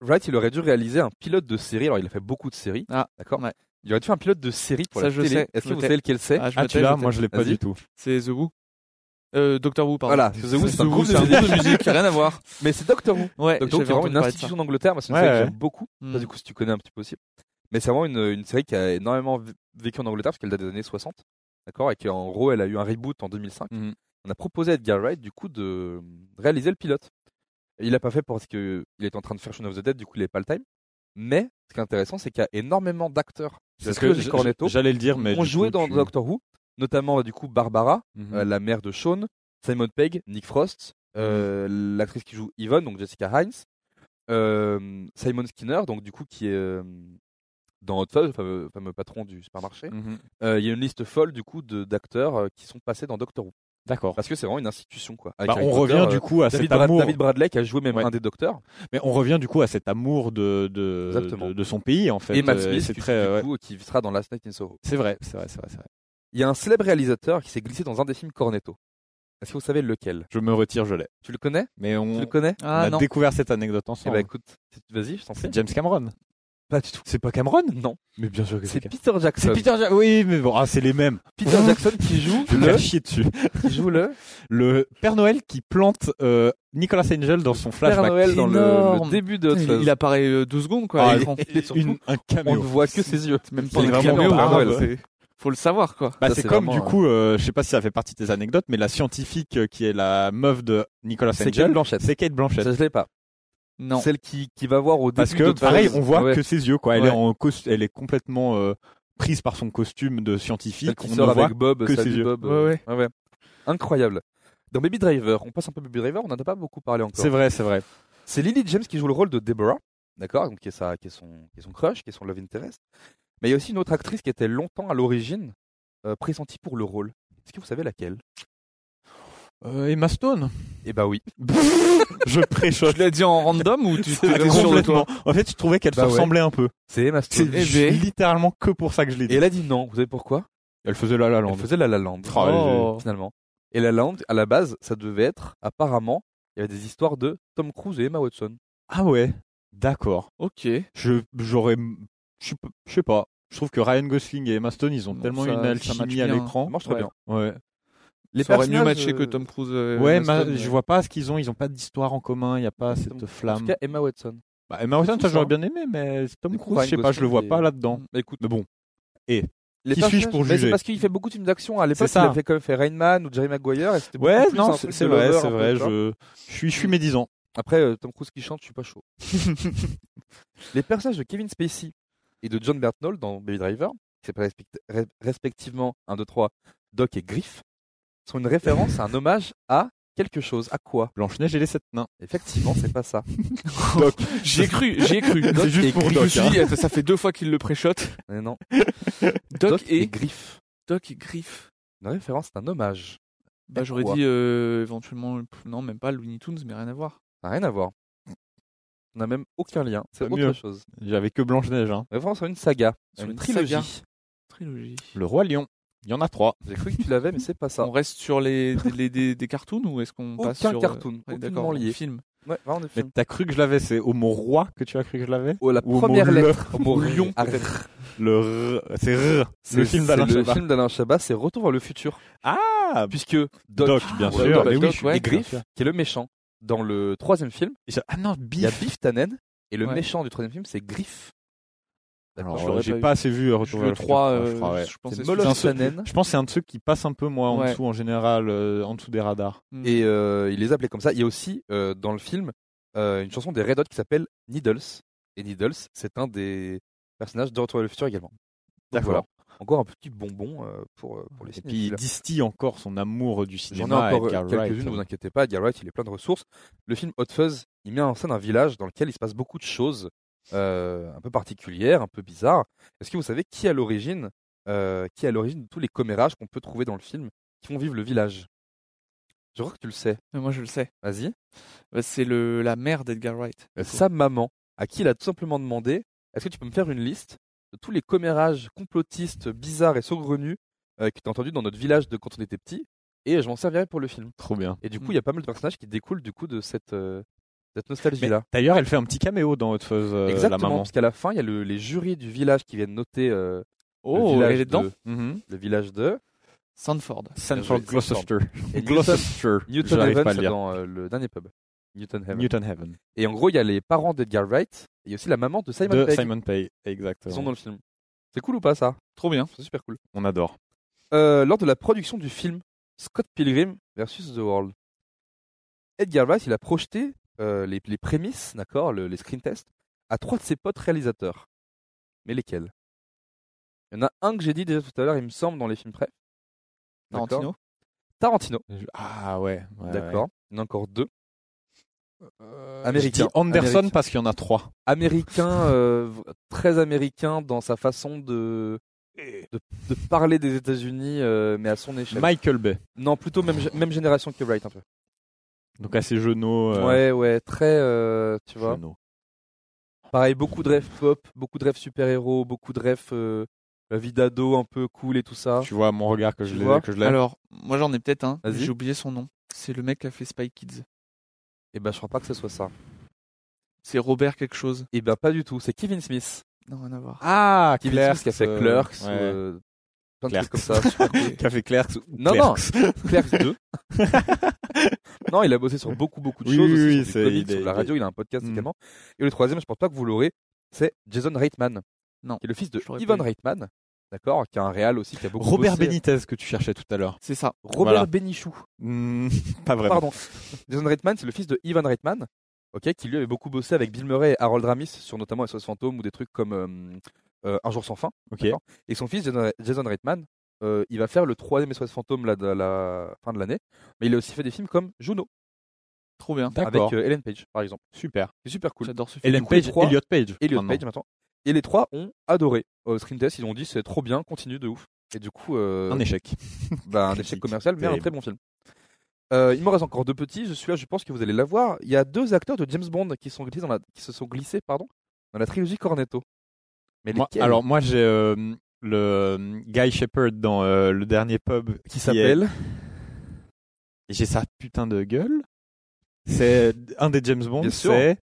Speaker 4: Wright, il aurait dû réaliser un pilote de série. Alors, il a fait beaucoup de séries.
Speaker 5: Ah,
Speaker 4: d'accord.
Speaker 5: ouais.
Speaker 4: Il aurait dû faire un pilote de série pour
Speaker 5: Ça,
Speaker 4: la
Speaker 5: je
Speaker 4: télé.
Speaker 5: sais,
Speaker 4: Est-ce
Speaker 5: je
Speaker 4: que vous
Speaker 5: le sais.
Speaker 4: savez lequel c'est
Speaker 5: Ah, je
Speaker 3: Ah,
Speaker 5: me
Speaker 3: tu
Speaker 5: tais,
Speaker 3: l'as
Speaker 5: me
Speaker 3: Moi,
Speaker 5: tais.
Speaker 3: je l'ai pas
Speaker 4: Vas-y.
Speaker 3: du tout.
Speaker 5: C'est The Who. Euh, Doctor Who, pardon.
Speaker 4: Voilà, The Who, c'est un
Speaker 5: The Who,
Speaker 4: groupe
Speaker 5: c'est un
Speaker 4: de
Speaker 5: groupe de
Speaker 4: musique.
Speaker 5: musique, rien à voir.
Speaker 4: Mais c'est Doctor Who.
Speaker 5: Ouais,
Speaker 4: Doctor Who,
Speaker 5: j'avais
Speaker 4: c'est vraiment
Speaker 5: entendu
Speaker 4: une
Speaker 5: parler de ça.
Speaker 4: institution d'angleterre. Moi, c'est une
Speaker 3: Ouais,
Speaker 4: série que
Speaker 3: ouais.
Speaker 4: j'aime beaucoup.
Speaker 5: Mm.
Speaker 4: Toi, du coup, si tu connais un petit peu aussi. Mais c'est vraiment une, une série qui a énormément vé- vécu en Angleterre parce qu'elle date des années 60. D'accord Et qu'en gros, elle a eu un reboot en 2005.
Speaker 3: Mhm.
Speaker 4: On a proposé à Edgar Wright, du coup, de réaliser le pilote. Et il l'a pas fait parce qu'il était en train de faire Shaun of the Dead, du coup, il n'avait pas le time. Mais ce qui est intéressant, c'est qu'il y a énormément d'acteurs.
Speaker 3: C'est ce
Speaker 4: Parce
Speaker 3: que
Speaker 4: que
Speaker 3: j-
Speaker 4: Cornetto-
Speaker 3: j'allais le dire, mais
Speaker 4: on
Speaker 3: du
Speaker 4: jouait
Speaker 3: coup,
Speaker 4: dans
Speaker 3: tu-
Speaker 4: Doctor Who, notamment euh, du coup Barbara,
Speaker 3: Mhm.
Speaker 4: euh, la mère de Sean, Simon Pegg, Nick Frost, euh,
Speaker 3: Mmh.
Speaker 4: l'actrice qui joue Yvonne, donc Jessica Hines, euh, Simon Skinner, donc du coup qui est euh, dans Hot Fuzz, le fameux, fameux patron du supermarché. Euh,
Speaker 3: Mhm.
Speaker 4: Il y a une liste folle du coup de- d'acteurs euh, qui sont passés dans Doctor Who,
Speaker 3: D'accord.
Speaker 4: parce que c'est vraiment une institution quoi. Avec
Speaker 3: Bah,
Speaker 4: Harry
Speaker 3: on
Speaker 4: Potter, euh,
Speaker 3: revient du coup à
Speaker 4: David,
Speaker 3: cet
Speaker 4: Brad-
Speaker 3: amour.
Speaker 4: David Bradley qui a joué même
Speaker 3: Ouais.
Speaker 4: un des docteurs
Speaker 3: Mais on revient du coup à cet amour de de,
Speaker 4: Exactement.
Speaker 3: de, de son pays en fait.
Speaker 4: et Matt
Speaker 3: Euh,
Speaker 4: Smith
Speaker 3: c'est
Speaker 4: du-
Speaker 3: très.
Speaker 4: du
Speaker 3: euh, ouais.
Speaker 4: coup, qui sera dans Last Night in Soho.
Speaker 3: C'est vrai, c'est vrai, c'est vrai, c'est vrai.
Speaker 4: Il y a un célèbre réalisateur qui s'est glissé dans un des films Cornetto. Est-ce que vous savez lequel
Speaker 3: Je me retire, je l'ai.
Speaker 4: Tu le connais
Speaker 3: Mais on,
Speaker 4: Tu le connais
Speaker 3: on
Speaker 5: Ah
Speaker 3: a
Speaker 5: non.
Speaker 3: découvert cette anecdote
Speaker 4: Eh
Speaker 3: ensemble.
Speaker 4: ben écoute, si tu- vas-y, je t'en prie.
Speaker 3: c'est James Cameron.
Speaker 4: Pas du tout.
Speaker 3: C'est pas Cameron
Speaker 4: Non,
Speaker 3: Mais bien sûr que
Speaker 4: c'est
Speaker 3: c'est. Cameron.
Speaker 4: Peter Jackson.
Speaker 3: C'est Peter Jackson. Oui, mais bon, ah, c'est les mêmes.
Speaker 4: Peter Jackson qui joue
Speaker 3: Je vais me
Speaker 4: le
Speaker 3: faire chier dessus.
Speaker 4: qui joue le
Speaker 3: Le Père Noël qui plante euh, Nicolas Angel dans son
Speaker 4: Père
Speaker 3: flashback.
Speaker 4: Noël dans le- le,
Speaker 5: Énorme.
Speaker 4: début de Hot
Speaker 5: Il,
Speaker 4: Fuzz.
Speaker 5: il apparaît euh, deux secondes, quoi.
Speaker 3: Ah,
Speaker 5: à
Speaker 3: il-
Speaker 5: l'écran.
Speaker 4: Et surtout,
Speaker 3: Une, un
Speaker 4: on ne
Speaker 3: caméo.
Speaker 4: voit que ses yeux.
Speaker 5: C'est même
Speaker 3: C'est
Speaker 5: pas un
Speaker 3: vraiment
Speaker 5: caméo,
Speaker 3: pas
Speaker 5: quoi.
Speaker 3: grave.
Speaker 5: C'est- Faut le savoir, quoi.
Speaker 3: Bah,
Speaker 4: Ça,
Speaker 3: c'est
Speaker 4: c'est
Speaker 3: comme
Speaker 4: vraiment,
Speaker 3: du
Speaker 4: euh,
Speaker 3: coup, euh, je sais pas si ça fait partie de tes anecdotes, mais la scientifique euh, qui est la meuf de Nicolas
Speaker 4: C'est Kate
Speaker 3: Angel,
Speaker 4: Blanchett.
Speaker 3: c'est Kate Blanchett.
Speaker 4: Ça je l'ai pas.
Speaker 5: Non.
Speaker 4: Celle qui qui va voir au début
Speaker 3: Parce que
Speaker 4: d'Hot
Speaker 3: pareil,
Speaker 4: Fuzz.
Speaker 3: on voit
Speaker 4: Ah ouais.
Speaker 3: que ses yeux, quoi. Elle
Speaker 4: Ouais.
Speaker 3: est en cos- elle est complètement euh, prise par son costume de
Speaker 4: celle
Speaker 3: scientifique.
Speaker 4: qui
Speaker 3: On
Speaker 4: sort
Speaker 3: ne voit
Speaker 4: avec Bob,
Speaker 3: que
Speaker 4: salut
Speaker 3: ses yeux.
Speaker 4: Bob.
Speaker 5: Ouais,
Speaker 4: euh,
Speaker 5: ouais.
Speaker 4: ouais, ouais. Incroyable. Dans Baby Driver, on passe un peu Baby Driver, on n'en a pas beaucoup parlé encore.
Speaker 3: C'est vrai, c'est vrai.
Speaker 4: C'est Lily James qui joue le rôle de Deborah, d'accord, donc qui est, sa, qui, est son, qui est son crush, qui est son love interest. Mais il y a aussi une autre actrice qui était longtemps à l'origine euh, pressentie pour le rôle. Est-ce que vous savez laquelle
Speaker 3: Euh, Emma Stone.
Speaker 4: Eh bah oui.
Speaker 3: je préchote.
Speaker 5: Tu l'as dit en random ou tu
Speaker 3: C'était
Speaker 5: t'es vraiment sûr de toi
Speaker 3: complètement. En fait, je trouvais qu'elle
Speaker 4: Bah
Speaker 3: se
Speaker 4: ouais.
Speaker 3: ressemblait un peu.
Speaker 4: C'est Emma
Speaker 3: C'est
Speaker 4: Stone.
Speaker 5: Eh ben.
Speaker 3: littéralement que pour ça que je l'ai
Speaker 4: Et
Speaker 3: dit.
Speaker 4: elle a dit non. Vous savez pourquoi
Speaker 3: Elle faisait la la
Speaker 4: Elle
Speaker 3: lande.
Speaker 4: faisait La La Land.
Speaker 3: Oh,
Speaker 5: Oh.
Speaker 4: Finalement. Et La La Land, à la base, ça devait être, apparemment, il y avait des histoires de Tom Cruise et Emma Watson.
Speaker 3: Ah ouais. D'accord.
Speaker 5: Ok.
Speaker 3: Je j'aurais je sais pas- je sais pas. Je trouve que Ryan Gosling et Emma Stone, ils ont
Speaker 5: Non,
Speaker 3: tellement
Speaker 5: ça-
Speaker 3: une
Speaker 5: ça
Speaker 3: alchimie
Speaker 5: matche
Speaker 3: à
Speaker 5: bien.
Speaker 3: l'écran.
Speaker 4: Ça marche très
Speaker 5: Ouais.
Speaker 4: bien. Euh,
Speaker 3: Ouais.
Speaker 4: Les
Speaker 5: ça aurait mieux
Speaker 4: personnages,
Speaker 5: matché que
Speaker 4: euh,
Speaker 5: Tom Cruise. euh,
Speaker 3: Ouais,
Speaker 5: Emma
Speaker 3: ma-
Speaker 5: Stone,
Speaker 3: je
Speaker 5: euh.
Speaker 3: vois pas ce qu'ils ont. Ils ont pas d'histoire en commun. Il y a pas cette
Speaker 4: En tout
Speaker 3: flamme.
Speaker 4: cas, Emma Watson.
Speaker 3: Bah, Emma Watson,
Speaker 4: Tout
Speaker 3: ça
Speaker 4: ça.
Speaker 3: j'aurais bien aimé, mais Tom
Speaker 4: Du coup,
Speaker 3: Cruise, je sais
Speaker 4: Ryan
Speaker 3: pas, je le vois
Speaker 4: Gosling
Speaker 3: pas
Speaker 4: est-
Speaker 3: là-dedans.
Speaker 4: Bah, écoute,
Speaker 3: Mais bon,
Speaker 4: les
Speaker 3: Qui suis-je
Speaker 4: personnages-
Speaker 3: pour
Speaker 4: mais
Speaker 3: juger
Speaker 4: C'est parce qu'il fait beaucoup de films d'action. À l'époque, il
Speaker 3: ça.
Speaker 4: a fait quand même fait Rain Man ou Jerry Maguire. et c'était
Speaker 3: ouais,
Speaker 4: beaucoup plus un
Speaker 3: non,
Speaker 4: truc
Speaker 3: c'est
Speaker 4: de
Speaker 3: c'est vrai,
Speaker 4: lover,
Speaker 3: c'est
Speaker 4: un peu,
Speaker 3: vrai.
Speaker 4: tu vois.
Speaker 3: Je, je suis, je suis médisant.
Speaker 4: Après, euh, Tom Cruise qui chante, je suis pas chaud. les personnages de Kevin Spacey et de John Berthold dans Baby Driver, qui s'appellent respect- re- respectivement 1, 2, 3, Doc et Griff, sont une référence, un hommage à quelque chose. À quoi
Speaker 3: Blanche Neige et les sept nains.
Speaker 4: Effectivement, c'est pas ça.
Speaker 5: J'y ai cru, j'y ai cru.
Speaker 3: C'est
Speaker 5: Doc
Speaker 3: juste
Speaker 5: et
Speaker 3: pour
Speaker 5: Griff.
Speaker 3: Doc,
Speaker 5: Je me suis
Speaker 3: hein.
Speaker 5: dit, attends, ça fait deux fois qu'il le préchote.
Speaker 4: Mais non.
Speaker 5: Doc et
Speaker 4: Griff.
Speaker 5: Doc et Griff.
Speaker 4: Une référence, c'est un hommage.
Speaker 5: Bah, j'aurais
Speaker 4: Quoi
Speaker 5: dit euh, éventuellement, pff, non, même pas Looney Tunes, mais rien à voir.
Speaker 4: Ça n'a rien à voir. On n'a même aucun lien. C'est
Speaker 3: Pas
Speaker 4: autre
Speaker 3: mieux.
Speaker 4: chose.
Speaker 3: J'avais que Blanche Neige. Hein.
Speaker 4: Référence à une saga, à
Speaker 5: Sur
Speaker 4: une,
Speaker 5: une
Speaker 4: trilogie.
Speaker 5: saga. Trilogie.
Speaker 3: Le roi lion. Il y en a trois.
Speaker 4: J'ai cru que tu l'avais, mais c'est pas ça.
Speaker 5: On reste sur les, des- les- des, des cartoons ou est-ce qu'on passe
Speaker 4: Aucun
Speaker 5: sur. euh,
Speaker 4: cartoon,
Speaker 5: ouais,
Speaker 4: aucunement
Speaker 5: d'accord,
Speaker 4: lié.
Speaker 5: Film.
Speaker 4: Ouais, vraiment des
Speaker 3: Mais
Speaker 4: films.
Speaker 3: t'as cru que je l'avais C'est au mot roi que tu as cru que je l'avais
Speaker 4: Oh, la
Speaker 3: Ou au
Speaker 4: première
Speaker 3: mot le-
Speaker 4: lettre, au mot
Speaker 3: le lion,
Speaker 4: Ah,
Speaker 3: peut-être. Le r. C'est r. Le film d'Alain
Speaker 4: c'est Le
Speaker 3: Chabat.
Speaker 4: film d'Alain Chabat, c'est Retour vers le futur.
Speaker 3: Ah,
Speaker 4: Puisque Doc,
Speaker 3: Doc, bien
Speaker 4: ouais,
Speaker 3: sûr.
Speaker 4: Doc,
Speaker 3: mais oui,
Speaker 4: Doc,
Speaker 3: je suis
Speaker 5: ouais,
Speaker 4: et Griff,
Speaker 3: bien sûr.
Speaker 4: qui est le méchant, dans le troisième film,
Speaker 3: Et ça- Ah non,
Speaker 4: il y a
Speaker 3: Biff.
Speaker 4: Biff Tannen, et le
Speaker 5: Ouais.
Speaker 4: méchant du troisième film, c'est Griff.
Speaker 3: Alors, euh,
Speaker 5: je l'aurais
Speaker 3: j'ai
Speaker 5: pas
Speaker 3: pas,
Speaker 5: eu.
Speaker 3: assez vu Retour vers
Speaker 5: le
Speaker 3: le
Speaker 5: 3,
Speaker 3: futur, je crois, ouais.
Speaker 5: je pensais
Speaker 4: C'est
Speaker 3: un
Speaker 4: Moloch
Speaker 3: seul-
Speaker 4: Tannen,
Speaker 3: Je pense que c'est un de ceux qui passe un peu, moi, en
Speaker 5: Ouais.
Speaker 3: dessous, en général, euh, en dessous des radars.
Speaker 5: Hmm.
Speaker 4: et euh, il les appelait comme ça. Il y a aussi, euh, dans le film, euh, une chanson des Red Hot qui s'appelle Needles. Et Needles, c'est un des personnages de Retour vers le futur également. Donc voilà. Encore un petit bonbon euh, pour, euh, pour les
Speaker 3: Et puis il
Speaker 4: cinéphiles.
Speaker 3: distille encore son amour du
Speaker 4: J'en ai
Speaker 3: cinéma.
Speaker 4: encore euh,
Speaker 3: Edgar Wright.
Speaker 4: quelques-unes, ne vous inquiétez pas. Edgar Wright, il est plein de ressources. Le film Hot Fuzz, il met en scène un village dans lequel il se passe beaucoup de choses. euh, un peu particulière, un peu bizarre. Est-ce que vous savez qui est à l'origine, euh, qui est à l'origine de tous les commérages qu'on peut trouver dans le film qui font vivre le village Je crois que tu le sais.
Speaker 5: Mais moi, je le sais.
Speaker 4: Vas-y.
Speaker 5: Bah, c'est le, la mère d'Edgar Wright.
Speaker 4: Euh, sa maman, à qui il a tout simplement demandé Est-ce que tu peux me faire une liste de tous les commérages complotistes, bizarres et saugrenus euh, que tu as entendus dans notre village de quand on était petit Et je m'en servirai pour le film.
Speaker 3: Trop bien.
Speaker 4: Et du coup,
Speaker 5: Mm.
Speaker 4: il y a pas mal de personnages qui découlent du coup de cette, euh, cette nostalgie-là.
Speaker 3: D'ailleurs, elle fait un petit caméo dans Hot Fuzz, euh, la
Speaker 4: Exactement,
Speaker 3: maman.
Speaker 4: parce qu'à la fin, il y a le- les jurys du village qui viennent noter euh,
Speaker 5: Oh,
Speaker 4: le,
Speaker 5: elle
Speaker 4: village
Speaker 5: est dedans
Speaker 4: de, Mhm. le village de.
Speaker 5: Sandford.
Speaker 3: Sanford
Speaker 4: Bien joué,
Speaker 3: Gloucester.
Speaker 4: Et
Speaker 3: Gloucester.
Speaker 4: Newton
Speaker 3: J'arrive
Speaker 4: Haven,
Speaker 3: pas à le
Speaker 4: c'est
Speaker 3: lire.
Speaker 4: dans euh, le dernier pub. Newton Haven.
Speaker 3: Newton Heaven.
Speaker 4: Et en gros, il y a les parents d'Edgar Wright et il y a aussi la maman de Simon
Speaker 3: de
Speaker 4: Pegg
Speaker 3: Simon Pay.
Speaker 4: qui
Speaker 3: Exactement.
Speaker 4: sont dans le film. C'est cool ou pas ça
Speaker 5: Trop bien.
Speaker 4: C'est super cool.
Speaker 3: On adore.
Speaker 4: Euh, lors de la production du film Scott Pilgrim versus The World, Edgar Wright il a projeté euh, les, les prémices, d'accord, le- les screen tests, à trois de ses potes réalisateurs. Mais lesquels Il y en a un que j'ai dit déjà tout à l'heure, il me semble, dans les films prêts. D'accord
Speaker 5: Tarantino.
Speaker 4: Tarantino,
Speaker 3: Ah ouais. ouais,
Speaker 4: d'accord. Il y en a encore deux.
Speaker 3: ouais.
Speaker 4: Américain.
Speaker 3: Je dis Anderson
Speaker 4: Américain.
Speaker 3: parce qu'il y en a trois.
Speaker 4: Américain, euh, v- très américain dans sa façon de, de, de parler des États-Unis, euh, mais à son échelle.
Speaker 3: Michael Bay.
Speaker 4: Non, plutôt même, gé- même génération que Wright, un peu.
Speaker 3: Donc assez genoux.
Speaker 4: Ouais, ouais, très, euh, tu vois. Pareil, beaucoup de rêves pop, beaucoup de rêves super-héros, beaucoup de rêves euh, la vie d'ado un peu cool et tout ça.
Speaker 3: Tu vois mon regard que
Speaker 4: Tu
Speaker 3: je
Speaker 4: vois
Speaker 3: l'ai- que je l'ai.
Speaker 5: Alors, moi, j'en ai peut-être un. mais
Speaker 4: Vas-y.
Speaker 5: J'ai oublié son nom. C'est le mec qui a fait Spy Kids.
Speaker 4: Et ben, je crois pas que ce soit ça.
Speaker 5: C'est Robert quelque chose.
Speaker 4: Et ben, pas du tout. C'est Kevin Smith.
Speaker 5: Non, rien à voir.
Speaker 3: Ah,
Speaker 4: Kevin Smith qui a fait
Speaker 3: euh,
Speaker 4: Clerks,
Speaker 3: ouais.
Speaker 4: euh, plein de
Speaker 3: Clerks.
Speaker 4: trucs comme ça. super cool.
Speaker 3: Qui a fait Clerks. ou
Speaker 4: Non, non.
Speaker 3: Clerks.
Speaker 4: Clerks 2. non, il a bossé sur beaucoup, beaucoup de
Speaker 3: Oui,
Speaker 4: choses.
Speaker 3: oui,
Speaker 4: aussi, sur des
Speaker 3: oui, c'est-
Speaker 4: comics,
Speaker 3: il est-
Speaker 4: sur la
Speaker 3: il
Speaker 4: radio,
Speaker 3: est-
Speaker 4: il a un podcast
Speaker 3: Mm.
Speaker 4: également. Et le troisième, je pense pas que vous l'aurez, c'est Jason Reitman.
Speaker 5: Non,
Speaker 4: Qui est le fils de
Speaker 5: je l'aurais
Speaker 4: Ivan
Speaker 5: pas eu.
Speaker 4: Reitman. D'accord Qui a un réal aussi, qui a beaucoup
Speaker 3: Robert
Speaker 4: bossé.
Speaker 3: Benitez que tu cherchais tout à l'heure.
Speaker 5: C'est ça.
Speaker 4: Robert
Speaker 3: Voilà.
Speaker 4: Benichou.
Speaker 3: Hmm, pas vraiment.
Speaker 4: Pardon. Jason Reitman, c'est le fils de Ivan Reitman, ok, qui lui avait beaucoup bossé avec Bill Murray et Harold Ramis sur notamment SOS Fantôme ou des trucs comme euh, euh, Un jour sans fin.
Speaker 3: Ok.
Speaker 4: D'accord. Et son fils, Jason Jason Reitman, euh, il va faire le troisième SOS Fantôme là, de la fin de l'année. Mais il a aussi fait des films comme Juno
Speaker 5: Trop bien.
Speaker 4: avec
Speaker 3: D'accord.
Speaker 4: euh, Ellen Page, par exemple.
Speaker 3: Super.
Speaker 4: C'est super cool.
Speaker 5: J'adore ce film.
Speaker 3: Ellen
Speaker 4: coup, les
Speaker 3: Page,
Speaker 4: trois-
Speaker 3: Elliot Page.
Speaker 4: Elliot
Speaker 3: maintenant.
Speaker 4: Page maintenant. Et les trois ont adoré euh, Screen Test. Ils ont dit c'est trop bien, continue de ouf. Et du coup, euh,
Speaker 3: Un échec.
Speaker 4: bah, un échec
Speaker 3: Critique.
Speaker 4: commercial, mais un
Speaker 3: Terrible.
Speaker 4: très bon film. Euh, il me reste encore deux petits. Je suis là, je pense que vous allez l'avoir. Il y a deux acteurs de James Bond qui, sont glissés dans la- qui se sont glissés pardon, dans la trilogie Cornetto. Mais
Speaker 3: Moi-
Speaker 4: lesquels
Speaker 3: alors moi j'ai euh, le euh, Guy Shepard dans euh, le dernier pub
Speaker 4: qui s'appelle
Speaker 3: est- J'ai sa putain de gueule. C'est un des James Bond.
Speaker 4: Bien sûr.
Speaker 3: C'est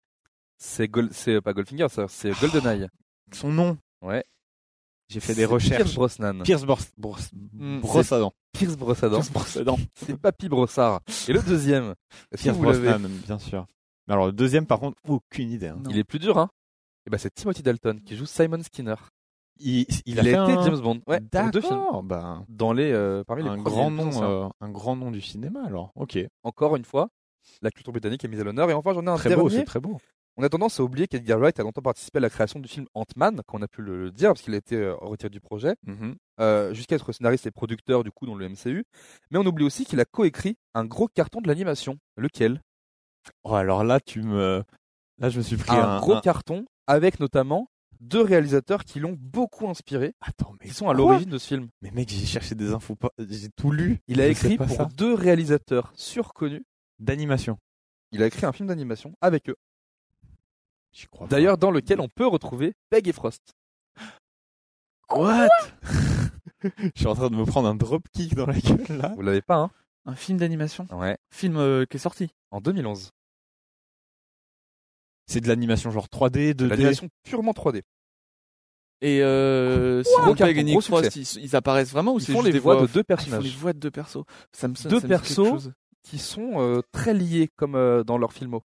Speaker 4: C'est Gol- c'est pas Goldfinger, ça, c'est Goldeneye.
Speaker 3: son nom.
Speaker 4: Ouais.
Speaker 3: J'ai fait Oh, des
Speaker 4: C'est
Speaker 3: recherches.
Speaker 4: Pierce Brosnan.
Speaker 3: Pierce Bors, Bors,
Speaker 4: Hmm,
Speaker 5: Mm,
Speaker 3: Brosnan.
Speaker 4: Pierce Brosnan.
Speaker 3: Brosnan.
Speaker 4: C'est Papy Brossard. Et le deuxième, est-ce que
Speaker 3: Pierce
Speaker 4: vous l'avez
Speaker 3: Brosnan, bien sûr. Mais alors le deuxième par contre aucune idée. hein.
Speaker 5: Non.
Speaker 4: Il est plus dur, hein Et ben c'est Timothy Dalton qui joue Simon Skinner.
Speaker 3: Il,
Speaker 4: Il,
Speaker 3: il
Speaker 4: a,
Speaker 3: fait
Speaker 4: été
Speaker 3: un-
Speaker 4: James Bond. Ouais, dans deux films.
Speaker 3: D'accord. Ben,
Speaker 4: Dans les, euh, parmi les
Speaker 3: un
Speaker 4: premiers,
Speaker 3: grand
Speaker 4: putain, c'est
Speaker 3: nom,
Speaker 4: un
Speaker 3: euh, un grand nom du cinéma alors. Ok.
Speaker 4: encore une fois, la culture britannique est mise à l'honneur. Et enfin, j'en ai un
Speaker 3: Très
Speaker 4: dernier.
Speaker 3: beau, c'est très beau.
Speaker 4: on a tendance à oublier qu'Edgar Wright a longtemps participé à la création du film Ant-Man, qu'on a pu le, le dire, parce qu'il a été euh, retiré du projet,
Speaker 3: Mhm.
Speaker 4: euh, jusqu'à être scénariste et producteur, du coup, dans le MCU. Mais on oublie aussi qu'il a coécrit un gros carton de l'animation. Lequel
Speaker 3: Oh alors là tu me, là je me suis pris
Speaker 4: Un,
Speaker 3: un,
Speaker 4: gros
Speaker 3: un-
Speaker 4: carton, avec notamment deux réalisateurs qui l'ont beaucoup inspiré,
Speaker 3: Attends mais
Speaker 4: qui sont à
Speaker 3: quoi
Speaker 4: l'origine de ce film.
Speaker 3: Mais mec, j'ai cherché des infos, pas- j'ai tout lu.
Speaker 4: Il a
Speaker 3: Je sais
Speaker 4: écrit
Speaker 3: pas
Speaker 4: pour
Speaker 3: ça.
Speaker 4: deux réalisateurs surconnus.
Speaker 3: d'animation.
Speaker 4: Il a écrit un film d'animation avec eux.
Speaker 3: J'y crois. pas.
Speaker 4: D'ailleurs, dans lequel on peut retrouver Peg et Frost.
Speaker 3: what Je suis en train de me prendre un dropkick dans la gueule là.
Speaker 4: Vous l'avez pas, hein
Speaker 5: Un film d'animation.
Speaker 4: Ouais.
Speaker 5: Film euh, qui est sorti.
Speaker 4: En 2011.
Speaker 3: C'est de l'animation genre 3D, 2D.
Speaker 4: L'animation purement 3D.
Speaker 5: Et euh,
Speaker 4: Gros
Speaker 5: Simon
Speaker 4: carton,
Speaker 5: Pegg et
Speaker 4: gros
Speaker 5: Nick Frost, ils, ils apparaissent vraiment ou
Speaker 4: Ils
Speaker 5: c'est
Speaker 4: font
Speaker 5: juste
Speaker 4: les
Speaker 5: des
Speaker 4: voix de
Speaker 5: off
Speaker 4: deux
Speaker 5: Ah, Ils font les
Speaker 4: personnages.
Speaker 5: voix de deux persos. Ça me ça-
Speaker 4: Deux
Speaker 5: ça me dit
Speaker 4: persos.
Speaker 5: quelque chose.
Speaker 4: qui sont euh, très liés comme euh, dans leurs filmo.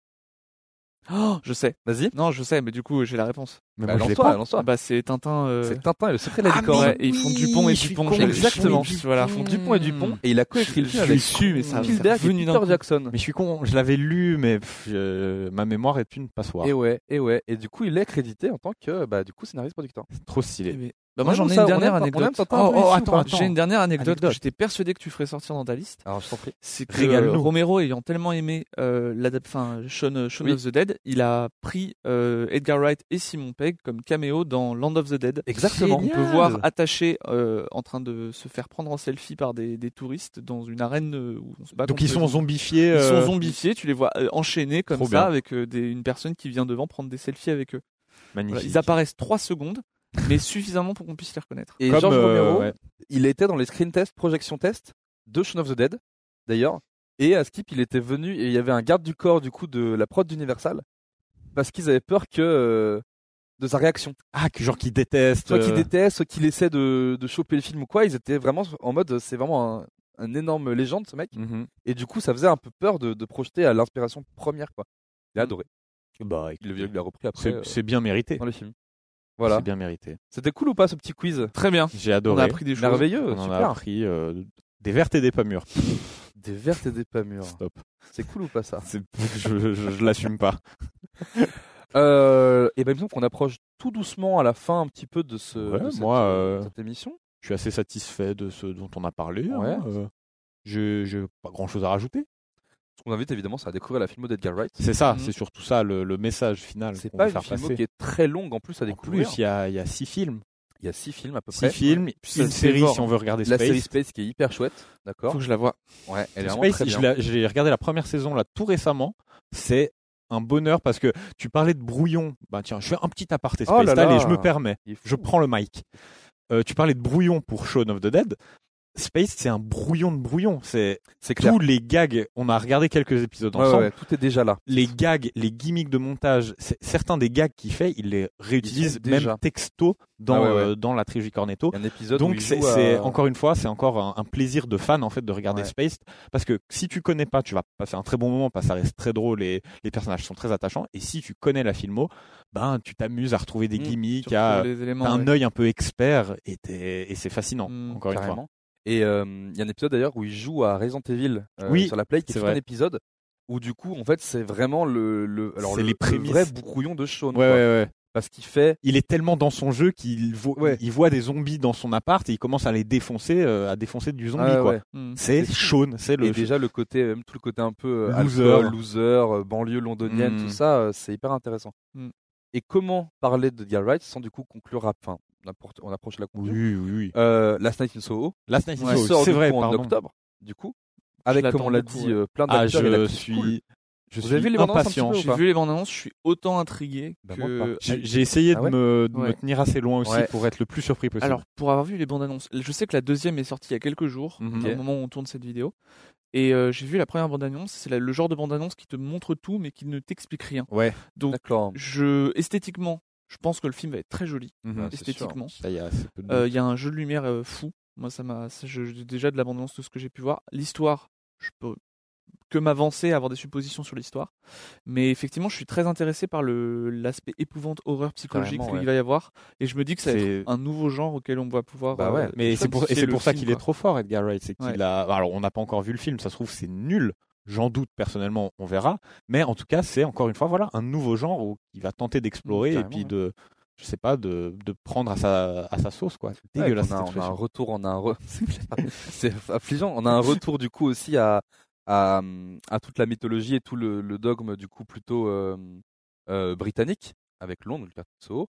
Speaker 5: Oh, je sais.
Speaker 4: Vas-y.
Speaker 5: Non, je sais, mais du coup, j'ai la réponse.
Speaker 3: Mais
Speaker 4: Bah,
Speaker 3: moi, je l'ai
Speaker 4: lance-toi,
Speaker 3: pas.
Speaker 4: lance-toi.
Speaker 5: Bah, c'est Tintin. euh,
Speaker 4: C'est Tintin et le secret de la
Speaker 2: Ah,
Speaker 4: licorne.
Speaker 2: mais-
Speaker 5: ouais, et ils font Dupont et
Speaker 2: je suis
Speaker 5: Dupont.
Speaker 2: con,
Speaker 5: je l'ai-
Speaker 4: exactement.
Speaker 5: Voilà.
Speaker 4: Ils font Dupont et Dupont et il a coécrit le
Speaker 5: Je
Speaker 4: film avec
Speaker 5: suis su, mais ça-
Speaker 4: Spielberg
Speaker 5: ça a
Speaker 4: et
Speaker 5: venu d'un
Speaker 4: Peter
Speaker 5: coup.
Speaker 4: Jackson.
Speaker 3: Mais je suis con, je l'avais lu, mais pff, euh, ma mémoire est une passoire.
Speaker 4: Et ouais, et ouais. Et du coup, il est crédité en tant que bah, du coup scénariste producteur.
Speaker 3: Trop stylé.
Speaker 5: Mais- Bah, moi,
Speaker 4: On
Speaker 5: j'en
Speaker 4: aime
Speaker 5: ai
Speaker 4: ça,
Speaker 5: une
Speaker 4: on
Speaker 5: dernière
Speaker 4: aime- on aime
Speaker 5: anecdote.
Speaker 4: Tintin un peu ici ou pas
Speaker 5: J'ai une dernière anecdote que
Speaker 3: Anecdote.
Speaker 5: j'étais persuadé que tu ferais sortir dans ta liste.
Speaker 4: Alors je t'en prie.
Speaker 5: c'est que
Speaker 3: Régale-nous.
Speaker 5: euh, Romero ayant tellement aimé euh, l'adap- enfin, Shaun, Shaun
Speaker 4: Oui.
Speaker 5: of the Dead, il a pris euh, Edgar Wright et Simon Pegg comme caméo dans Land of the Dead.
Speaker 4: Exactement.
Speaker 5: On peut voir attaché euh, en train de se faire prendre en selfie par des, des touristes dans une arène euh, où on se bat.
Speaker 3: Donc
Speaker 5: contre
Speaker 3: ils
Speaker 5: les
Speaker 3: sont
Speaker 5: zombies.
Speaker 3: zombifiés.
Speaker 5: Ils sont
Speaker 3: euh,
Speaker 5: zombifiés, tu les vois euh, enchaînés comme
Speaker 3: Trop
Speaker 5: ça
Speaker 3: bien.
Speaker 5: avec euh, des- une personne qui vient devant prendre des selfies avec eux. Voilà,
Speaker 3: Magnifique.
Speaker 5: ils apparaissent 3 secondes, mais suffisamment pour qu'on puisse les reconnaître.
Speaker 4: Et
Speaker 3: Comme,
Speaker 4: George
Speaker 3: euh,
Speaker 4: Romero,
Speaker 3: ouais.
Speaker 4: il était dans les screen tests, projection tests de Shaun of the Dead, d'ailleurs. Et à Skip, il était venu et il y avait un garde du corps du coup de la prod d'Universal parce qu'ils avaient peur que euh, de sa réaction.
Speaker 3: Ah, que genre qui déteste.
Speaker 4: Soit qu'il
Speaker 3: euh,
Speaker 4: déteste, soit qu'il essaie de, de choper le film ou quoi. Ils étaient vraiment en mode c'est vraiment un, un énorme légende ce mec.
Speaker 3: mhm.
Speaker 4: Et du coup, ça faisait un peu peur de, de projeter à l'inspiration première quoi. Il a adoré.
Speaker 3: Bah,
Speaker 4: Il l'a- il l'a repris après
Speaker 3: c'est
Speaker 4: euh,
Speaker 3: c'est bien mérité.
Speaker 4: dans le film. Voilà.
Speaker 3: C'est bien mérité.
Speaker 4: C'était cool ou pas ce petit quiz
Speaker 5: Très bien.
Speaker 3: J'ai
Speaker 5: On
Speaker 3: adoré.
Speaker 5: a appris des choses.
Speaker 4: Merveilleux,
Speaker 3: On en a
Speaker 4: super.
Speaker 3: appris euh, des vertes et des pas mûres.
Speaker 4: Des vertes et des pas mûres.
Speaker 3: Stop.
Speaker 4: C'est cool ou pas ça
Speaker 3: Ah, C'est- Je, je, je l'assume pas.
Speaker 4: Euh, et ben, il me semble qu'on approche tout doucement à la fin un petit peu de, ce,
Speaker 3: Ouais,
Speaker 4: de cette,
Speaker 3: moi,
Speaker 4: euh,
Speaker 3: euh,
Speaker 4: cette émission.
Speaker 3: Je suis assez satisfait de ce dont on a parlé.
Speaker 4: Ouais.
Speaker 3: hein, euh, je j'ai pas grand chose à rajouter.
Speaker 4: Ce qu'on invite évidemment, c'est à découvrir la filmo d'Edgar Wright.
Speaker 3: C'est ça,
Speaker 5: Mhm.
Speaker 3: c'est surtout ça le, le message final.
Speaker 4: C'est
Speaker 3: qu'on
Speaker 4: pas
Speaker 3: veut
Speaker 4: une
Speaker 3: faire
Speaker 4: filmo
Speaker 3: passer.
Speaker 4: qui est très longue en plus à
Speaker 3: En
Speaker 4: découvrir.
Speaker 3: plus, il y a, il y a six films.
Speaker 4: il y a six films à peu
Speaker 3: Six
Speaker 4: près.
Speaker 3: films,
Speaker 5: Ça
Speaker 3: une
Speaker 5: se
Speaker 3: série
Speaker 5: dévore.
Speaker 3: si on veut regarder
Speaker 4: La
Speaker 3: Space.
Speaker 4: série Space qui est hyper chouette, d'accord
Speaker 5: Faut que je la vois.
Speaker 4: Ouais, elle est vraiment
Speaker 3: Space,
Speaker 4: très
Speaker 3: je
Speaker 4: bien.
Speaker 3: l'ai- j'ai regardé la première saison là tout récemment. C'est un bonheur parce que tu parlais de brouillon. Bah tiens, je fais un petit aparté
Speaker 4: Oh
Speaker 3: Space
Speaker 4: là
Speaker 3: Tal
Speaker 4: là.
Speaker 3: et je me permets.
Speaker 4: Il est fou.
Speaker 3: Je prends le mic. Euh, tu parlais de brouillon pour Shaun of the Dead. Space, c'est un brouillon de brouillon. C'est
Speaker 4: C'est clair.
Speaker 3: tous les gags. On a regardé quelques épisodes
Speaker 4: Ouais, ouais,
Speaker 3: ensemble.
Speaker 4: ouais, tout est déjà là.
Speaker 3: Les gags, les gimmicks de montage, c'est- certains des gags qu'il fait, il les réutilise
Speaker 4: déjà.
Speaker 3: même texto dans,
Speaker 4: Ah ouais, ouais.
Speaker 3: euh, dans la trilogie Cornetto.
Speaker 4: Il y a un épisode où
Speaker 3: Donc
Speaker 4: il
Speaker 3: c'est
Speaker 4: joue à-
Speaker 3: c'est- encore une fois, c'est encore un, un plaisir de fan en fait de regarder
Speaker 4: Ouais.
Speaker 3: Space parce que si tu connais pas, tu vas passer un très bon moment, parce que ça reste très drôle et les personnages sont très attachants. Et si tu connais la filmo, ben tu t'amuses à retrouver des
Speaker 5: Mm,
Speaker 3: gimmicks,
Speaker 5: Surtout
Speaker 3: à
Speaker 5: les éléments,
Speaker 3: t'as un
Speaker 5: ouais.
Speaker 3: œil un peu expert et, t'es- et c'est fascinant.
Speaker 5: Mm,
Speaker 3: encore une fois.
Speaker 4: carrément. Et euh, il y a un épisode d'ailleurs où il joue à Resident Evil euh,
Speaker 3: Oui,
Speaker 4: sur la Play, qui est
Speaker 3: c'est
Speaker 4: tout
Speaker 3: vrai.
Speaker 4: un épisode où du coup, en fait, c'est vraiment le, le, alors,
Speaker 3: C'est
Speaker 4: le-
Speaker 3: les
Speaker 4: le vrai
Speaker 3: prémices.
Speaker 4: brouillon de Shaun.
Speaker 3: Ouais,
Speaker 4: quoi.
Speaker 3: ouais, ouais.
Speaker 4: Parce qu'il fait
Speaker 3: Il est tellement dans son jeu qu'il voit,
Speaker 4: Ouais.
Speaker 3: il voit des zombies dans son appart et il commence à les défoncer, euh, à défoncer du zombie
Speaker 4: Ah,
Speaker 3: quoi.
Speaker 4: ouais.
Speaker 5: Mm.
Speaker 3: C'est
Speaker 4: C'est
Speaker 3: Sean, c'est
Speaker 4: Et
Speaker 3: le
Speaker 4: déjà le côté, même tout le côté un peu euh,
Speaker 3: Loser.
Speaker 4: alcool, loser, euh, banlieue londonienne,
Speaker 3: Mm.
Speaker 4: tout ça, euh, c'est hyper intéressant.
Speaker 5: Mm.
Speaker 4: Et comment parler de Edgar Wright sans du coup conclure à fin on, apporte- on approche la conclusion.
Speaker 3: Oui, oui, oui.
Speaker 4: Euh, Last Night in Soho,
Speaker 3: Last Night in
Speaker 5: Ouais.
Speaker 4: qui
Speaker 3: Soho,
Speaker 4: sort
Speaker 3: c'est
Speaker 4: du
Speaker 3: vrai,
Speaker 4: coup en
Speaker 3: pardon.
Speaker 4: octobre, du coup, avec
Speaker 5: l'attends
Speaker 4: comme on l'a
Speaker 5: beaucoup,
Speaker 4: dit,
Speaker 5: ouais.
Speaker 4: euh, plein
Speaker 3: Ah,
Speaker 4: d'acteurs. et
Speaker 3: je
Speaker 4: d'actrices cool.
Speaker 3: suis, je
Speaker 4: Vous
Speaker 3: suis
Speaker 4: avez vu les bandes annonces un petit
Speaker 3: impatient.
Speaker 4: peu ou
Speaker 5: J'ai
Speaker 4: pas
Speaker 5: vu les bandes annonces, je suis autant intrigué
Speaker 4: Bah, moi,
Speaker 5: que.
Speaker 3: J'ai j'ai essayé
Speaker 4: Ah
Speaker 3: de,
Speaker 4: ouais
Speaker 3: me, de me
Speaker 5: Ouais.
Speaker 3: tenir assez loin aussi
Speaker 4: Ouais.
Speaker 3: pour être le plus surpris possible.
Speaker 5: Alors, pour avoir vu les bandes annonces, je sais que la deuxième est sortie il y a quelques jours,
Speaker 3: Mhm.
Speaker 5: au
Speaker 3: Ok.
Speaker 5: moment où on tourne cette vidéo. Et euh, j'ai vu la première bande annonce, c'est la- le genre de bande annonce qui te montre tout mais qui ne t'explique rien.
Speaker 3: ouais,
Speaker 5: Donc,
Speaker 4: D'accord.
Speaker 5: je, esthétiquement, je pense que le film va être très joli,
Speaker 4: Mhm. c'est sûr.
Speaker 5: esthétiquement.
Speaker 3: ça y a assez peu de...
Speaker 5: Euh, Il y a un jeu de lumière euh, fou. Moi, ça m'a. ça, je- je- Déjà de l'abondance de ce que j'ai pu voir. L'histoire, je peux que m'avancer, avoir des suppositions sur l'histoire. Mais effectivement, je suis très intéressé par le l'aspect épouvante, horreur psychologique
Speaker 4: Carrément,
Speaker 5: qu'il
Speaker 4: ouais.
Speaker 5: va y avoir. Et je me dis que ça va
Speaker 3: C'est-
Speaker 5: être un nouveau genre auquel on va pouvoir.
Speaker 4: Bah ouais,
Speaker 5: euh,
Speaker 3: mais c'est pour, et
Speaker 5: modifier
Speaker 3: c'est
Speaker 5: le
Speaker 3: pour ça
Speaker 5: film,
Speaker 3: qu'il est
Speaker 5: quoi.
Speaker 3: trop fort, Edgar Wright. C'est qu'il
Speaker 5: Ouais.
Speaker 3: a. Alors, on n'a pas encore vu le film. Ça se trouve, c'est nul. J'en doute personnellement. On verra. Mais en tout cas, c'est encore une fois, voilà, un nouveau genre où il va tenter d'explorer et
Speaker 4: carrément,
Speaker 3: puis
Speaker 4: ouais.
Speaker 3: de, je sais pas, de, de prendre à sa, à sa sauce, quoi. C'est
Speaker 4: Ouais,
Speaker 3: dégueulasse.
Speaker 4: on a- on
Speaker 3: cette
Speaker 4: a, un
Speaker 3: expression.
Speaker 4: retour, on a un re- c'est clair. c'est affligeant. On a un retour du coup aussi à, à, à toute la mythologie et tout le, le dogme du coup plutôt euh, euh, britannique avec Londres, le quartier de Soho,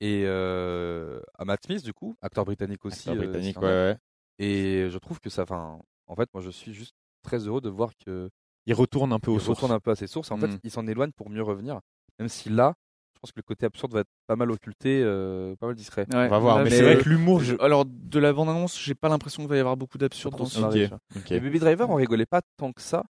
Speaker 4: et euh, à Matt Smith du coup, acteur britannique aussi.
Speaker 3: Acteur
Speaker 4: euh,
Speaker 3: britannique, ouais,
Speaker 4: Scanlan.
Speaker 3: ouais.
Speaker 4: Et je trouve que ça, enfin, en fait, moi je suis juste très heureux de voir que
Speaker 3: Il retourne un peu
Speaker 4: il
Speaker 3: au
Speaker 4: retourne un peu à ses sources. En fait,
Speaker 3: Mm.
Speaker 4: il s'en éloigne pour mieux revenir, même si là, je pense que le côté absurde va être pas mal occulté, euh, pas mal discret.
Speaker 5: Ouais.
Speaker 3: On va voir.
Speaker 5: Là, euh,
Speaker 3: Mais
Speaker 5: je-
Speaker 3: c'est vrai que l'humour. je-
Speaker 5: Alors, de la bande annonce, j'ai pas l'impression qu'il va y avoir beaucoup d'absurde
Speaker 4: Pas
Speaker 5: dans
Speaker 4: trop
Speaker 5: ce
Speaker 4: se
Speaker 5: film.
Speaker 3: Ok.
Speaker 4: marrer, tu vois.
Speaker 3: Ok.
Speaker 4: Les Baby Driver, on rigolait pas tant que ça,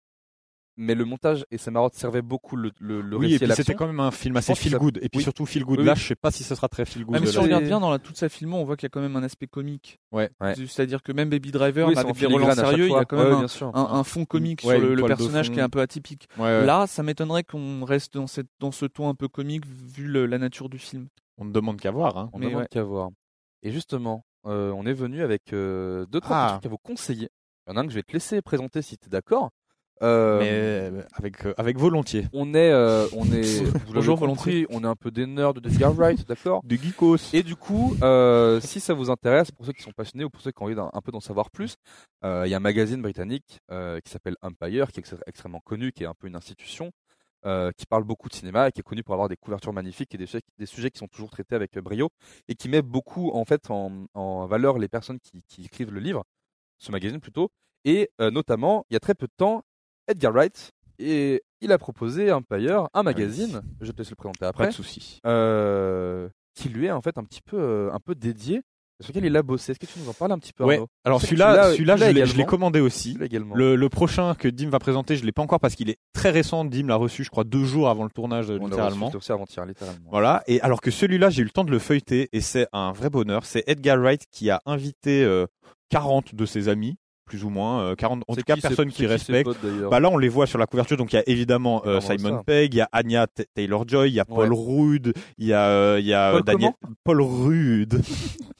Speaker 4: mais le montage et sa marotte servaient beaucoup le, le, le
Speaker 3: Oui,
Speaker 4: récit
Speaker 3: et
Speaker 4: et
Speaker 3: puis
Speaker 4: l'action.
Speaker 3: c'était quand même un film
Speaker 4: Je
Speaker 3: assez
Speaker 4: pense que
Speaker 3: feel
Speaker 4: ça-
Speaker 3: good. Et puis
Speaker 4: oui.
Speaker 3: surtout feel good.
Speaker 4: Oui,
Speaker 3: Là,
Speaker 4: oui.
Speaker 3: je sais pas si ce sera très feel good.
Speaker 5: Ah, mais
Speaker 3: de
Speaker 5: si
Speaker 3: la-
Speaker 5: on
Speaker 4: C'est-
Speaker 5: regarde bien dans la- toute sa filmo, on voit qu'il y a quand même un aspect comique.
Speaker 3: Ouais.
Speaker 4: Ouais.
Speaker 5: C'est-à-dire que même Baby Driver,
Speaker 4: Oui, c'est en
Speaker 5: avec les
Speaker 4: filigrane
Speaker 5: relents
Speaker 4: à chaque
Speaker 5: sérieux, il y
Speaker 4: fois.
Speaker 5: a quand
Speaker 4: Ouais,
Speaker 5: même
Speaker 4: bien sûr.
Speaker 5: un, un- un fond comique
Speaker 3: Ouais,
Speaker 5: sur le,
Speaker 3: une
Speaker 5: le
Speaker 3: toile de
Speaker 5: personnage
Speaker 3: fond.
Speaker 5: qui est un peu atypique.
Speaker 3: Ouais, ouais.
Speaker 5: Là, ça m'étonnerait qu'on reste dans, cette, dans ce ton un peu comique vu le- la nature du film.
Speaker 3: On ne demande qu'à voir. Hein.
Speaker 4: On
Speaker 5: Mais
Speaker 4: demande
Speaker 5: ouais.
Speaker 4: qu'à voir. Et justement, euh, on est venu avec euh, deux trois
Speaker 3: Ah.
Speaker 4: petits trucs à vous conseiller. Il y en a un que je vais te laisser présenter si tu es d'accord. Euh,
Speaker 3: Mais euh, avec, euh, avec volontiers.
Speaker 4: On est, euh, on est, vous l'avez
Speaker 5: Bonjour,
Speaker 4: compris, on est un peu des nerds de Edgar Wright, d'accord
Speaker 3: Du geekos.
Speaker 4: Et du coup, euh, si ça vous intéresse, pour ceux qui sont passionnés ou pour ceux qui ont envie d'un un peu d'en savoir plus, euh, il y a un magazine britannique euh, qui s'appelle Empire, qui est ex- extrêmement connu, qui est un peu une institution, euh, qui parle beaucoup de cinéma et qui est connu pour avoir des couvertures magnifiques et des, sujets- des sujets qui sont toujours traités avec euh, brio et qui met beaucoup en fait en, en valeur les personnes qui, qui écrivent le livre, ce magazine plutôt. Et euh, notamment, il y a très peu de temps, Edgar Wright et il a proposé à Empire un magazine. Je te laisse le présenter
Speaker 3: Ah Pas
Speaker 4: après
Speaker 3: de souci.
Speaker 4: euh, qui lui est en fait un petit peu, euh, un peu dédié, sur lequel il a bossé. Est-ce que tu nous en parles un petit peu
Speaker 3: Ouais.
Speaker 4: Arnaud
Speaker 3: Alors
Speaker 4: Je sais que tu l'as,
Speaker 3: celui-là,
Speaker 4: euh,
Speaker 3: celui-là,
Speaker 4: tu l'as
Speaker 3: je l'ai- je l'ai
Speaker 4: également.
Speaker 3: commandé aussi.
Speaker 4: Celui-là également.
Speaker 3: Le, le prochain que Dim va présenter, je l'ai pas encore parce qu'il est très récent. Dim l'a reçu, je crois, deux jours avant le tournage, euh,
Speaker 4: On l'a
Speaker 3: littéralement.
Speaker 4: reçu aussi avant-hier, littéralement.
Speaker 3: Voilà. Et alors que celui-là, j'ai eu le temps de le feuilleter et c'est un vrai bonheur. C'est Edgar Wright qui a invité euh, 40 de ses amis, plus ou moins, euh, 40, en
Speaker 4: C'est
Speaker 3: tout cas,
Speaker 4: qui ses-
Speaker 3: personnes
Speaker 4: c'est
Speaker 3: qui
Speaker 4: ses
Speaker 3: respectent.
Speaker 4: potes, d'ailleurs
Speaker 3: Bah là, on les voit sur la couverture. Donc il y a évidemment euh,
Speaker 4: C'est vraiment
Speaker 3: Simon
Speaker 4: ça.
Speaker 3: Pegg, il y a Anya T- Taylor-Joy, il y a Paul
Speaker 4: Ouais.
Speaker 3: Rudd, il y a, euh, il y a euh,
Speaker 5: Paul
Speaker 3: Daniel Paul Rudd,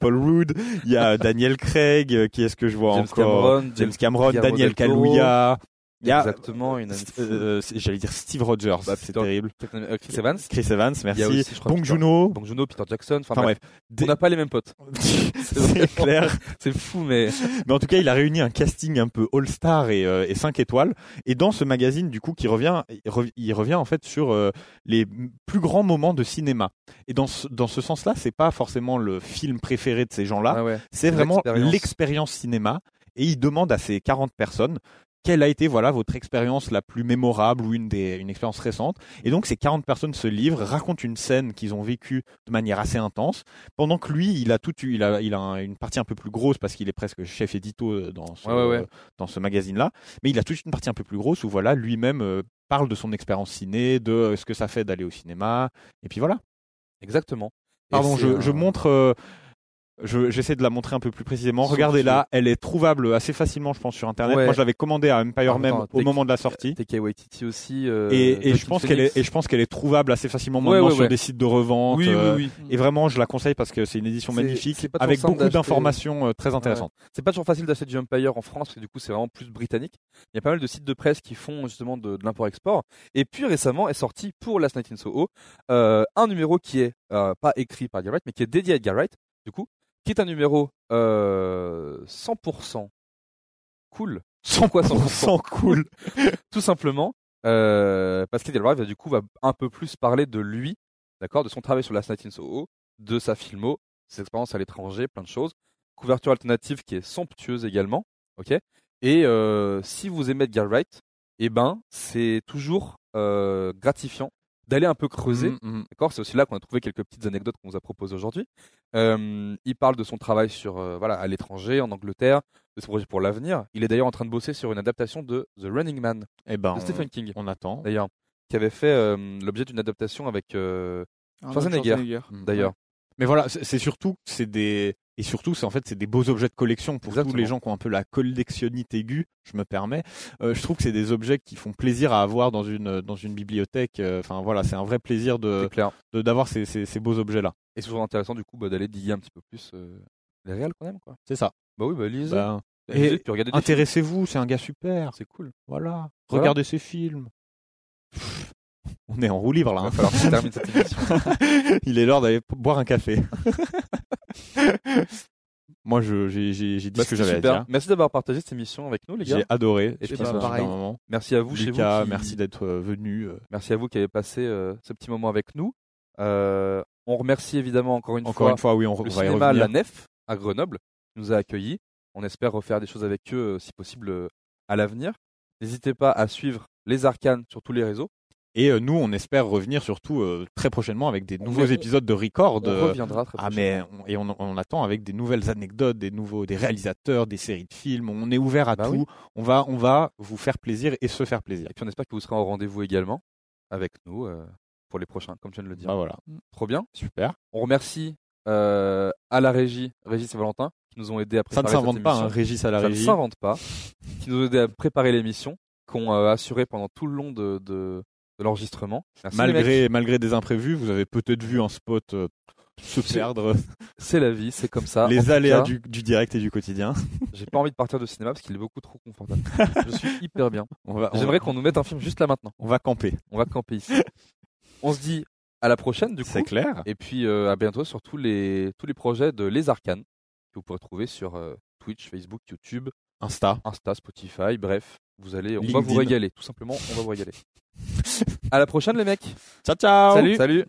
Speaker 3: Paul Rudd, il y a Daniel Craig, euh, qui est-ce que je vois
Speaker 4: James
Speaker 3: encore
Speaker 4: Cameron,
Speaker 3: James Cameron,
Speaker 4: Guillermo
Speaker 3: Daniel
Speaker 4: del Toro.
Speaker 3: Kaluuya, il y a
Speaker 4: Exactement, une
Speaker 3: S- euh, c'est- j'allais dire Steve Rogers,
Speaker 4: Bah,
Speaker 3: c'est
Speaker 4: Peter-
Speaker 3: terrible.
Speaker 4: euh, Chris Evans,
Speaker 3: Chris Evans,
Speaker 4: Il y a
Speaker 3: merci.
Speaker 4: aussi, je crois,
Speaker 3: Bong
Speaker 4: Peter-
Speaker 3: Juno.
Speaker 4: Bong Juno, Peter Jackson, enfin
Speaker 3: Enfin
Speaker 4: bref,
Speaker 3: bref,
Speaker 4: on n'a pas les mêmes potes.
Speaker 3: c'est
Speaker 4: vraiment-
Speaker 3: clair.
Speaker 4: C'est fou, mais
Speaker 3: Mais en tout cas, il a réuni un casting un peu all-star et, euh, et 5 étoiles. Et dans ce magazine, du coup, qui revient, il rev- il revient en fait sur euh, les m- plus grands moments de cinéma. Et dans ce, dans ce sens-là, c'est pas forcément le film préféré de ces gens-là.
Speaker 4: Ah ouais.
Speaker 3: c'est vraiment
Speaker 4: l'expérience.
Speaker 3: l'expérience cinéma. Et il demande à ces 40 personnes quelle a été voilà votre expérience la plus mémorable ou une des une expérience récente. Et donc ces 40 personnes se livrent, racontent une scène qu'ils ont vécue de manière assez intense, pendant que lui, il a tout eu- il a il a un- une partie un peu plus grosse parce qu'il est presque chef édito euh, dans ce
Speaker 4: Ouais, ouais, ouais.
Speaker 3: dans ce magazine-là, mais il a toute une partie un peu plus grosse où voilà, lui-même euh, parle de son expérience ciné, de euh, ce que ça fait d'aller au cinéma et puis voilà.
Speaker 4: exactement. Et
Speaker 3: Pardon,
Speaker 4: c'est
Speaker 3: je,
Speaker 4: un-
Speaker 3: je montre. euh, je- J'essaie de la montrer un peu plus précisément.
Speaker 4: Sauf
Speaker 3: Regardez
Speaker 4: que-
Speaker 3: là, elle est trouvable assez facilement, je pense, sur Internet.
Speaker 4: Ouais.
Speaker 3: Moi, je l'avais commandée à Empire
Speaker 4: Attends,
Speaker 3: même
Speaker 4: attends,
Speaker 3: au
Speaker 4: t'es-
Speaker 3: moment de la sortie.
Speaker 4: TK Waititi aussi. euh,
Speaker 3: Et, et je
Speaker 4: Joaquin
Speaker 3: pense qu'elle est,
Speaker 4: Phoenix.
Speaker 3: et je pense qu'elle est trouvable assez facilement
Speaker 4: Ouais,
Speaker 3: maintenant
Speaker 4: ouais,
Speaker 3: sur
Speaker 4: ouais.
Speaker 3: des sites de revente.
Speaker 4: Oui,
Speaker 3: euh,
Speaker 4: oui, oui.
Speaker 5: Mm.
Speaker 3: Et vraiment, je la conseille parce que c'est une édition
Speaker 4: C'est-
Speaker 3: magnifique
Speaker 4: c'est pas toujours
Speaker 3: avec
Speaker 4: simple
Speaker 3: beaucoup
Speaker 4: d'acheter.
Speaker 3: d'informations euh, très intéressantes.
Speaker 4: C'est pas toujours facile d'acheter du Empire en France, parce que du coup, c'est vraiment plus britannique. Il y a pas mal de sites de presse qui font justement de, de l'import-export. Et puis récemment est sorti pour Last Night in Soho euh, un numéro qui est euh, pas écrit par Edgar Wright, mais qui est dédié à Edgar Wright, du coup, qui est un numéro euh, 100% cool,
Speaker 3: Sans
Speaker 4: quoi, 100%?
Speaker 3: cool.
Speaker 4: tout simplement, euh, parce qu'Edgar Wright, du coup, va un peu plus parler de lui, d'accord, de son travail sur Last Night in Soho, de sa filmo, ses expériences à l'étranger, plein de choses. Couverture alternative qui est somptueuse également, ok. Et euh, si vous aimez Edgar Wright, eh ben, c'est toujours euh, gratifiant d'aller un peu creuser.
Speaker 3: Mm, mm.
Speaker 4: D'accord, c'est aussi là qu'on a trouvé quelques petites anecdotes qu'on vous a proposées aujourd'hui. Euh, il parle de son travail sur, euh, voilà, à l'étranger, en Angleterre, de ses projets pour l'avenir. Il est d'ailleurs en train de bosser sur une adaptation de The Running Man
Speaker 3: Eh ben,
Speaker 4: de
Speaker 3: on,
Speaker 4: Stephen King,
Speaker 3: on attend.
Speaker 4: d'ailleurs, qui avait fait euh, l'objet d'une adaptation avec, euh,
Speaker 5: Arnold
Speaker 4: Schwarzenegger.
Speaker 3: Mm.
Speaker 4: d'ailleurs,
Speaker 3: Mais voilà, c'est c'est surtout, c'est des, et surtout, c'est en fait, c'est des beaux objets de collection pour tous
Speaker 4: Exactement.
Speaker 3: les gens qui ont un peu la collectionnite aiguë. Je me permets. Euh, je trouve que c'est des objets qui font plaisir à avoir dans une dans une bibliothèque. Euh, Enfin voilà, c'est un vrai plaisir de
Speaker 4: c'est clair.
Speaker 3: de- d'avoir ces, ces, ces beaux objets là.
Speaker 4: Et c'est toujours intéressant, du coup, bah, d'aller diguer un petit peu plus euh, les réels qu'on aime, quoi.
Speaker 3: C'est ça.
Speaker 4: Bah oui, bah lisez.
Speaker 3: Ben,
Speaker 4: lisez,
Speaker 3: et
Speaker 4: puis regardez des films.
Speaker 3: intéressez-vous, c'est un gars super.
Speaker 4: C'est cool.
Speaker 3: Voilà.
Speaker 4: Voilà.
Speaker 3: Regardez ses films. Pff, On est en roue libre là.
Speaker 4: Il va
Speaker 3: hein.
Speaker 4: falloir qu'on termine cette émission.
Speaker 3: Il est l'heure d'aller p- boire un café. Moi, je j'ai j'ai- j'ai dit
Speaker 4: Bah,
Speaker 3: ce que
Speaker 4: c'était
Speaker 3: j'avais à
Speaker 4: super.
Speaker 3: dire.
Speaker 4: Merci d'avoir partagé cette émission avec nous, les gars.
Speaker 3: J'ai adoré.
Speaker 4: Et
Speaker 3: Je
Speaker 4: puis,
Speaker 3: passe un
Speaker 4: bah,
Speaker 3: super
Speaker 5: pareil.
Speaker 3: moment.
Speaker 4: Merci à vous,
Speaker 3: Lucas,
Speaker 4: chez vous. qui-
Speaker 3: merci d'être euh, venu. euh,
Speaker 4: Merci à vous qui avez passé euh, ce petit moment avec nous. Euh, on remercie évidemment encore une
Speaker 3: Encore
Speaker 4: fois
Speaker 3: une fois, oui, on re-
Speaker 4: le
Speaker 3: va y
Speaker 4: cinéma La
Speaker 3: revenir.
Speaker 4: Nef à Grenoble qui nous a accueillis. On espère refaire des choses avec eux euh, si possible euh, à l'avenir. N'hésitez pas à suivre les arcanes sur tous les réseaux.
Speaker 3: Et euh, nous, on espère revenir surtout euh, très prochainement avec des
Speaker 4: On
Speaker 3: nouveaux
Speaker 4: verra-
Speaker 3: épisodes de Record.
Speaker 4: On
Speaker 3: euh,
Speaker 4: reviendra très
Speaker 3: Ah
Speaker 4: prochainement.
Speaker 3: mais on- et on, on attend avec des nouvelles anecdotes, des nouveaux, des réalisateurs, des séries de films. On est ouvert à
Speaker 4: Bah
Speaker 3: tout.
Speaker 4: oui.
Speaker 3: On va, on va vous faire plaisir et se faire plaisir.
Speaker 4: Et puis on espère que vous serez au rendez-vous également avec nous euh, pour les prochains, comme tu viens de le dire.
Speaker 3: Bah voilà,
Speaker 4: Trop bien.
Speaker 3: super.
Speaker 4: On remercie euh, à la régie, Régis et Valentin, qui nous ont aidés à
Speaker 3: Ça
Speaker 4: préparer
Speaker 3: ne
Speaker 4: cette
Speaker 3: s'invente pas,
Speaker 4: émission.
Speaker 3: hein, Régis à la
Speaker 4: ça ne
Speaker 3: régie.
Speaker 4: euh, s'invente pas, qui nous ont aidé à préparer l'émission, qu'on a assuré pendant tout le long de, de, de l'enregistrement. Merci, les mecs.
Speaker 3: Malgré, malgré des imprévus, vous avez peut-être vu un spot euh, se
Speaker 4: C'est-
Speaker 3: perdre,
Speaker 4: C'est la vie, c'est comme ça. En
Speaker 3: les
Speaker 4: tout
Speaker 3: aléas
Speaker 4: cas,
Speaker 3: du, du direct et du quotidien.
Speaker 4: J'ai pas envie de partir de cinéma parce qu'il est beaucoup trop confortable. Je suis hyper bien.
Speaker 3: On va, on,
Speaker 4: J'aimerais qu'on nous mette un film juste là maintenant.
Speaker 3: on va camper.
Speaker 4: On va camper ici. On se dit à la prochaine du coup.
Speaker 3: C'est clair.
Speaker 4: Et puis euh, à bientôt sur tous les, tous les projets de Les Arcanes que vous pourrez trouver sur euh, Twitch, Facebook, YouTube,
Speaker 3: Insta.
Speaker 4: Insta, Spotify, bref. Vous allez, on va vous
Speaker 3: LinkedIn.
Speaker 4: régaler, tout simplement, on va vous régaler. à la prochaine les mecs.
Speaker 3: Ciao ciao.
Speaker 4: Salut.